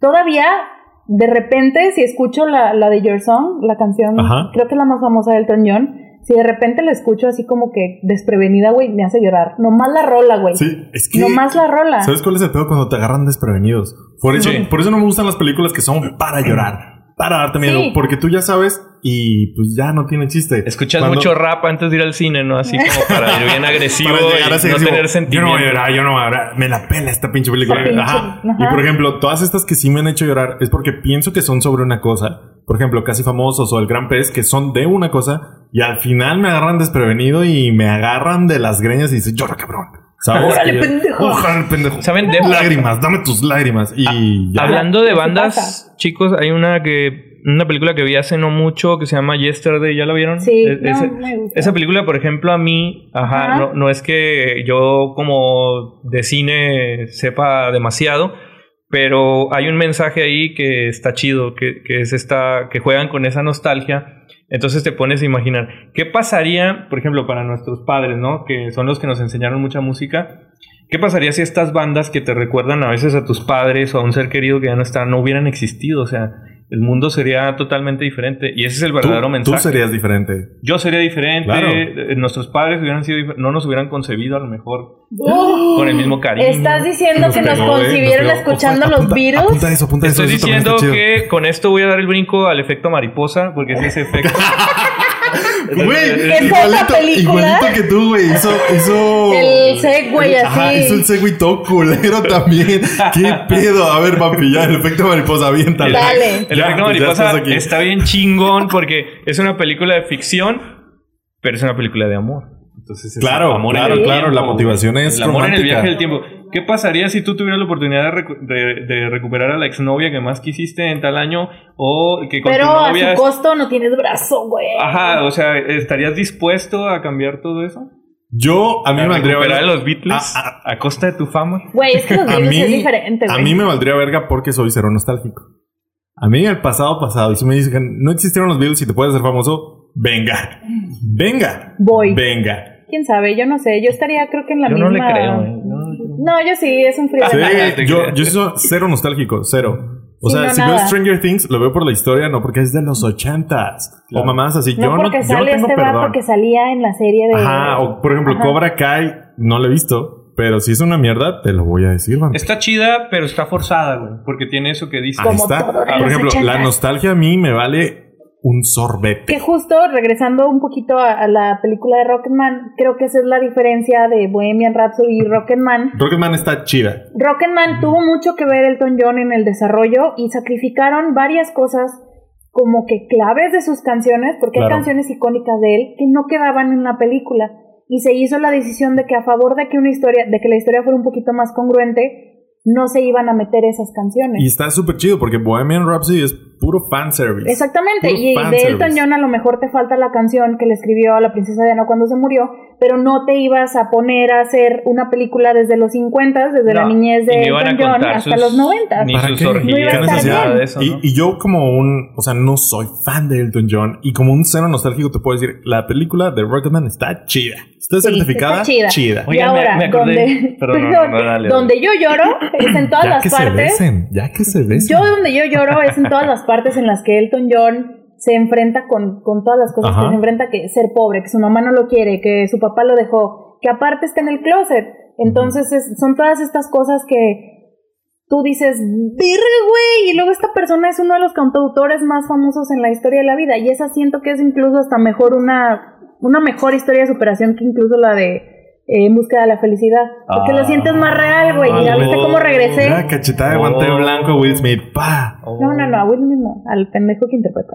S3: todavía de repente si escucho la, la de Your Song, la canción,
S2: Ajá.
S3: creo que es la más famosa de Elton John, si de repente la escucho así como que desprevenida, güey, me hace llorar. Nomás la rola, güey.
S2: Sí, es que...
S3: Nomás la rola.
S2: ¿Sabes cuál es el peor cuando te agarran desprevenidos? Por eso,
S1: Sí.
S2: por eso no me gustan las películas que son para llorar, para darte miedo,
S3: Sí.
S2: porque tú ya sabes y pues ya no tiene chiste.
S1: Escuchas
S2: Cuando-
S1: mucho rap antes de ir al cine, ¿no? Así como para ir bien agresivo
S2: para
S1: y
S2: llegar a
S1: no
S2: ese decir,
S1: tener
S2: Yo no
S1: sentimiento.
S2: voy a llorar, yo no voy a llorar. Me la pela esta pinche película.
S3: Esta pinche-
S2: Ajá. Y
S3: ajá.
S2: por ejemplo, todas estas que sí me han hecho llorar es porque pienso que son sobre una cosa. Por ejemplo, Casi Famosos o El Gran Pez, que son de una cosa y al final me agarran desprevenido y me agarran de las greñas y dicen, llora cabrón. ¿Sabes?
S1: Órale,
S2: Y yo,
S1: pendejo.
S2: Órale, pendejo.
S1: ¿Saben? De-
S2: Lágrimas, dame tus lágrimas.
S1: Ah,
S2: Y ya.
S1: Hablando de
S3: Eso
S1: bandas, chicos, hay una que una película que vi hace no mucho que se llama Yesterday, ¿ya la vieron?
S3: Sí,
S1: Es-
S3: no,
S1: E-, ese-
S3: me gusta.
S1: esa película, por ejemplo, a mí, ajá,
S3: Ajá.
S1: No, no es que yo como de cine sepa demasiado, pero hay un mensaje ahí que está chido, que, que es esta, que juegan con esa nostalgia. Entonces te pones a imaginar, ¿qué pasaría, por ejemplo, para nuestros padres, ¿no? Que son los que nos enseñaron mucha música. ¿Qué pasaría si estas bandas que te recuerdan a veces a tus padres o a un ser querido que ya no está, no hubieran existido? O sea, el mundo sería totalmente diferente. Y ese es el
S2: Tú,
S1: verdadero
S2: tú
S1: mensaje
S2: serías diferente.
S1: yo sería diferente,
S2: Claro.
S1: eh, nuestros padres hubieran sido difer- no nos hubieran concebido a lo mejor
S3: ¡Oh!
S1: con el mismo cariño.
S3: Estás diciendo que nos
S2: pegó, eh,
S3: concibieron
S2: nos pegó.
S3: escuchando
S2: Ojo,
S3: los
S2: apunta-
S3: virus.
S2: Apunta eso, apunta eso.
S1: Estoy
S2: eso también
S1: diciendo
S2: está chido.
S1: que con esto voy a dar el brinco al efecto mariposa, porque es ese efecto.
S3: ¿Qué
S2: Güey,
S3: fue
S2: igualito,
S3: esa película?
S2: igualito que tú, güey. Hizo, hizo.
S3: El Segway
S2: Ajá, hizo el
S3: así.
S2: segway todo culero también. ¿Qué pedo? A ver, papi, ya el efecto mariposa, aviéntala.
S3: Dale.
S1: El
S2: Ya,
S1: efecto
S2: pues ya
S1: mariposa
S2: estás aquí.
S1: está bien chingón porque es una película de ficción, pero es una película de amor. Entonces es
S2: Claro,
S1: amor en
S2: claro,
S1: el
S2: claro,
S1: tiempo,
S2: la motivación
S1: güey.
S2: es
S1: el amor en el
S2: romántica.
S1: viaje del tiempo. ¿Qué pasaría si tú tuvieras la oportunidad de, recu- de- de recuperar a la exnovia que más quisiste en tal año? O que con
S3: Pero
S1: tu
S3: a
S1: novia.
S3: su costo no tienes brazo, güey.
S1: Ajá, o sea, ¿estarías dispuesto a cambiar todo eso?
S2: Yo, a mí
S1: ¿A
S2: me valdría
S1: recuperar a
S2: verga.
S1: los Beatles
S2: Ah,
S1: a costa de tu fama?
S3: Güey, es que los
S2: A
S3: virus
S2: mí,
S3: es diferente,
S2: a
S3: güey.
S2: mí me valdría verga porque soy cero nostálgico. A mí el pasado pasado, y si me dicen, no existieron los Beatles y te puedes hacer famoso, venga, venga,
S3: Voy.
S2: venga.
S3: Quién sabe, yo no sé. Yo estaría, creo que en la
S1: Yo no
S3: misma.
S1: le creo, eh, no le creo.
S3: No, yo sí, es un frío.
S2: Sí,
S3: de madre.
S1: te
S2: yo,
S1: creas.
S2: yo soy cero nostálgico, cero. O
S3: Sí,
S2: sea,
S3: no,
S2: si
S3: nada.
S2: veo Stranger Things, lo veo por la historia, no porque es de los ochentas.
S1: Claro.
S2: O mamás así,
S3: No
S2: yo no, yo
S3: porque
S2: no
S3: sale
S2: tengo
S3: este
S2: perdón.
S3: vato que salía en la serie de.
S2: Ajá, o por ejemplo,
S3: Ajá.
S2: Cobra Kai, no lo he visto, pero si es una mierda, te lo voy a decir, vampiro.
S1: Está chida, pero está forzada, güey. Porque tiene eso que dice.
S2: Ahí
S3: Como
S2: está.
S3: todo en
S2: Por
S3: los
S2: ejemplo,
S3: 80s.
S2: la nostalgia a mí me vale un sorbete.
S3: Que justo, regresando un poquito a, a la película de Rocketman, creo que esa es la diferencia de Bohemian Rhapsody y Rocketman.
S2: Rocketman está chida.
S3: Rocketman tuvo mucho que ver Elton John en el desarrollo y sacrificaron varias cosas como que claves de sus canciones, porque
S2: Claro.
S3: hay canciones icónicas de él que no quedaban en la película. Y se hizo la decisión de que a favor de que una historia, de que la historia fuera un poquito más congruente, no se iban a meter esas canciones.
S2: Y está súper chido porque Bohemian Rhapsody es puro fanservice.
S3: Exactamente,
S2: Puro
S3: y de
S2: fanservice.
S3: Elton John a lo mejor te falta la canción que le escribió a la princesa Diana cuando se murió, pero no te ibas a poner a hacer una película desde los 50, desde la
S1: No,
S3: niñez
S1: y
S3: de
S1: ni van a
S3: Elton John
S1: contar
S3: hasta
S1: sus-
S3: los 90.
S1: ni
S2: ¿Para
S1: sus
S2: qué?
S1: orgías,
S3: No iba a
S1: ni
S3: estar
S1: nada
S3: bien.
S1: de eso.
S2: y,
S1: ¿no?
S2: y yo como un, o sea, no soy fan de Elton John y como un cero nostálgico te puedo decir, la película de Rocketman está chida. Está
S3: Sí,
S2: certificada
S3: está chida.
S1: Oye,
S3: y
S1: me-
S3: ahora,
S1: me acordé-
S3: donde,
S1: Perdón, no,
S3: perdón,
S1: no, dale, dale.
S3: donde yo lloro es en todas
S2: ya que
S3: las
S2: se
S3: partes.
S2: besen, ya que se besen.
S3: Yo donde yo lloro es en todas las partes en las que Elton John se enfrenta con, con todas las cosas
S2: Ajá.
S3: que se enfrenta, que ser pobre, que su mamá no lo quiere, que su papá lo dejó, que aparte está en el closet. Entonces es- son todas estas cosas que tú dices, virre, güey, y luego esta persona es uno de los cantautores más famosos en la historia de la vida, y esa siento que es incluso hasta mejor una, una mejor historia de superación que incluso la de eh, En Busca de la Felicidad, porque lo sientes más real, güey, y ya viste cómo regresé.
S2: Una cachetada de guante
S1: Oh.
S2: blanco Will Smith. Pa.
S1: Oh,
S3: No, no, no, a Will Smith no, al pendejo que interpreta.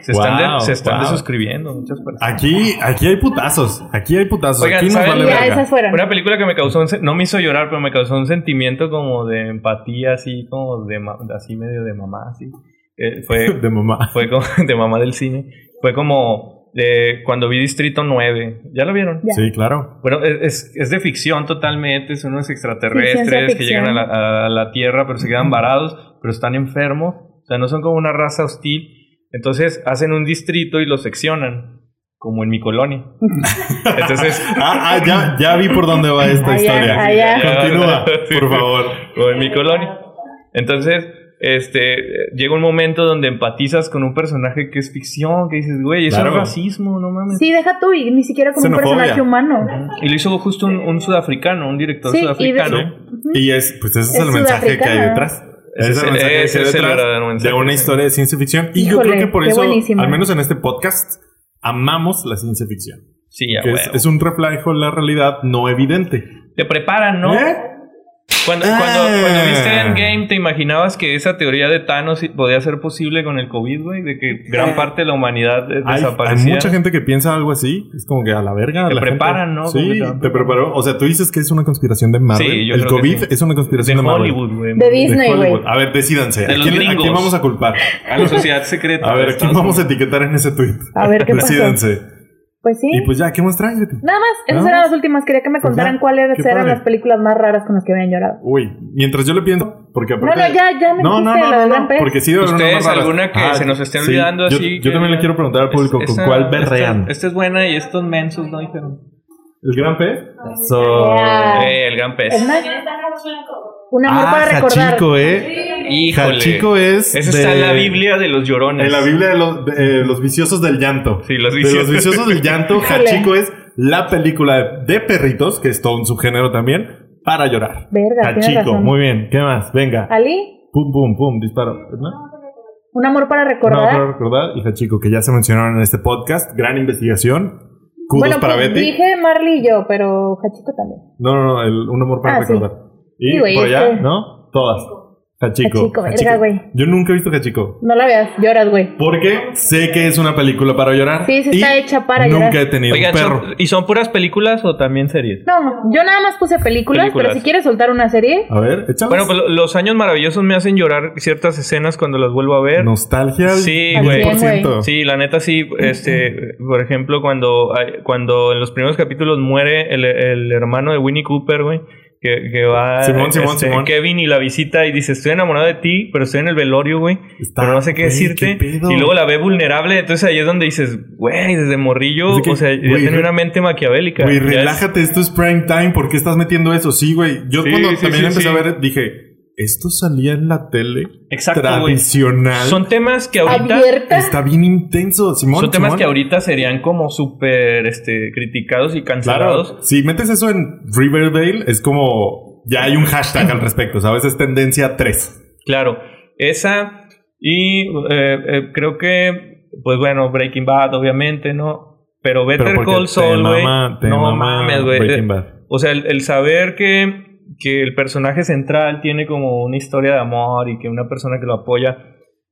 S1: Se están,
S2: Wow,
S1: de- se están
S2: wow.
S1: desuscribiendo muchas personas.
S2: Aquí, aquí hay putazos. Aquí hay putazos.
S1: Oigan,
S2: aquí nos
S1: ¿saben?
S2: vale
S1: Ya,
S3: ya,
S2: verga.
S3: esas fueron.
S1: Una película que me causó, un sen- no me hizo llorar, pero me causó un sentimiento como de empatía, así como de, ma- así medio de mamá, así. Eh, fue,
S2: De mamá.
S1: fue como, de mamá del cine. Fue como eh, cuando vi Distrito 9. ¿Ya lo vieron?
S3: Ya.
S2: Sí, claro.
S1: Bueno, es, es- es de ficción totalmente, son unos
S3: Sí, ciencia
S1: extraterrestres que
S3: ficción.
S1: llegan a la, a la Tierra pero se quedan varados, pero están enfermos, o sea, no son como una raza hostil. Entonces hacen un distrito y lo seccionan, como en mi colonia. Entonces,
S2: Ah, ah, ya, ya vi por dónde va esta
S3: Ah, ya,
S2: historia.
S3: ah, ya.
S2: Continúa, por favor.
S1: o en mi colonia. Entonces, este, llega un momento donde empatizas con un personaje que es ficción, que dices, güey, eso
S2: Claro.
S1: es racismo, no mames.
S3: Sí, deja tú y ni siquiera con
S2: Xenofobia.
S3: un personaje humano.
S1: Y lo hizo justo un, un sudafricano, un director
S3: Sí, y de-
S1: sudafricano.
S2: Y es, pues ese es
S3: Es
S2: el mensaje que hay
S3: sudafricana.
S2: detrás.
S1: Ese
S2: Ese es el mensaje
S1: ese
S2: que hay
S1: es el
S2: detrás
S1: verdadero mensaje,
S2: de una
S1: sí.
S2: historia de ciencia ficción. Y
S3: Híjole,
S2: yo creo que por
S3: qué
S2: eso,
S3: buenísimo.
S2: al menos en este podcast, amamos la ciencia ficción.
S1: Sí, ya,
S2: que es, es un reflejo de la realidad no evidente.
S1: Te preparan, ¿no?
S2: ¿Eh?
S1: Cuando,
S2: Ah.
S1: cuando, cuando viste Endgame, ¿te imaginabas que esa teoría de Thanos podía ser posible con el COVID, güey? De que gran parte de la humanidad eh,
S2: Hay, hay
S1: desaparecía.
S2: mucha gente que piensa algo así. Es como que a la verga.
S1: Te
S2: la
S1: preparan,
S2: gente-
S1: ¿no? Como que
S2: Sí,
S1: te van
S2: te preparó. O sea, tú dices que es una conspiración de Marvel.
S1: Sí, yo
S2: el
S1: creo que
S2: COVID
S1: sí.
S2: es una
S1: de
S2: conspiración de, Marvel.
S1: Hollywood, güey.
S3: De
S2: De
S3: Disney, güey.
S2: Hollywood. A ver,
S1: De
S2: decídanse. ¿A
S1: los
S2: quién, a
S1: gringos. Ah,
S2: quién vamos a culpar?
S1: A la sociedad secreta.
S2: A
S1: de
S2: ver, ¿a quién
S1: Estados
S2: vamos a
S1: Unidos.
S2: etiquetar en ese tweet?
S3: A ver qué pasó.
S2: Decídanse.
S3: Pues sí.
S2: Y pues ya, ¿qué más traes, Betty?
S3: Nada más, esas
S2: Nada
S3: eran
S2: más.
S3: las últimas. Quería que me
S2: Pues
S3: contaran
S2: ya,
S3: cuáles
S2: qué
S3: eran
S2: padre.
S3: las películas más raras con las que habían llorado.
S2: Uy, mientras yo le pienso, porque
S3: No,
S2: aparte...
S3: no, ya, ya me
S2: No, no,
S3: dijiste
S2: no,
S3: la
S2: no,
S3: de
S2: no,
S3: Gran Pez.
S2: porque sí, de verdad,
S1: ¿Ustedes
S2: no, no, no,
S1: alguna que
S2: ah,
S1: se nos esté
S2: sí,
S1: olvidando
S2: yo-
S1: así?
S2: Yo,
S1: que
S2: también le
S1: digan,
S2: quiero preguntar al público,
S1: es-
S2: ¿con
S1: esta-
S2: cuál berrean?
S1: Esta, esta es buena y estos mensos no dijeron.
S2: ¿El gran P?
S3: Ya.
S1: Eh, el gran pez.
S3: Es Ah. más, un amor para recordar.
S2: Jachico, Ah, ¿eh?
S1: Híjole.
S2: Jachico es
S1: Esa
S2: de-
S1: está en la Biblia de los llorones.
S2: En la Biblia de los, de, eh, los viciosos del llanto.
S1: Sí, los
S2: De
S1: viciosos.
S2: viciosos del llanto,
S3: Híjole.
S2: Hachico es la película de perritos, que es todo un subgénero también, para llorar.
S3: Verga, tienes
S2: Hachico,
S3: razón.
S2: muy bien. ¿Qué más? Venga.
S3: Ali,
S2: Pum, pum, pum, disparo. ¿No?
S3: un amor para
S2: No,
S3: recordar.
S2: claro, recordar. Y Hachico, que ya se mencionaron en este podcast. Gran investigación. Kudos
S3: bueno,
S2: para
S3: pues
S2: Betty.
S3: dije Marley y yo, pero Hachico también.
S2: No, no, no, el- un amor para
S3: Ah, sí.
S2: recordar. Y
S3: Sí, güey,
S2: por
S3: es
S2: allá,
S3: que-
S2: ¿no? Todas. Hachico.
S3: Hachiko, verga, güey.
S2: Yo nunca he visto Hachico.
S3: No la veas, lloras, güey.
S2: Porque sé que es una película para llorar.
S3: Sí, sí está
S2: y
S3: hecha para
S2: Nunca
S3: llorar.
S2: he tenido
S1: Oigan,
S2: un perro.
S1: son- ¿y son puras películas o también series?
S3: No, no, yo nada más puse películas,
S1: Películas.
S3: pero si quieres soltar una serie,
S2: A ver, échalas.
S1: Bueno, pues lo- los años maravillosos me hacen llorar ciertas escenas cuando las vuelvo a ver.
S2: Nostalgia. al
S1: Sí,
S2: 1000%.
S1: güey. Sí, la neta sí, este, por ejemplo, cuando, hay- cuando en los primeros capítulos muere el, el hermano de Winnie Cooper, güey, que, que va
S2: Simón,
S1: este,
S2: Simón, Simón.
S1: Kevin y la visita y dice, estoy enamorado de ti, pero estoy en el velorio, güey,
S2: Está-
S1: pero no sé qué
S2: güey,
S1: decirte.
S2: pedo.
S1: y luego la ve vulnerable, entonces ahí es donde dices, güey, desde morrillo,
S2: Es que,
S1: o sea, ya
S2: güey,
S1: tenía
S2: re-
S1: una mente maquiavélica.
S2: Güey,
S1: Ya es-
S2: relájate, esto es prime time. ¿Por qué estás metiendo eso? Sí, güey. Yo
S1: Sí,
S2: cuando
S1: sí,
S2: también
S1: sí,
S2: empecé
S1: sí.
S2: a ver, dije, esto salía en la tele
S1: Exacto, güey.
S2: tradicional.
S1: Son temas que ahorita...
S3: abierta.
S2: Está bien intenso, Simón.
S1: Son temas
S2: Simón.
S1: que ahorita serían como súper este, criticados y cancelados.
S2: Claro. Si metes eso en Riverdale, es como ya hay un hashtag al respecto, ¿sabes? Es tendencia 3.
S1: Claro, esa y eh, eh, creo que, pues bueno, Breaking Bad, obviamente, ¿no? Pero Better Call Saul, güey. No mames, güey. O sea, el, el saber que, que el personaje central tiene como una historia de amor y que una persona que lo apoya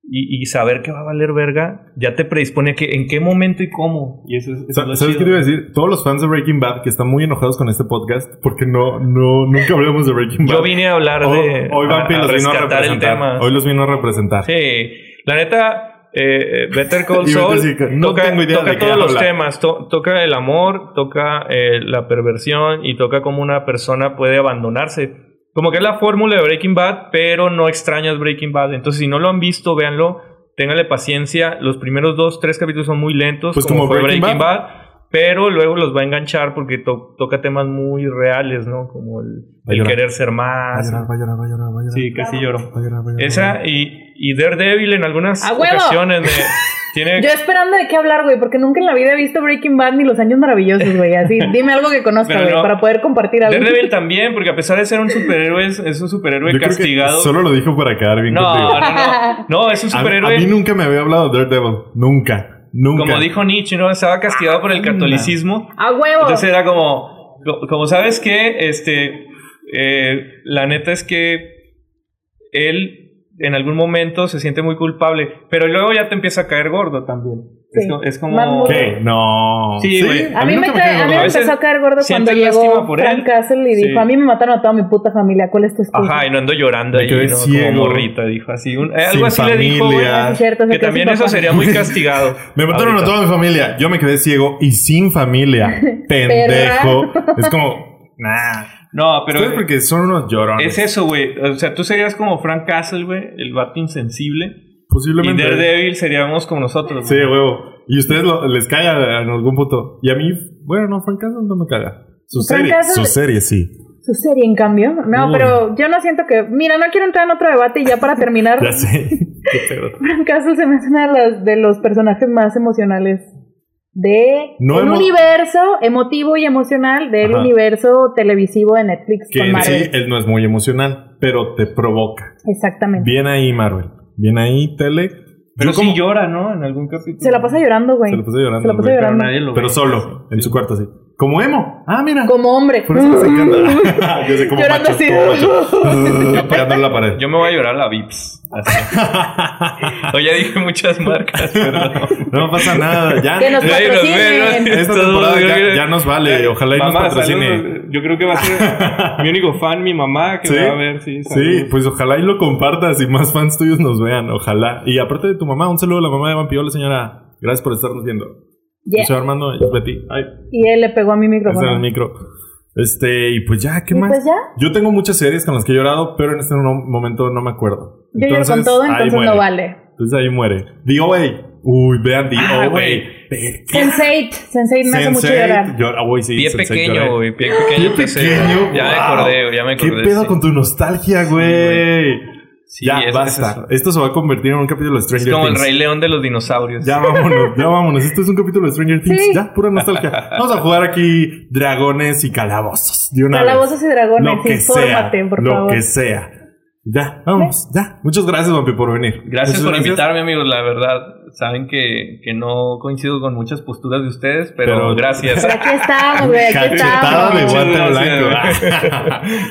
S1: y, y saber que va a valer verga, ya te predispone a que en qué momento y cómo. Y eso es, eso es lo
S2: ¿Sabes
S1: chido.
S2: qué te iba a decir? Todos los fans de Breaking Bad que están muy enojados con este podcast porque no, no, nunca hablamos de Breaking Bad.
S1: Yo vine a hablar de.
S2: Hoy, hoy Bumpy
S1: a- a
S2: los vino a
S1: rescatar el
S2: representar.
S1: tema.
S2: Hoy los vino a representar.
S1: Sí, la neta, eh, eh, Better Call
S2: Y vete
S1: Saul
S2: así que, no
S1: toca,
S2: tengo idea
S1: toca
S2: de qué
S1: todos los
S2: habla.
S1: temas, to- toca el amor, toca eh, la perversión y toca cómo una persona puede abandonarse. Como que es la fórmula de Breaking Bad, pero no extrañas Breaking Bad. Entonces, si no lo han visto, véanlo, ténganle paciencia. Los primeros dos, tres capítulos son muy lentos,
S2: Pues
S1: como,
S2: como
S1: fue
S2: Breaking
S1: Breaking, Bad. Pero luego los va a enganchar porque to- toca temas muy reales, ¿no? Como el,
S2: Va a
S1: el
S2: llorar.
S1: querer ser
S2: Va a
S1: más.
S2: llorar, va a llorar, va a llorar, va a llorar.
S1: Sí, casi lloro.
S2: Va a llorar, va a llorar, va a
S1: Esa
S2: llorar.
S1: y, y Daredevil en algunas
S3: ¡A huevo!
S1: ocasiones me- tiene...
S3: Yo esperando de qué hablar, güey, porque nunca en la vida he visto Breaking Bad ni Los Años Maravillosos, güey. Así, dime algo que conozca,
S1: Pero
S3: güey,
S1: no.
S3: para poder compartir algo.
S1: Daredevil también, porque a pesar de ser un superhéroe, es, es un superhéroe
S2: Yo creo que
S1: castigado.
S2: Solo lo dijo para quedar bien
S1: No,
S2: contigo.
S1: no, no. No, es un
S2: A, a
S1: superhéroe,
S2: mí nunca me había hablado de Daredevil. Nunca. Nunca.
S1: como dijo Nietzsche, ¿no? Estaba castigado por el catolicismo.
S3: A huevo.
S1: Entonces era como, co- como sabes que, este, eh, la neta es que él en algún momento se siente muy culpable, pero luego ya te empieza a caer gordo también. Es
S3: Sí.
S1: co- Es,
S3: Más
S1: como...
S3: gordo.
S2: ¿Qué? No.
S1: Sí, güey.
S3: a, mí me
S2: nunca
S3: cae-
S2: cae
S3: a mí
S2: gordo.
S3: me
S1: veces
S3: empezó a caer gordo cuando
S1: sientes
S3: llegó
S1: lástima por él.
S3: Frank Castle y
S1: Sí.
S3: dijo, a mí me mataron a toda mi puta familia, ¿cuál es tu excusa?
S1: Ajá, y no ando llorando
S2: Me
S1: ahí,
S2: quedé
S1: ¿no?
S2: ciego.
S1: como morrita, dijo así. un- eh,
S2: Sin
S1: algo así le dijo, güey,
S2: familia.
S3: Ah, sí, cierto,
S1: que
S3: se quedó sin
S1: también eso
S3: papá.
S1: sería muy castigado.
S2: Me mataron
S1: Ahorita.
S2: a toda mi familia. Yo me quedé ciego y sin familia. Pendejo. es como. Nah.
S1: No, pero
S2: Ustedes porque son unos llorones.
S1: es eso, güey. O sea, tú serías como Frank Castle, güey, el vato insensible. Y
S2: Posiblemente.
S1: Daredevil seríamos como nosotros.
S2: Sí,
S1: güey.
S2: huevo. Y ustedes lo- les caga en algún punto. Y a mí, bueno, no, Frank Castle no me caga. Su
S3: Frank
S2: serie,
S3: Castle-
S2: su serie sí.
S3: Su serie, en cambio. No,
S2: Uy.
S3: pero yo no siento que... Mira, no quiero entrar en otro debate y ya para terminar,
S2: Ya sé. Qué pedo.
S3: Frank Castle se me hace uno de los, de los personajes más emocionales de
S2: No
S3: el
S2: emo-
S3: universo emotivo y emocional del
S2: Ajá.
S3: universo televisivo de Netflix
S2: Que
S3: con
S2: en sí,
S3: Marvel.
S2: él no es muy emocional, pero te provoca.
S3: Exactamente.
S2: Bien ahí, Marvel. Bien ahí, tele.
S1: Pero
S2: Yo
S1: sí
S2: como-
S1: llora, ¿no? En algún capítulo.
S3: Se la pasa llorando, güey.
S2: Se la pasa llorando,
S3: Se la pasa
S2: güey,
S1: Pero
S3: llorando.
S1: nadie lo
S2: Pero
S1: ve.
S2: solo, en su cuarto así. Como emo. Ah, mira.
S3: Como hombre.
S2: Por eso se encanta. Yo sé como
S3: Llorando
S2: macho,
S3: así.
S2: como macho. Yo pegando en la pared.
S1: Yo me voy a llorar la Vips. Así. Oye, ya dije muchas marcas, perdón.
S2: No pasa nada. Ya. eh,
S3: Que nos
S1: Nadie los ve, ¿no?
S3: patrocinen.
S2: Esta
S1: Todo,
S2: temporada
S1: yo creo
S2: ya,
S1: que-
S2: ya nos vale. Ojalá y nos
S1: Mamá,
S2: patrocine.
S1: saludos. Yo creo que va a ser mi único fan, mi mamá, que
S2: ¿Sí?
S1: me va a ver. Sí,
S2: Sí,
S1: saludos.
S2: pues ojalá y lo compartas y más fans tuyos nos vean. Ojalá. Y aparte de tu mamá, un saludo a la mamá de Vampiola, señora. Gracias por estarnos viendo.
S3: Yeah.
S2: Yo soy Armando, yo soy Betty. Ay,
S3: Y él le pegó a mi
S2: está en el
S3: micrófono.
S2: micro. Este, y pues ya, ¿qué
S3: Y
S2: más?
S3: pues ya.
S2: Yo tengo muchas series con las que he llorado, pero en este no- momento no me acuerdo.
S3: Yo lloro con todo,
S2: ahí
S3: entonces
S2: muere.
S3: no vale.
S2: Entonces ahí muere. The OA. Uy, vean The
S1: Ah,
S2: OA.
S1: güey.
S3: Sense8. Sense8 me hace mucho
S2: Sense8,
S3: llorar.
S2: llora- ah, uy, sí,
S1: Pie
S2: Sense8
S1: pequeño,
S2: lloré.
S1: güey. Pie pequeño.
S2: Pie
S1: te sé.
S2: pequeño.
S1: Ya me
S2: wow.
S1: acordé, ya me acordé.
S2: ¿Qué pedo
S1: sí.
S2: con tu nostalgia, güey?
S1: Sí,
S2: ya,
S1: es- es
S2: basta.
S1: eso.
S2: Esto se va a convertir en un capítulo de
S1: Es
S2: Stranger
S1: como el
S2: Things.
S1: Rey León de los dinosaurios.
S2: Ya vámonos, ya vámonos. Esto es un capítulo de Stranger Things.
S3: Sí.
S2: Ya, pura nostalgia. Vamos a jugar aquí dragones y calabozos. De una vez.
S3: Calabozos y dragones.
S2: Lo que sea.
S3: Infórmate, por
S2: lo
S3: favor.
S2: que sea. Ya, vamos, ya. Muchas gracias, Vampi, por venir.
S1: Gracias
S2: Muchas
S1: por invitarme, amigos. La verdad, saben que, que no coincido con muchas posturas de ustedes, pero,
S2: Pero-
S1: gracias.
S3: Pero aquí estamos, güey, aquí
S2: Cachetada de
S1: Muchas
S3: estamos.
S2: guante
S1: gracias.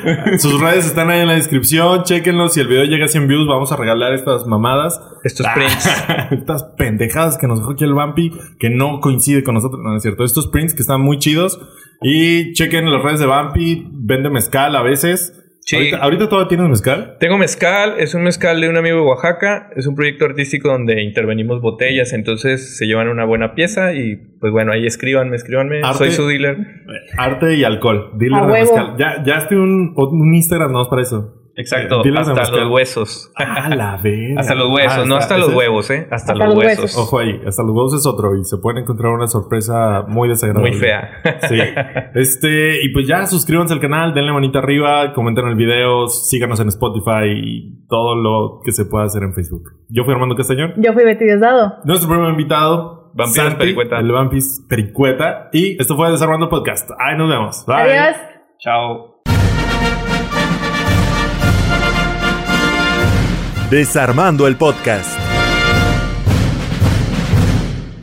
S2: blanco. Sus redes están ahí en la descripción. Chequenlos. Si el video llega a 100 views, vamos a regalar estas mamadas.
S1: Estos prints.
S2: Estas pendejadas que nos dejó aquí el Vampi, que no coincide con nosotros, no no es cierto. Estos prints que están muy chidos. Y chequen las redes de Vampi, vende mezcal a veces.
S1: Sí.
S2: Ahorita, ahorita todavía tienes mezcal.
S1: Tengo mezcal, es un mezcal de un amigo de Oaxaca, es un proyecto artístico donde intervenimos botellas, entonces se llevan una buena pieza y pues bueno, ahí escríbanme, escríbanme,
S2: Arte.
S1: soy su dealer.
S2: Arte y alcohol. Dile
S3: A
S2: de
S3: huevo.
S2: mezcal. Ya, ya estoy un, un Instagram no para eso.
S1: Exacto,
S2: Dealer de
S1: hasta
S2: mezcal.
S1: los huesos.
S2: Ah, la verga.
S1: Hasta los huesos,
S2: Ah,
S1: no
S2: está-
S1: hasta los
S2: ese-
S1: huevos, ¿eh? Hasta,
S3: Hasta
S1: los
S3: los
S1: huesos.
S3: huesos.
S2: Ojo ahí, hasta los huevos es otro y se pueden encontrar una sorpresa muy desagradable.
S1: Muy fea.
S2: Sí. Este, y pues ya suscríbanse al canal, denle manita arriba, comenten el video, síganos en Spotify y todo lo que se pueda hacer en Facebook. Yo fui Armando Castañón,
S3: Yo fui Betty Diosdado.
S2: nuestro primer invitado,
S1: Vampiros
S2: Santi,
S1: Pericueta.
S2: el Vampis Pericueta, y esto fue Desarmando Podcast. Ahí nos vemos. Bye.
S3: Adiós.
S1: Chao.
S4: Desarmando el podcast.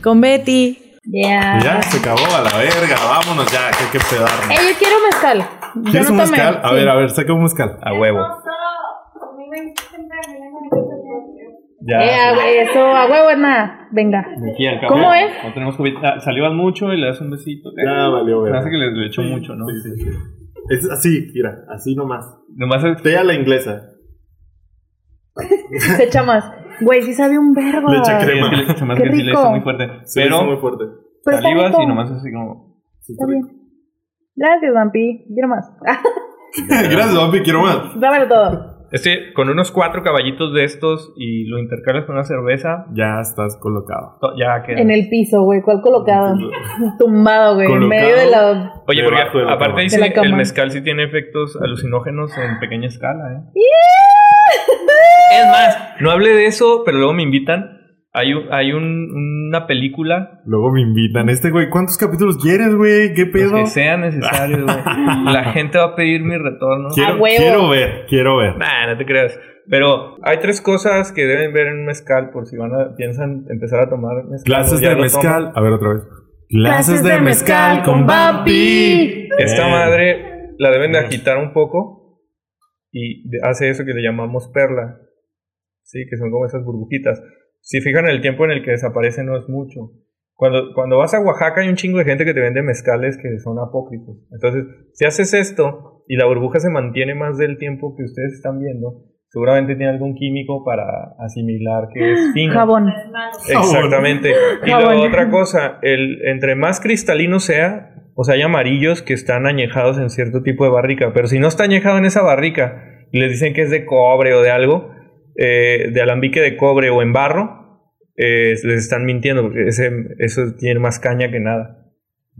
S5: Con Betty.
S3: Ya.
S2: Y Ya se acabó a la verga, vámonos ya, que hay que pedarnos.
S3: Eh, yo quiero mezcal. Yo
S2: ¿Quieres
S3: no
S2: un
S3: tomé.
S2: mezcal? A
S3: Eh, Sí.
S2: ver, a ver, saca un mezcal.
S1: A huevo.
S3: Eh, a- eso, a huevo, nada. Venga.
S1: De aquí al
S3: ¿Cómo
S1: café.
S3: es?
S1: No tenemos COVID. Ah, salió al mucho y le das un besito. Ah,
S2: Ya valió, verga.
S1: Parece que le, le echó mucho, ¿no?
S2: Sí, sí, sí. Es así, mira, así nomás.
S1: Nomás es-
S2: Té a la inglesa.
S3: Se echa más. Güey, sí sabe un verbo.
S2: Le echa
S1: es
S2: crema.
S1: que le- se me hace
S3: Qué
S1: que sí le
S3: rico.
S1: hizo muy fuerte.
S2: Sí, está muy
S1: Pero
S2: fuerte.
S3: Pero está
S1: salivas
S3: rico.
S1: y nomás así como.
S2: Sí, está
S3: Está bien. Gracias, Vampi. Quiero más. Ah,
S2: Gracias, Vampi, quiero más.
S3: Dámelo todo.
S1: Este, con unos cuatro caballitos de estos y lo intercalas con una cerveza,
S2: Ya estás colocado.
S1: to- ya queda.
S3: En el piso, güey. ¿Cuál colocado? Tumbado, güey. En
S2: Colocado.
S3: medio de la.
S1: Oye, porque
S2: Debajo de la
S1: aparte
S2: cama.
S1: dice
S3: De la cama.
S1: el mezcal sí tiene efectos alucinógenos en pequeña escala, ¿eh? Es más, no hablé de eso, pero luego me invitan. Hay, un- hay un- una película
S2: Luego me invitan. Este güey, ¿cuántos capítulos quieres, güey? ¿Qué
S1: Los
S2: pedo?
S1: que sea necesario, güey. La gente va a pedir mi retorno.
S2: Quiero,
S3: A huevo.
S2: quiero ver, quiero ver.
S1: Nah, no te creas. Pero hay tres cosas que deben ver en un mezcal por si van a, piensan empezar a tomar mezcal.
S2: Clases
S1: o ya
S2: de
S1: lo
S2: mezcal. A ver, otra vez. Clases de
S3: de
S2: mezcal
S3: mezcal
S2: con Eh,
S3: con
S2: Vampi.
S3: Vampi.
S1: toman. Esta
S2: Bien.
S1: madre la deben de agitar un poco y de- hace eso que le llamamos perla. Sí, que son como esas burbujitas. Si fijan el tiempo en el que desaparece no es mucho. Cuando, cuando vas a Oaxaca hay un chingo de gente que te vende mezcales que son apócrifos. Entonces, si haces esto y la burbuja se mantiene más del tiempo que ustedes están viendo, seguramente tiene algún químico para asimilar que es fino.
S3: Jabón.
S6: Pues,
S1: Exactamente. Y la
S3: Jabón.
S1: otra cosa, el, entre más cristalino sea, o sea, hay amarillos que están añejados en cierto tipo de barrica, pero si no está añejado en esa barrica y les dicen que es de cobre o de algo, eh, de alambique de cobre o en barro, eh, les están mintiendo, porque ese, eso tiene más caña que nada.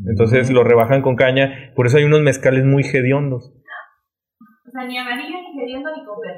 S1: Entonces lo rebajan con caña, por eso hay unos mezcales muy hediondos.
S6: O sea, ni amarillo, ni geriendo, ni comer.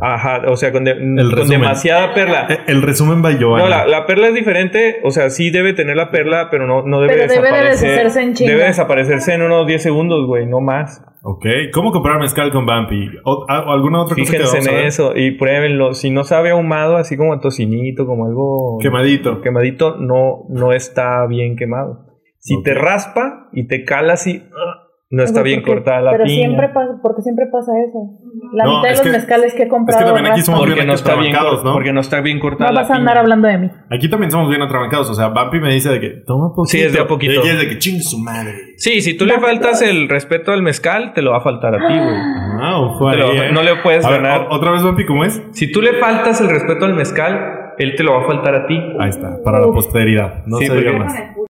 S1: Ajá, o sea, con, de- con
S2: resumen.
S1: demasiada perla.
S2: Eh, El resumen va Giovanna.
S1: No, la, la perla es diferente, o sea, sí debe tener la perla, pero no, no debe
S3: Pero debe de
S1: desaparecer.
S3: deshacerse en chinga.
S1: Debe desaparecerse en unos 10 segundos, güey, no más.
S2: Ok, ¿cómo comprar mezcal con Vampi? ¿O, a- o alguna otra cosa
S1: Fíjense
S2: que vamos a
S1: en
S2: ver?
S1: eso y pruébenlo. Si no sabe ahumado, así como a tocinito, como algo
S2: Quemadito.
S1: quemadito, no, no está bien quemado. Si
S2: Ok.
S1: te raspa y te cala así, ¡ah! no está
S3: Güey,
S1: bien
S3: porque-
S1: cortada la
S3: pero
S1: piña.
S3: siempre pasa, porque siempre pasa eso. La
S2: No,
S3: mitad de
S2: es
S3: los
S2: que-
S3: mezcales que he comprado.
S2: Es que también aquí
S3: raspa.
S2: somos bien
S1: porque no, está bien,
S2: atrabancados,
S1: cor-
S2: ¿no?
S1: porque no está bien cortada
S3: No
S1: la
S3: vas a
S1: piña.
S3: andar hablando de mí.
S2: Aquí también somos bien atrabancados. O sea, Vampi me dice de que toma poquito.
S1: Sí, es de a poquito.
S2: Y ella es de que chingue su madre.
S1: Sí, si tú le faltas el respeto al mezcal, te lo va a faltar a ti, güey.
S2: Ah, ojo ahí,
S1: Te lo-
S2: eh.
S1: no le puedes
S2: A ver,
S1: ganar.
S2: o- otra vez, Vampi, ¿cómo es?
S1: Si tú le faltas el respeto al mezcal, él te lo va a faltar a ti.
S2: Ahí está, para la posteridad. No
S1: Sí,
S2: se diga
S1: porque-
S2: más.